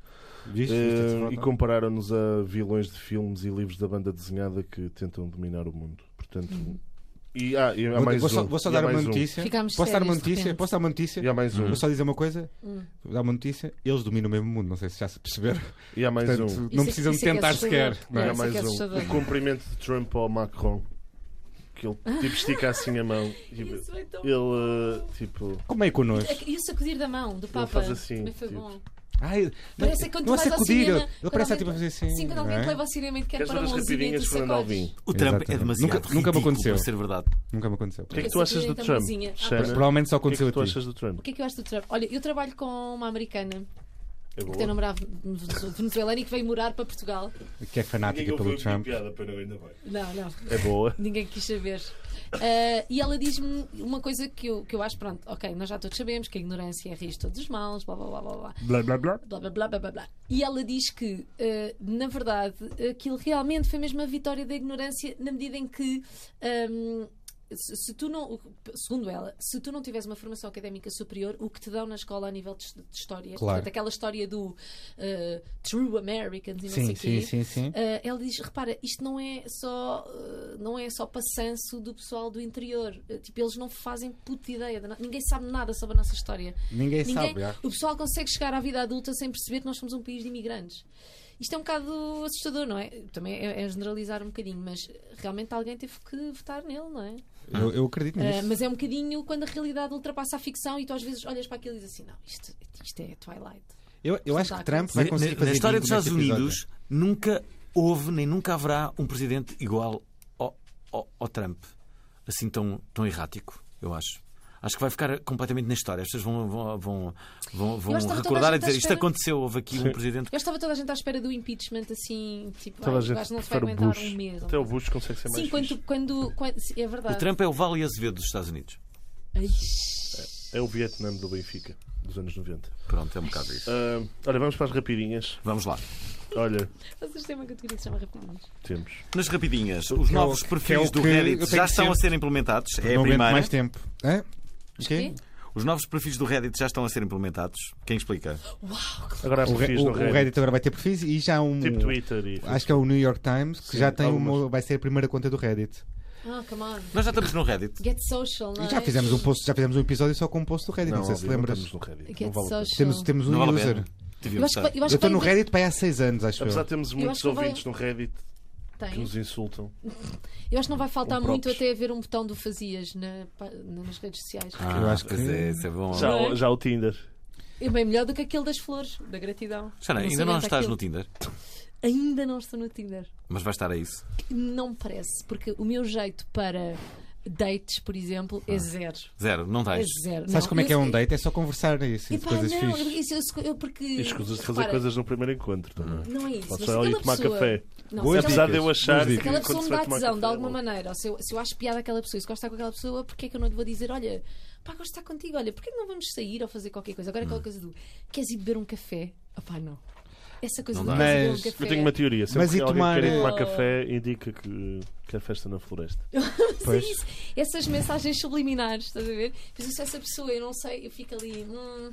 [SPEAKER 2] Viste? Viste essa
[SPEAKER 3] Eh,
[SPEAKER 2] foto?
[SPEAKER 3] e compararam-nos a vilões de filmes e livros da banda desenhada que tentam dominar o mundo. Portanto,
[SPEAKER 4] Hum.
[SPEAKER 3] e, ah, e há
[SPEAKER 2] Vou-
[SPEAKER 3] mais
[SPEAKER 2] vou só,
[SPEAKER 3] um.
[SPEAKER 2] vou só
[SPEAKER 3] E há
[SPEAKER 2] dar uma
[SPEAKER 3] mais um.
[SPEAKER 2] notícia. Uhum.
[SPEAKER 4] Ficámos
[SPEAKER 2] Posso dar uma
[SPEAKER 4] sérios de
[SPEAKER 2] notícia?
[SPEAKER 4] repente.
[SPEAKER 2] Posso dar uma notícia?
[SPEAKER 3] E há mais um.
[SPEAKER 2] Vou só dizer uma coisa.
[SPEAKER 4] Hum.
[SPEAKER 2] Vou dar uma notícia. Eles dominam o mesmo mundo, não sei se já se perceberam.
[SPEAKER 3] E há mais
[SPEAKER 2] Portanto,
[SPEAKER 3] um.
[SPEAKER 2] não
[SPEAKER 4] Isso é-
[SPEAKER 2] precisam de
[SPEAKER 4] isso é que é
[SPEAKER 2] tentar
[SPEAKER 4] assustador.
[SPEAKER 2] sequer. não é?
[SPEAKER 3] E há
[SPEAKER 4] Isso é
[SPEAKER 3] mais
[SPEAKER 4] que é
[SPEAKER 3] um.
[SPEAKER 4] assustador.
[SPEAKER 3] O cumprimento de Trump ao Macron. Que ele tipo estica assim a mão. E ele
[SPEAKER 4] Isso é tão
[SPEAKER 3] eh, tipo.
[SPEAKER 2] Como é connosco?
[SPEAKER 4] E o sacudir da mão do Papa
[SPEAKER 3] faz assim,
[SPEAKER 4] também foi
[SPEAKER 3] tipo.
[SPEAKER 4] bom.
[SPEAKER 2] Ai,
[SPEAKER 4] Parece
[SPEAKER 2] não-
[SPEAKER 4] que quando
[SPEAKER 2] não é
[SPEAKER 4] tu vais ao
[SPEAKER 2] sacudir,
[SPEAKER 4] cinema,
[SPEAKER 2] ele- Ele
[SPEAKER 4] quando
[SPEAKER 2] parece a
[SPEAKER 4] alguém-
[SPEAKER 2] tipo a fazer assim.
[SPEAKER 4] Sim, quando
[SPEAKER 2] não
[SPEAKER 4] alguém
[SPEAKER 2] é?
[SPEAKER 4] te leva ao cinema e te quer
[SPEAKER 3] Queres
[SPEAKER 4] para
[SPEAKER 3] ver as
[SPEAKER 4] uma luzinha e
[SPEAKER 3] rapidinhas,
[SPEAKER 4] tu
[SPEAKER 3] Fernando Alvim?
[SPEAKER 4] sacodes.
[SPEAKER 1] O Trump é
[SPEAKER 2] Exatamente.
[SPEAKER 1] demasiado
[SPEAKER 2] Nunca- nunca me
[SPEAKER 1] ridículo
[SPEAKER 2] aconteceu.
[SPEAKER 1] para ser verdade.
[SPEAKER 2] Nunca me aconteceu.
[SPEAKER 3] O que é que tu achas do
[SPEAKER 4] Então,
[SPEAKER 3] Trump?
[SPEAKER 4] mãozinha. Ah,
[SPEAKER 3] Shana?
[SPEAKER 4] pois.
[SPEAKER 2] Provavelmente só
[SPEAKER 3] O que é
[SPEAKER 2] aconteceu
[SPEAKER 3] que tu
[SPEAKER 2] a ti.
[SPEAKER 3] achas do Trump?
[SPEAKER 4] O que é que eu acho do Trump? Olha, eu trabalho com uma americana
[SPEAKER 3] É boa.
[SPEAKER 4] que tem um namorado venezuelano e que veio morar para Portugal.
[SPEAKER 2] Que é
[SPEAKER 3] Ninguém
[SPEAKER 2] fanática
[SPEAKER 3] ouviu a
[SPEAKER 2] pelo
[SPEAKER 3] minha
[SPEAKER 2] Trump.
[SPEAKER 3] piada, pois não, ainda bem.
[SPEAKER 4] Não, não.
[SPEAKER 3] É boa.
[SPEAKER 4] Ninguém quis saber. Ah, e ela diz-me uma coisa que eu, que eu acho, pronto, ok, nós já todos sabemos que a ignorância é a raiz de todos os males, blá blá blá blá blá.
[SPEAKER 2] Blá blá blá.
[SPEAKER 4] blá blá blá blá blá blá. E ela diz que, eh, na verdade, aquilo realmente foi mesmo a vitória da ignorância, na medida em que. ehm, se se tu não, segundo ela, se tu não tiveres uma formação académica superior, o que te dão na escola a nível de, his- de história,
[SPEAKER 2] Claro.
[SPEAKER 4] portanto, aquela história do eh, True Americans e não sei
[SPEAKER 2] Sim,
[SPEAKER 4] o
[SPEAKER 2] sim,
[SPEAKER 4] quê,
[SPEAKER 2] sim, sim.
[SPEAKER 4] ah, ela diz, repara, isto não é só ah, não é só passanço do pessoal do interior. Ah, tipo, eles não fazem puta ideia. da no- Ninguém sabe nada sobre a nossa história.
[SPEAKER 2] Ninguém sabe, é.
[SPEAKER 4] O pessoal consegue chegar à vida adulta sem perceber que nós somos um país de imigrantes. Isto é um bocado assustador, não é? Também é, é generalizar um bocadinho, mas realmente alguém teve que votar nele, não é?
[SPEAKER 2] Eu, eu acredito
[SPEAKER 4] Ah,
[SPEAKER 2] nisso.
[SPEAKER 4] mas é um bocadinho quando a realidade ultrapassa a ficção e tu às vezes olhas para aquilo e dizes assim: não, isto, isto é Twilight.
[SPEAKER 2] Eu, eu acho que
[SPEAKER 4] Espetáculo.
[SPEAKER 2] Trump vai
[SPEAKER 1] Na-
[SPEAKER 2] conseguir
[SPEAKER 1] na,
[SPEAKER 2] fazer
[SPEAKER 1] na história
[SPEAKER 2] bingo
[SPEAKER 1] dos Estados
[SPEAKER 2] neste episódio.
[SPEAKER 1] Unidos, nunca houve nem nunca haverá um presidente igual ao, ao- ao Trump. Assim tão, tão errático, eu acho. Acho que vai ficar completamente na história. As pessoas vão, vão, vão, vão, vão
[SPEAKER 4] Eu estava toda
[SPEAKER 1] recordar e
[SPEAKER 4] a gente à
[SPEAKER 1] dizer isto
[SPEAKER 4] espera."
[SPEAKER 1] aconteceu, houve aqui um presidente.
[SPEAKER 4] Eu estava toda a gente à espera do impeachment, assim, tipo,
[SPEAKER 3] Toda
[SPEAKER 4] "Ai,
[SPEAKER 3] a
[SPEAKER 4] o
[SPEAKER 3] gente
[SPEAKER 4] gajo não se vai
[SPEAKER 3] prefere o
[SPEAKER 4] aguentar
[SPEAKER 3] Bush.
[SPEAKER 4] um mês.
[SPEAKER 3] Até o Bush consegue ser mais
[SPEAKER 4] Sim,
[SPEAKER 3] fixe.
[SPEAKER 4] quando, quando, quando- sim, É
[SPEAKER 1] O
[SPEAKER 4] verdade.
[SPEAKER 1] Trump é o Vale Azevedo dos Estados Unidos.
[SPEAKER 4] Ai,
[SPEAKER 3] É o Vietnã do Benfica, dos anos 90.
[SPEAKER 1] Pronto, é um bocado isso.
[SPEAKER 3] Ah, olha, vamos para as rapidinhas.
[SPEAKER 1] Vamos lá.
[SPEAKER 3] Olha,
[SPEAKER 4] vocês têm uma categoria que se chama Rapidinhos.
[SPEAKER 3] temos.
[SPEAKER 1] Nas rapidinhas, os
[SPEAKER 2] Que é o-
[SPEAKER 1] novos
[SPEAKER 2] que é
[SPEAKER 1] perfis do
[SPEAKER 2] o que eu
[SPEAKER 1] Reddit
[SPEAKER 2] tenho
[SPEAKER 1] já
[SPEAKER 2] que
[SPEAKER 1] estão
[SPEAKER 2] ser.
[SPEAKER 1] a ser implementados. É a
[SPEAKER 2] Não aguento
[SPEAKER 1] primeira.
[SPEAKER 2] mais tempo. Hã? O
[SPEAKER 4] quê?
[SPEAKER 2] quê?
[SPEAKER 1] Os novos perfis do Reddit já estão a ser implementados. Quem explica?
[SPEAKER 3] Agora há
[SPEAKER 2] O, Re-
[SPEAKER 3] perfis
[SPEAKER 2] o-
[SPEAKER 3] no
[SPEAKER 2] o
[SPEAKER 3] Reddit.
[SPEAKER 2] Reddit agora vai ter perfis e já há um.
[SPEAKER 3] Tipo Twitter e...
[SPEAKER 2] Acho que é o New York Times que
[SPEAKER 3] Sim,
[SPEAKER 2] já tem
[SPEAKER 3] algumas.
[SPEAKER 2] uma. Vai ser a primeira conta do Reddit.
[SPEAKER 4] Ah, come on.
[SPEAKER 1] Nós já estamos no Reddit.
[SPEAKER 4] Get social, não
[SPEAKER 2] E
[SPEAKER 4] é?
[SPEAKER 2] já fizemos um post, já fizemos um episódio só com um post do Reddit, não, sei se
[SPEAKER 3] óbvio,
[SPEAKER 2] lembras.
[SPEAKER 3] estamos no Reddit.
[SPEAKER 4] Get
[SPEAKER 3] Não um. vale a pena.
[SPEAKER 4] social.
[SPEAKER 2] Temos, temos um
[SPEAKER 1] Não vale a
[SPEAKER 2] user.
[SPEAKER 1] pena.
[SPEAKER 4] Eu
[SPEAKER 1] Devíamos
[SPEAKER 4] acho que,
[SPEAKER 1] estar.
[SPEAKER 4] vai- eu
[SPEAKER 2] Eu
[SPEAKER 4] acho que
[SPEAKER 2] estou
[SPEAKER 4] vai
[SPEAKER 2] no
[SPEAKER 4] haver-
[SPEAKER 2] Reddit para aí há 6 anos, acho
[SPEAKER 3] Apesar
[SPEAKER 2] eu.
[SPEAKER 3] de termos
[SPEAKER 4] acho
[SPEAKER 3] muitos
[SPEAKER 4] que vai-
[SPEAKER 3] ouvintes no Reddit, que
[SPEAKER 4] Tem.
[SPEAKER 3] nos insultam.
[SPEAKER 4] Eu acho que não vai faltar
[SPEAKER 3] Ou
[SPEAKER 4] muito
[SPEAKER 3] próprios.
[SPEAKER 4] até haver um botão do fazias na pa- nas redes sociais.
[SPEAKER 2] Eu acho que-
[SPEAKER 1] pois é, isso é bom. Já,
[SPEAKER 4] Não é?
[SPEAKER 3] Já, já o Tinder.
[SPEAKER 4] É bem melhor do que aquele das flores, da gratidão.
[SPEAKER 1] não, ainda não
[SPEAKER 4] Lançamento
[SPEAKER 1] estás
[SPEAKER 4] daquilo.
[SPEAKER 1] no Tinder,
[SPEAKER 4] é Ainda não estou no Tinder.
[SPEAKER 1] mas vais estar a isso.
[SPEAKER 4] Não me parece, porque o meu jeito para dates, por exemplo, é zero.
[SPEAKER 1] Zero, não
[SPEAKER 4] É
[SPEAKER 1] tens.
[SPEAKER 4] zero.
[SPEAKER 2] Ah. Sabes
[SPEAKER 4] Não,
[SPEAKER 2] como é
[SPEAKER 4] eu-
[SPEAKER 2] que é um date? É só conversar isso, de
[SPEAKER 4] Epá,
[SPEAKER 2] coisas
[SPEAKER 4] não,
[SPEAKER 2] fixas.
[SPEAKER 4] isso eu sec- eu porque.
[SPEAKER 3] E escusas de fazer
[SPEAKER 4] repara,
[SPEAKER 3] coisas no primeiro encontro também.
[SPEAKER 2] Uhum.
[SPEAKER 4] Não é isso.
[SPEAKER 3] Pode
[SPEAKER 4] mas
[SPEAKER 3] só ir
[SPEAKER 4] se aquela
[SPEAKER 3] tomar
[SPEAKER 4] pessoa-
[SPEAKER 3] café.
[SPEAKER 4] Não,
[SPEAKER 2] Boas
[SPEAKER 4] se aquela-
[SPEAKER 3] Apesar de eu
[SPEAKER 2] dicas.
[SPEAKER 3] achar que.
[SPEAKER 4] se aquela pessoa
[SPEAKER 3] quando
[SPEAKER 4] me
[SPEAKER 3] se
[SPEAKER 4] dá
[SPEAKER 3] vai tomar
[SPEAKER 4] tesão de
[SPEAKER 3] café, é
[SPEAKER 4] alguma
[SPEAKER 3] ela-
[SPEAKER 4] maneira, ou se eu, se eu acho piada aquela pessoa, e se gosto de estar com aquela pessoa, porque é que eu não lhe vou dizer, olha, pá, gosto de estar contigo, olha, porque é que não vamos sair ou fazer qualquer coisa? Agora é
[SPEAKER 3] Hum.
[SPEAKER 4] aquela coisa do queres ir beber um café? Opá, não. Essa coisa
[SPEAKER 1] Não
[SPEAKER 4] de
[SPEAKER 1] dá.
[SPEAKER 4] queres ir beber um
[SPEAKER 2] Mas
[SPEAKER 4] café.
[SPEAKER 3] Eu tenho uma teoria. Sempre
[SPEAKER 2] Mas
[SPEAKER 3] Mas
[SPEAKER 2] e
[SPEAKER 3] que alguém
[SPEAKER 2] tomar,
[SPEAKER 3] quer ir
[SPEAKER 2] eh,
[SPEAKER 3] tomar café, indica que, que é festa na floresta.
[SPEAKER 2] Pois.
[SPEAKER 4] Sim, isso. Essas mensagens subliminares, estás a ver? Mas eu, se essa pessoa, eu não sei, eu fico ali. Hum, o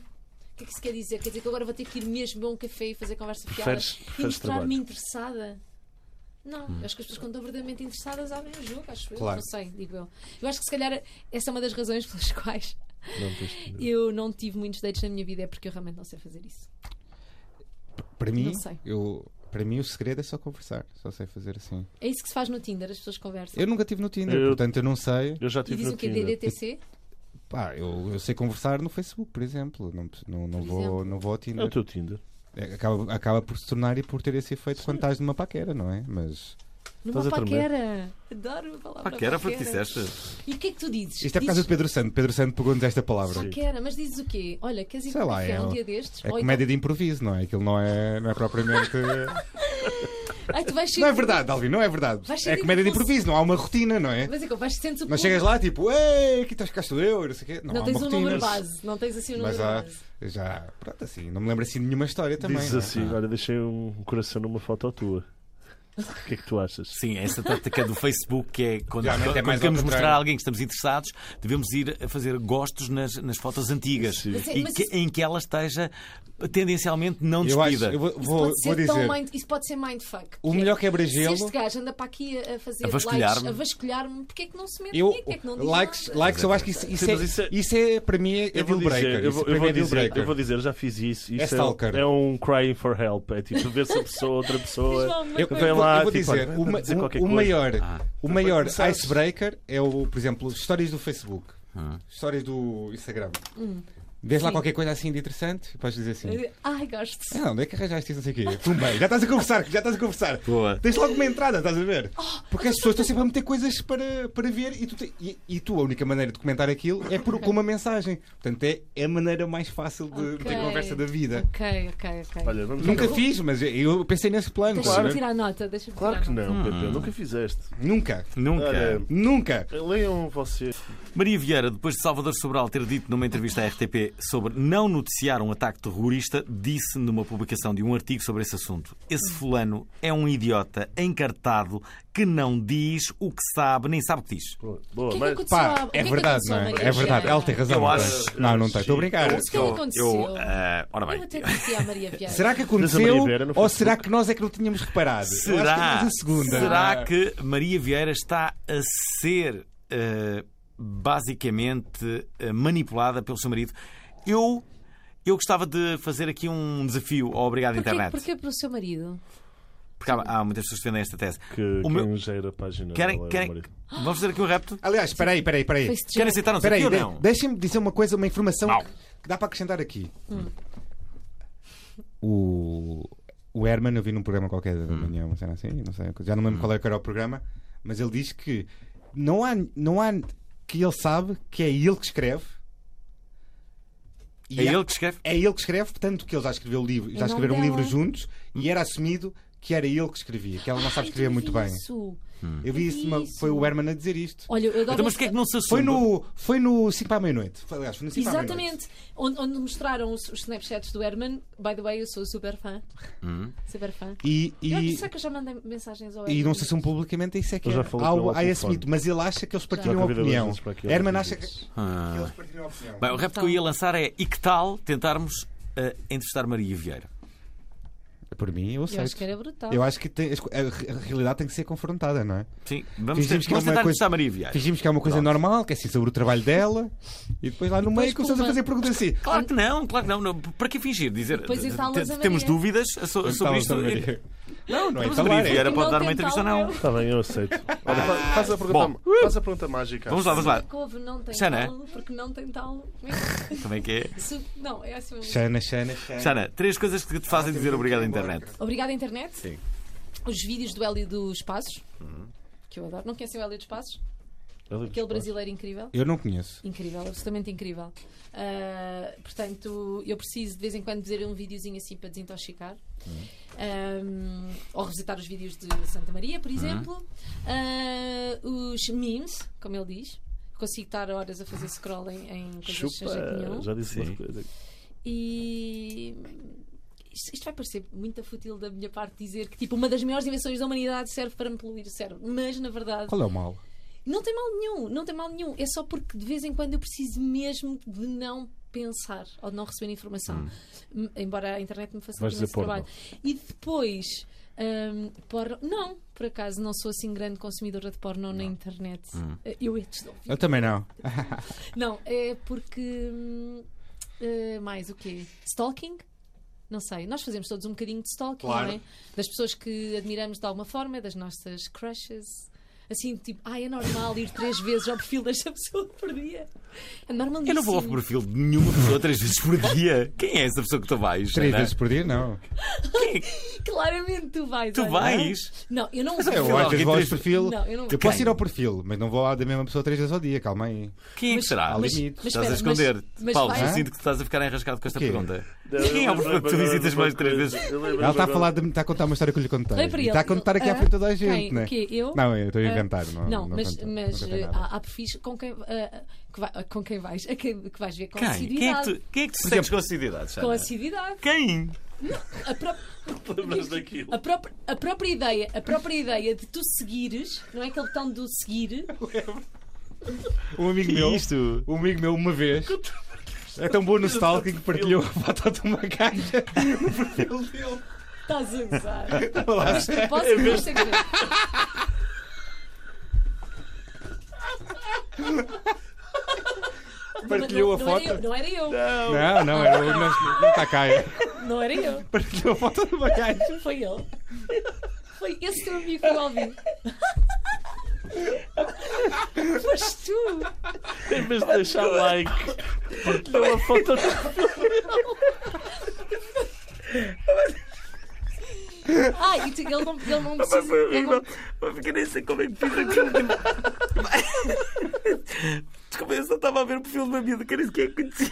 [SPEAKER 4] que é que se quer dizer? Quer dizer que agora vou ter que ir mesmo beber um café e fazer conversa fiada
[SPEAKER 3] Preferes-
[SPEAKER 4] e
[SPEAKER 3] preferes
[SPEAKER 4] mostrar-me interessada? Não, eu acho que as pessoas, quando estão verdadeiramente interessadas, abrem o jogo, acho
[SPEAKER 2] Claro.
[SPEAKER 4] eu. Não sei, digo eu. Eu acho que se calhar essa é uma das razões pelas quais eu não tive muitos dates na minha vida, é porque eu realmente não sei fazer isso.
[SPEAKER 2] Para mim,
[SPEAKER 4] Não sei.
[SPEAKER 2] eu, para mim, o segredo é só conversar. Só sei fazer assim.
[SPEAKER 4] É isso que se faz no Tinder, as pessoas conversam.
[SPEAKER 2] Eu nunca estive no Tinder,
[SPEAKER 3] Eu-
[SPEAKER 2] portanto eu não sei.
[SPEAKER 3] Eu já
[SPEAKER 4] E
[SPEAKER 3] tive
[SPEAKER 4] dizem
[SPEAKER 3] no
[SPEAKER 4] o que é
[SPEAKER 3] Tinder.
[SPEAKER 4] DDTC?
[SPEAKER 2] Pá, eu, eu sei conversar no Facebook, por exemplo. Não, não, não
[SPEAKER 4] Por
[SPEAKER 2] vou,
[SPEAKER 4] exemplo.
[SPEAKER 2] não vou ao
[SPEAKER 3] É o
[SPEAKER 2] Tinder.
[SPEAKER 3] teu Tinder.
[SPEAKER 2] É, Acaba, acaba por se tornar e por ter esse efeito quando estás numa paquera, não é? Mas
[SPEAKER 4] Numa
[SPEAKER 3] Estás a tremer?
[SPEAKER 4] paquera. Adoro a palavra.
[SPEAKER 1] Paquera foi o que disseste.
[SPEAKER 4] E o que é que tu dizes?
[SPEAKER 2] isto é por causa
[SPEAKER 4] Dizes-
[SPEAKER 2] do Pedro Santo. Pedro Santo pegou-nos esta palavra.
[SPEAKER 4] Ah, que era, mas dizes o quê? Olha, queres ir
[SPEAKER 2] Sei
[SPEAKER 4] para um
[SPEAKER 2] lá,
[SPEAKER 4] café
[SPEAKER 2] é
[SPEAKER 4] um
[SPEAKER 2] o-
[SPEAKER 4] dia destes?
[SPEAKER 2] É
[SPEAKER 4] Ou
[SPEAKER 2] comédia de improviso, não é? Aquilo não é, não é propriamente.
[SPEAKER 4] então- Ai, tu vais ser-
[SPEAKER 2] não é verdade, Alvin, não é verdade.
[SPEAKER 4] Vai ser
[SPEAKER 2] É comédia de
[SPEAKER 4] impulso.
[SPEAKER 2] improviso, não há uma rotina, não é?
[SPEAKER 4] Mas é que eu vais sendo
[SPEAKER 2] Não chegas lá tipo, ei, aqui estás cá estou eu, e não sei o quê. Não,
[SPEAKER 4] Não
[SPEAKER 2] há
[SPEAKER 4] tens
[SPEAKER 2] uma
[SPEAKER 4] um
[SPEAKER 2] rotina.
[SPEAKER 4] número base. Não tens assim um
[SPEAKER 2] Mas
[SPEAKER 4] número
[SPEAKER 2] há,
[SPEAKER 4] base.
[SPEAKER 2] já, pronto, assim, não me lembro assim de nenhuma história também.
[SPEAKER 3] Dizes
[SPEAKER 2] não é?
[SPEAKER 3] assim: olha, deixei um coração numa foto tua. O que é que tu achas?
[SPEAKER 1] Sim, essa tática do Facebook que é quando,
[SPEAKER 2] Realmente é
[SPEAKER 1] quando
[SPEAKER 2] mais ao
[SPEAKER 1] queremos mostrar
[SPEAKER 2] contrário.
[SPEAKER 1] a alguém que estamos interessados, devemos ir a fazer gostos nas, nas fotos antigas
[SPEAKER 3] Sim.
[SPEAKER 4] Mas é-
[SPEAKER 1] e
[SPEAKER 4] mas
[SPEAKER 1] que-
[SPEAKER 4] isso-
[SPEAKER 1] em que ela esteja tendencialmente não
[SPEAKER 2] eu acho,
[SPEAKER 1] despida.
[SPEAKER 2] eu vou,
[SPEAKER 4] Isso,
[SPEAKER 2] vou,
[SPEAKER 4] pode
[SPEAKER 2] vou
[SPEAKER 4] ser tão
[SPEAKER 2] dizer.
[SPEAKER 4] mind- isso pode ser mindfuck.
[SPEAKER 2] O
[SPEAKER 4] que é,
[SPEAKER 2] melhor quebragelo-
[SPEAKER 4] Se este gajo anda para aqui a a fazer
[SPEAKER 1] A vasculhar-me.
[SPEAKER 4] likes, a vasculhar-me, porquê é que não se mete
[SPEAKER 2] Eu,
[SPEAKER 4] comigo? Porquê é que não diz
[SPEAKER 2] likes,
[SPEAKER 4] nada?
[SPEAKER 2] likes, eu acho que isso, isso,
[SPEAKER 3] Sim,
[SPEAKER 2] é,
[SPEAKER 3] mas isso é-
[SPEAKER 2] isso é, para mim, é
[SPEAKER 3] Eu vou
[SPEAKER 2] deal breaker.
[SPEAKER 3] dizer, eu
[SPEAKER 2] Isso
[SPEAKER 3] vou,
[SPEAKER 2] para
[SPEAKER 3] eu,
[SPEAKER 2] mim
[SPEAKER 3] vou
[SPEAKER 2] é deal
[SPEAKER 3] dizer,
[SPEAKER 2] breaker.
[SPEAKER 3] eu vou dizer, já fiz isso.
[SPEAKER 2] É
[SPEAKER 3] Isto
[SPEAKER 2] stalker.
[SPEAKER 3] é, é um crying for help. É tipo ver se a pessoa, outra
[SPEAKER 4] Diz-me
[SPEAKER 3] pessoa.
[SPEAKER 4] alguma
[SPEAKER 2] Eu,
[SPEAKER 4] coisa.
[SPEAKER 2] eu vou-
[SPEAKER 3] lá,
[SPEAKER 2] eu vou
[SPEAKER 3] tipo,
[SPEAKER 2] dizer,
[SPEAKER 3] olha,
[SPEAKER 2] o ma-
[SPEAKER 3] dizer
[SPEAKER 2] o-
[SPEAKER 3] qualquer
[SPEAKER 2] o,
[SPEAKER 3] coisa. Ah,
[SPEAKER 2] maior, o maior
[SPEAKER 3] começares.
[SPEAKER 2] icebreaker é o, por exemplo, histórias do Facebook, histórias do Instagram. Vês lá
[SPEAKER 4] Hum. Sim.
[SPEAKER 2] qualquer coisa assim de interessante e podes dizer assim.
[SPEAKER 4] Ai, gosto.
[SPEAKER 2] Não, onde é que arranjaste isso? Não sei o quê. Pum, bem, já estás a conversar, já estás a conversar.
[SPEAKER 1] Boa.
[SPEAKER 2] Tens logo uma entrada, estás a ver?
[SPEAKER 4] Oh,
[SPEAKER 2] Porque as pessoas estão sempre a meter coisas para, para ver e tu, te- e, e tu, a única maneira de comentar aquilo é por, com uma mensagem. Portanto, é é a maneira mais fácil de,
[SPEAKER 4] Ok.
[SPEAKER 2] da conversa da vida.
[SPEAKER 4] Ok, ok, ok.
[SPEAKER 3] Olha, vamos
[SPEAKER 2] Nunca fiz, mas eu- eu pensei nesse plano. estás a
[SPEAKER 4] Deixa-me
[SPEAKER 2] ver?
[SPEAKER 4] tirar nota. Deixa-me
[SPEAKER 3] Claro que
[SPEAKER 4] tirar nota.
[SPEAKER 2] Hum.
[SPEAKER 3] não, Pepe, nunca fizeste.
[SPEAKER 2] Nunca.
[SPEAKER 1] Nunca.
[SPEAKER 3] Olha,
[SPEAKER 2] Nunca.
[SPEAKER 3] leiam você.
[SPEAKER 1] Maria Vieira, depois de Salvador Sobral ter dito numa entrevista à RTP sobre não noticiar um ataque terrorista, disse numa publicação de um artigo sobre esse assunto: Esse fulano é um idiota encartado que não diz o que sabe, nem sabe o que diz.
[SPEAKER 3] Boa,
[SPEAKER 4] O que é que
[SPEAKER 3] mas-
[SPEAKER 4] aconteceu? à-
[SPEAKER 2] Pá,
[SPEAKER 4] o que
[SPEAKER 2] é
[SPEAKER 4] que
[SPEAKER 2] verdade,
[SPEAKER 4] aconteceu
[SPEAKER 2] não
[SPEAKER 4] à
[SPEAKER 2] é?
[SPEAKER 4] Maria
[SPEAKER 2] É verdade,
[SPEAKER 4] Vieira?
[SPEAKER 2] ela tem razão.
[SPEAKER 1] Eu
[SPEAKER 2] não é?
[SPEAKER 1] acho-
[SPEAKER 2] Não, não tem, estou a brincar.
[SPEAKER 4] Mas o que é que aconteceu?
[SPEAKER 1] Eu, ah, ora
[SPEAKER 4] Eu
[SPEAKER 1] bem,
[SPEAKER 4] até disse à Maria Vieira.
[SPEAKER 2] Será que
[SPEAKER 3] Mas a
[SPEAKER 2] aconteceu
[SPEAKER 3] Maria Vieira não foi
[SPEAKER 2] ou será que nós é que não tínhamos reparado? Eu acho que é
[SPEAKER 1] será,
[SPEAKER 2] mais a segunda. Ah.
[SPEAKER 1] será que Maria Vieira está a ser eh, basicamente eh, manipulada pelo seu marido? Eu, eu gostava de fazer aqui um desafio ao Obrigado
[SPEAKER 4] Porquê,
[SPEAKER 1] Internet.
[SPEAKER 4] porquê para o seu marido?
[SPEAKER 1] Porque há, há muitas pessoas que defendem esta tese.
[SPEAKER 3] que
[SPEAKER 1] O
[SPEAKER 3] quem
[SPEAKER 1] meu-
[SPEAKER 3] gera a página é
[SPEAKER 1] Querem,
[SPEAKER 3] o
[SPEAKER 1] querem...
[SPEAKER 3] marido.
[SPEAKER 1] Vamos fazer aqui um repto?
[SPEAKER 2] Aliás, espera aí, espera aí, espera aí.
[SPEAKER 4] Face check.
[SPEAKER 1] Querem aceitar-nos
[SPEAKER 2] Espera
[SPEAKER 1] aqui
[SPEAKER 2] aí,
[SPEAKER 1] ou
[SPEAKER 2] Ah, de-
[SPEAKER 1] não?
[SPEAKER 2] deixem-me dizer uma coisa, uma informação
[SPEAKER 1] Não.
[SPEAKER 2] que que dá para acrescentar aqui. O, o Herman, eu vi num programa qualquer
[SPEAKER 1] Hum.
[SPEAKER 2] da manhã, uma cena assim, não sei, já não lembro qual era, que era o programa, mas ele diz que não há, não há que ele sabe que é ele que escreve. E
[SPEAKER 1] É ele que escreve?
[SPEAKER 2] é ele que escreve, tanto que ele já escreveu o livro,
[SPEAKER 4] Em
[SPEAKER 2] já
[SPEAKER 4] nome
[SPEAKER 2] escreveram um
[SPEAKER 4] dela.
[SPEAKER 2] livro juntos e era assumido que era ele que escrevia, que ela Ah, não sabe
[SPEAKER 4] Ai,
[SPEAKER 2] escrever
[SPEAKER 4] eu
[SPEAKER 2] muito
[SPEAKER 4] vi
[SPEAKER 2] bem.
[SPEAKER 4] Então, isso.
[SPEAKER 2] Eu vi
[SPEAKER 4] vi
[SPEAKER 2] isso, uma-
[SPEAKER 4] isso.
[SPEAKER 2] foi o Herman a dizer isto.
[SPEAKER 4] Olha, eu adoro
[SPEAKER 1] Então, mas
[SPEAKER 4] esse-
[SPEAKER 1] porquê é que não se assume?
[SPEAKER 2] Foi no, foi no 5 para a meia-noite. Foi, aliás, foi no 5 para a meia-noite.
[SPEAKER 4] Exatamente, onde, onde mostraram os, os Snapchats do Herman. By the way, eu sou super fã.
[SPEAKER 1] Hum.
[SPEAKER 4] Super fã.
[SPEAKER 2] E,
[SPEAKER 4] Eu
[SPEAKER 2] e,
[SPEAKER 4] sei que eu já mandei mensagens ao
[SPEAKER 2] e não
[SPEAKER 4] Herman.
[SPEAKER 2] se assume publicamente, isso é que
[SPEAKER 3] Eu já
[SPEAKER 2] é.
[SPEAKER 3] falei
[SPEAKER 2] Há,
[SPEAKER 3] com
[SPEAKER 2] o-
[SPEAKER 3] ele ao
[SPEAKER 2] há esse
[SPEAKER 3] telefone.
[SPEAKER 2] mito, mas ele acha que eles partilham a
[SPEAKER 3] Convidei duas
[SPEAKER 2] opinião.
[SPEAKER 3] vezes para aqui,
[SPEAKER 2] Herman
[SPEAKER 3] algumas
[SPEAKER 2] acha que,
[SPEAKER 3] vezes.
[SPEAKER 2] que eles partilham a opinião.
[SPEAKER 1] Ah. Bem, o repto que eu ia lançar é e que tal tentarmos eh, entrevistar Maria Vieira?
[SPEAKER 2] Por mim, eu aceito.
[SPEAKER 4] Eu acho que era brutal.
[SPEAKER 2] Eu acho que tem- as co- a, re- a realidade tem que ser confrontada, não é?
[SPEAKER 1] Sim, vamos, ter,
[SPEAKER 2] Fingimos que é
[SPEAKER 1] vamos
[SPEAKER 2] uma
[SPEAKER 1] tentar
[SPEAKER 2] coisa-
[SPEAKER 1] entrevistar Maria Vieira.
[SPEAKER 2] Fingimos que é uma coisa
[SPEAKER 1] Pronto.
[SPEAKER 2] normal, que é assim sobre o trabalho dela, e depois lá no meio
[SPEAKER 4] depois
[SPEAKER 2] começamos a
[SPEAKER 4] puma.
[SPEAKER 2] fazer perguntas assim.
[SPEAKER 1] Claro que não, claro que não. não. Para que fingir? Dizer,
[SPEAKER 4] Depois
[SPEAKER 1] eh,
[SPEAKER 4] instalas a
[SPEAKER 1] te- temos
[SPEAKER 4] Maria.
[SPEAKER 1] dúvidas so- sobre
[SPEAKER 2] Então,
[SPEAKER 1] isto.
[SPEAKER 2] Maria, Não, não é
[SPEAKER 1] O Yuri
[SPEAKER 2] entalar. é-
[SPEAKER 1] Vieira pode
[SPEAKER 4] Não
[SPEAKER 1] dar uma
[SPEAKER 4] tem
[SPEAKER 1] entrevista,
[SPEAKER 4] tal,
[SPEAKER 1] não.
[SPEAKER 4] meu.
[SPEAKER 3] Está Tá bem, eu aceito. Olha, fa- faz, a pergunta,
[SPEAKER 1] Bom.
[SPEAKER 3] faz a pergunta mágica.
[SPEAKER 1] Vamos lá, vamos lá. é, né?
[SPEAKER 4] Couve não tem
[SPEAKER 1] Xana.
[SPEAKER 4] talo, porque não tem talo.
[SPEAKER 1] Como é que é?
[SPEAKER 4] Se- Não, é assim mesmo.
[SPEAKER 2] Xana, xana, xana.
[SPEAKER 1] Xana, três coisas que te fazem dizer obrigado à internet.
[SPEAKER 4] Obrigada, internet.
[SPEAKER 1] Sim. Uhum.
[SPEAKER 4] Os vídeos do Hélio dos Passos, que eu adoro. Não conhecem o Hélio dos Passos?
[SPEAKER 3] é
[SPEAKER 4] Aquele brasileiro incrível.
[SPEAKER 2] Eu não conheço.
[SPEAKER 4] Incrível, absolutamente incrível. Ah, portanto, eu preciso de vez em quando dizer um videozinho assim para desintoxicar. Ahm, ou revisitar os vídeos de Santa Maria,
[SPEAKER 3] Uhum.
[SPEAKER 4] por exemplo. Ah, os memes, como ele diz. Consigo estar horas a fazer scroll em, em coisas sem jeito nenhum.
[SPEAKER 3] Chupa, já disse
[SPEAKER 1] Sim.
[SPEAKER 3] uma
[SPEAKER 2] É
[SPEAKER 3] coisa.
[SPEAKER 4] E isto, isto vai parecer muito fútil da minha parte dizer que tipo, uma das maiores invenções da humanidade serve para me poluir o cérebro. Mas na verdade
[SPEAKER 2] Qual é o mal?
[SPEAKER 4] não tem mal nenhum, não tem mal nenhum. É só porque de vez em quando eu preciso mesmo de não pensar ou de não receber informação. M- Embora a internet
[SPEAKER 3] Hum.
[SPEAKER 4] me
[SPEAKER 3] Vais
[SPEAKER 4] facilite
[SPEAKER 3] dizer
[SPEAKER 4] esse
[SPEAKER 3] porno.
[SPEAKER 4] trabalho. E depois. hum, porno. Não, por acaso não sou assim grande consumidora de porno na internet.
[SPEAKER 3] Hum.
[SPEAKER 4] Eu é estes não vi.
[SPEAKER 2] Eu também não.
[SPEAKER 4] Não, é porque. hum, eh, mais o quê? Stalking? Não sei. Nós fazemos todos um bocadinho de stalking,
[SPEAKER 1] Claro.
[SPEAKER 4] não é? Das pessoas que admiramos de alguma forma, das nossas crushes. Assim, tipo, ai, é normal ir três vezes ao perfil desta pessoa por dia. É normalíssimo.
[SPEAKER 1] Eu não vou ao perfil de nenhuma pessoa três vezes por dia. Quem é essa pessoa que tu vais?
[SPEAKER 2] Três
[SPEAKER 1] Xana?
[SPEAKER 2] vezes por dia, não.
[SPEAKER 4] Claramente tu vais.
[SPEAKER 1] Tu
[SPEAKER 4] olha.
[SPEAKER 1] vais?
[SPEAKER 4] Não, eu não
[SPEAKER 1] é
[SPEAKER 4] vou.
[SPEAKER 2] Eu às vezes vou ao
[SPEAKER 1] três-
[SPEAKER 2] perfil.
[SPEAKER 4] Não, eu não-
[SPEAKER 2] Eu posso
[SPEAKER 1] Quem?
[SPEAKER 2] ir ao perfil, mas não vou lá da mesma pessoa três vezes ao dia, calma aí.
[SPEAKER 1] Quem é que será?
[SPEAKER 2] mas- limite.
[SPEAKER 4] mas
[SPEAKER 1] Estás a
[SPEAKER 4] espera, mas-
[SPEAKER 1] esconder.
[SPEAKER 4] mas
[SPEAKER 1] Paulo,
[SPEAKER 4] vai-
[SPEAKER 1] eu sinto que estás a ficar enrascado com esta
[SPEAKER 2] O quê?
[SPEAKER 1] pergunta. Quem é o professor que tu visitas mais três vezes?
[SPEAKER 2] Ela está a falar de está a contar uma história que eu lhe contei.
[SPEAKER 4] Olha para
[SPEAKER 2] E
[SPEAKER 4] ele.
[SPEAKER 2] está a contar aqui à
[SPEAKER 4] Ah,
[SPEAKER 2] frente de toda a gente,
[SPEAKER 4] quem?
[SPEAKER 2] né?
[SPEAKER 4] O quê? Eu?
[SPEAKER 2] Não, eu estou a
[SPEAKER 4] Ah,
[SPEAKER 2] inventar, não.
[SPEAKER 4] Não, mas,
[SPEAKER 2] conta-
[SPEAKER 4] mas
[SPEAKER 2] não contei
[SPEAKER 4] eh,
[SPEAKER 2] nada.
[SPEAKER 4] há, há perfis com quem, ah, que vai- com quem vais, a que, que vais ver com
[SPEAKER 1] Quem? Quem é
[SPEAKER 4] assiduidade.
[SPEAKER 1] que tu, quem é que tu segues com assiduidade,
[SPEAKER 4] Com
[SPEAKER 1] Xana?
[SPEAKER 4] assiduidade.
[SPEAKER 1] Quem?
[SPEAKER 4] A, pró-
[SPEAKER 3] Lembras daquilo?
[SPEAKER 4] a própria- a própria ideia, a própria ideia de tu seguires, não é aquele botão do seguir, ah.
[SPEAKER 2] Um amigo meu,
[SPEAKER 1] Isto.
[SPEAKER 2] um amigo meu, uma vez. É tão bom no stalking que partilhou a foto de uma caixa.
[SPEAKER 4] estás a usar. Mas posso que não sei quê.
[SPEAKER 2] Partilhou a
[SPEAKER 4] Não- não era
[SPEAKER 2] foto.
[SPEAKER 4] eu, Não era eu,
[SPEAKER 2] Não, não, era o não, não está cá. é.
[SPEAKER 4] não era eu.
[SPEAKER 2] Partilhou a foto de uma caixa.
[SPEAKER 4] Foi ele. Foi esse teu amigo que eu ouvi. Foste tu.
[SPEAKER 3] Em vez de deixar like, partilhou a foto
[SPEAKER 4] Ah, e tu- ele não, ele não precisa. ele não-
[SPEAKER 1] Eu fiquei nem sei como é que fiz aquilo. Desculpa, eu só estava a ver o perfil de uma miúda, que era isso que eu conhecia.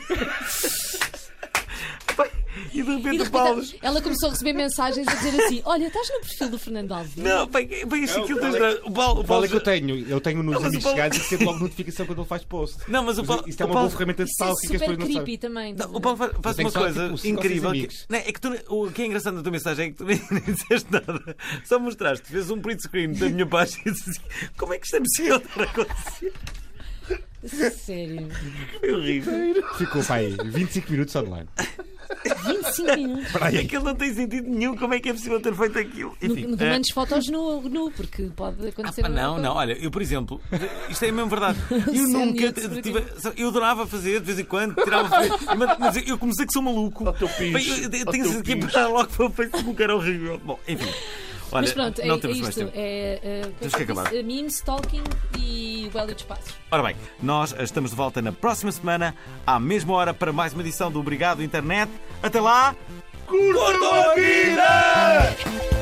[SPEAKER 1] Pá, E de
[SPEAKER 4] e
[SPEAKER 1] repente
[SPEAKER 4] de
[SPEAKER 1] o Paulo.
[SPEAKER 4] repente, ela começou a receber mensagens a dizer assim: Olha, estás no perfil do Fernando Alves.
[SPEAKER 1] Não, bem, bem isso aquilo das. O Paulo. O
[SPEAKER 2] Qual
[SPEAKER 1] Paulo
[SPEAKER 2] é que eu tenho? Eu tenho nos
[SPEAKER 1] mas o
[SPEAKER 2] amigos
[SPEAKER 1] Paulo-
[SPEAKER 2] chegados e recebo logo notificação quando ele faz post.
[SPEAKER 1] Não, mas o Paulo.
[SPEAKER 2] Isto é uma
[SPEAKER 1] o Paulo-
[SPEAKER 2] boa ferramenta de
[SPEAKER 4] Isso é
[SPEAKER 2] stalking que as
[SPEAKER 4] super
[SPEAKER 2] pessoas não sabem.
[SPEAKER 4] creepy também.
[SPEAKER 1] Não, o Paulo faz, faz
[SPEAKER 2] tenho
[SPEAKER 1] uma
[SPEAKER 2] só,
[SPEAKER 1] coisa
[SPEAKER 2] tipo, os-
[SPEAKER 1] incrível.
[SPEAKER 2] os
[SPEAKER 1] Que,
[SPEAKER 2] amigos.
[SPEAKER 1] não, é que tu, o que é engraçado na tua mensagem é que tu nem nem disseste nada. Só mostraste, fez um print screen da minha página e disse assim, como é que isto é possível ter acontecido?
[SPEAKER 4] Sério.
[SPEAKER 1] Foi horrível.
[SPEAKER 2] Ficou para aí 25 minutos online.
[SPEAKER 4] 25 minutos.
[SPEAKER 1] É que ele não tem sentido nenhum como é que é possível ter feito aquilo.
[SPEAKER 4] No,
[SPEAKER 1] Enfim,
[SPEAKER 4] no,
[SPEAKER 1] eh,
[SPEAKER 4] mandes fotos nu, nu, porque pode acontecer.
[SPEAKER 1] Ah, pá, não, não, olha, eu por exemplo, isto é mesmo verdade. Eu
[SPEAKER 4] Sim,
[SPEAKER 1] nunca
[SPEAKER 4] é eu te
[SPEAKER 1] tive-
[SPEAKER 4] digo.
[SPEAKER 1] Eu adorava fazer de vez em quando, tirava foto- mas- Mas eu comecei que sou maluco.
[SPEAKER 3] Ao teu piso,
[SPEAKER 1] Bem, eu- eu
[SPEAKER 3] ao
[SPEAKER 1] Tenho
[SPEAKER 3] teu
[SPEAKER 1] certeza que
[SPEAKER 3] piso.
[SPEAKER 1] parar logo para o Facebook, era horrível. Bom, enfim. Olha,
[SPEAKER 4] Mas pronto, é,
[SPEAKER 1] não
[SPEAKER 4] é
[SPEAKER 1] temos mais
[SPEAKER 4] isto.
[SPEAKER 1] tempo.
[SPEAKER 4] É, é,
[SPEAKER 1] Temos que acabar.
[SPEAKER 4] é Meme, stalking e o Hélio de Espaços.
[SPEAKER 1] Ora bem, nós estamos de volta na próxima semana, à mesma hora, para mais uma edição do Obrigado Internet. Até lá! Curtam a vida!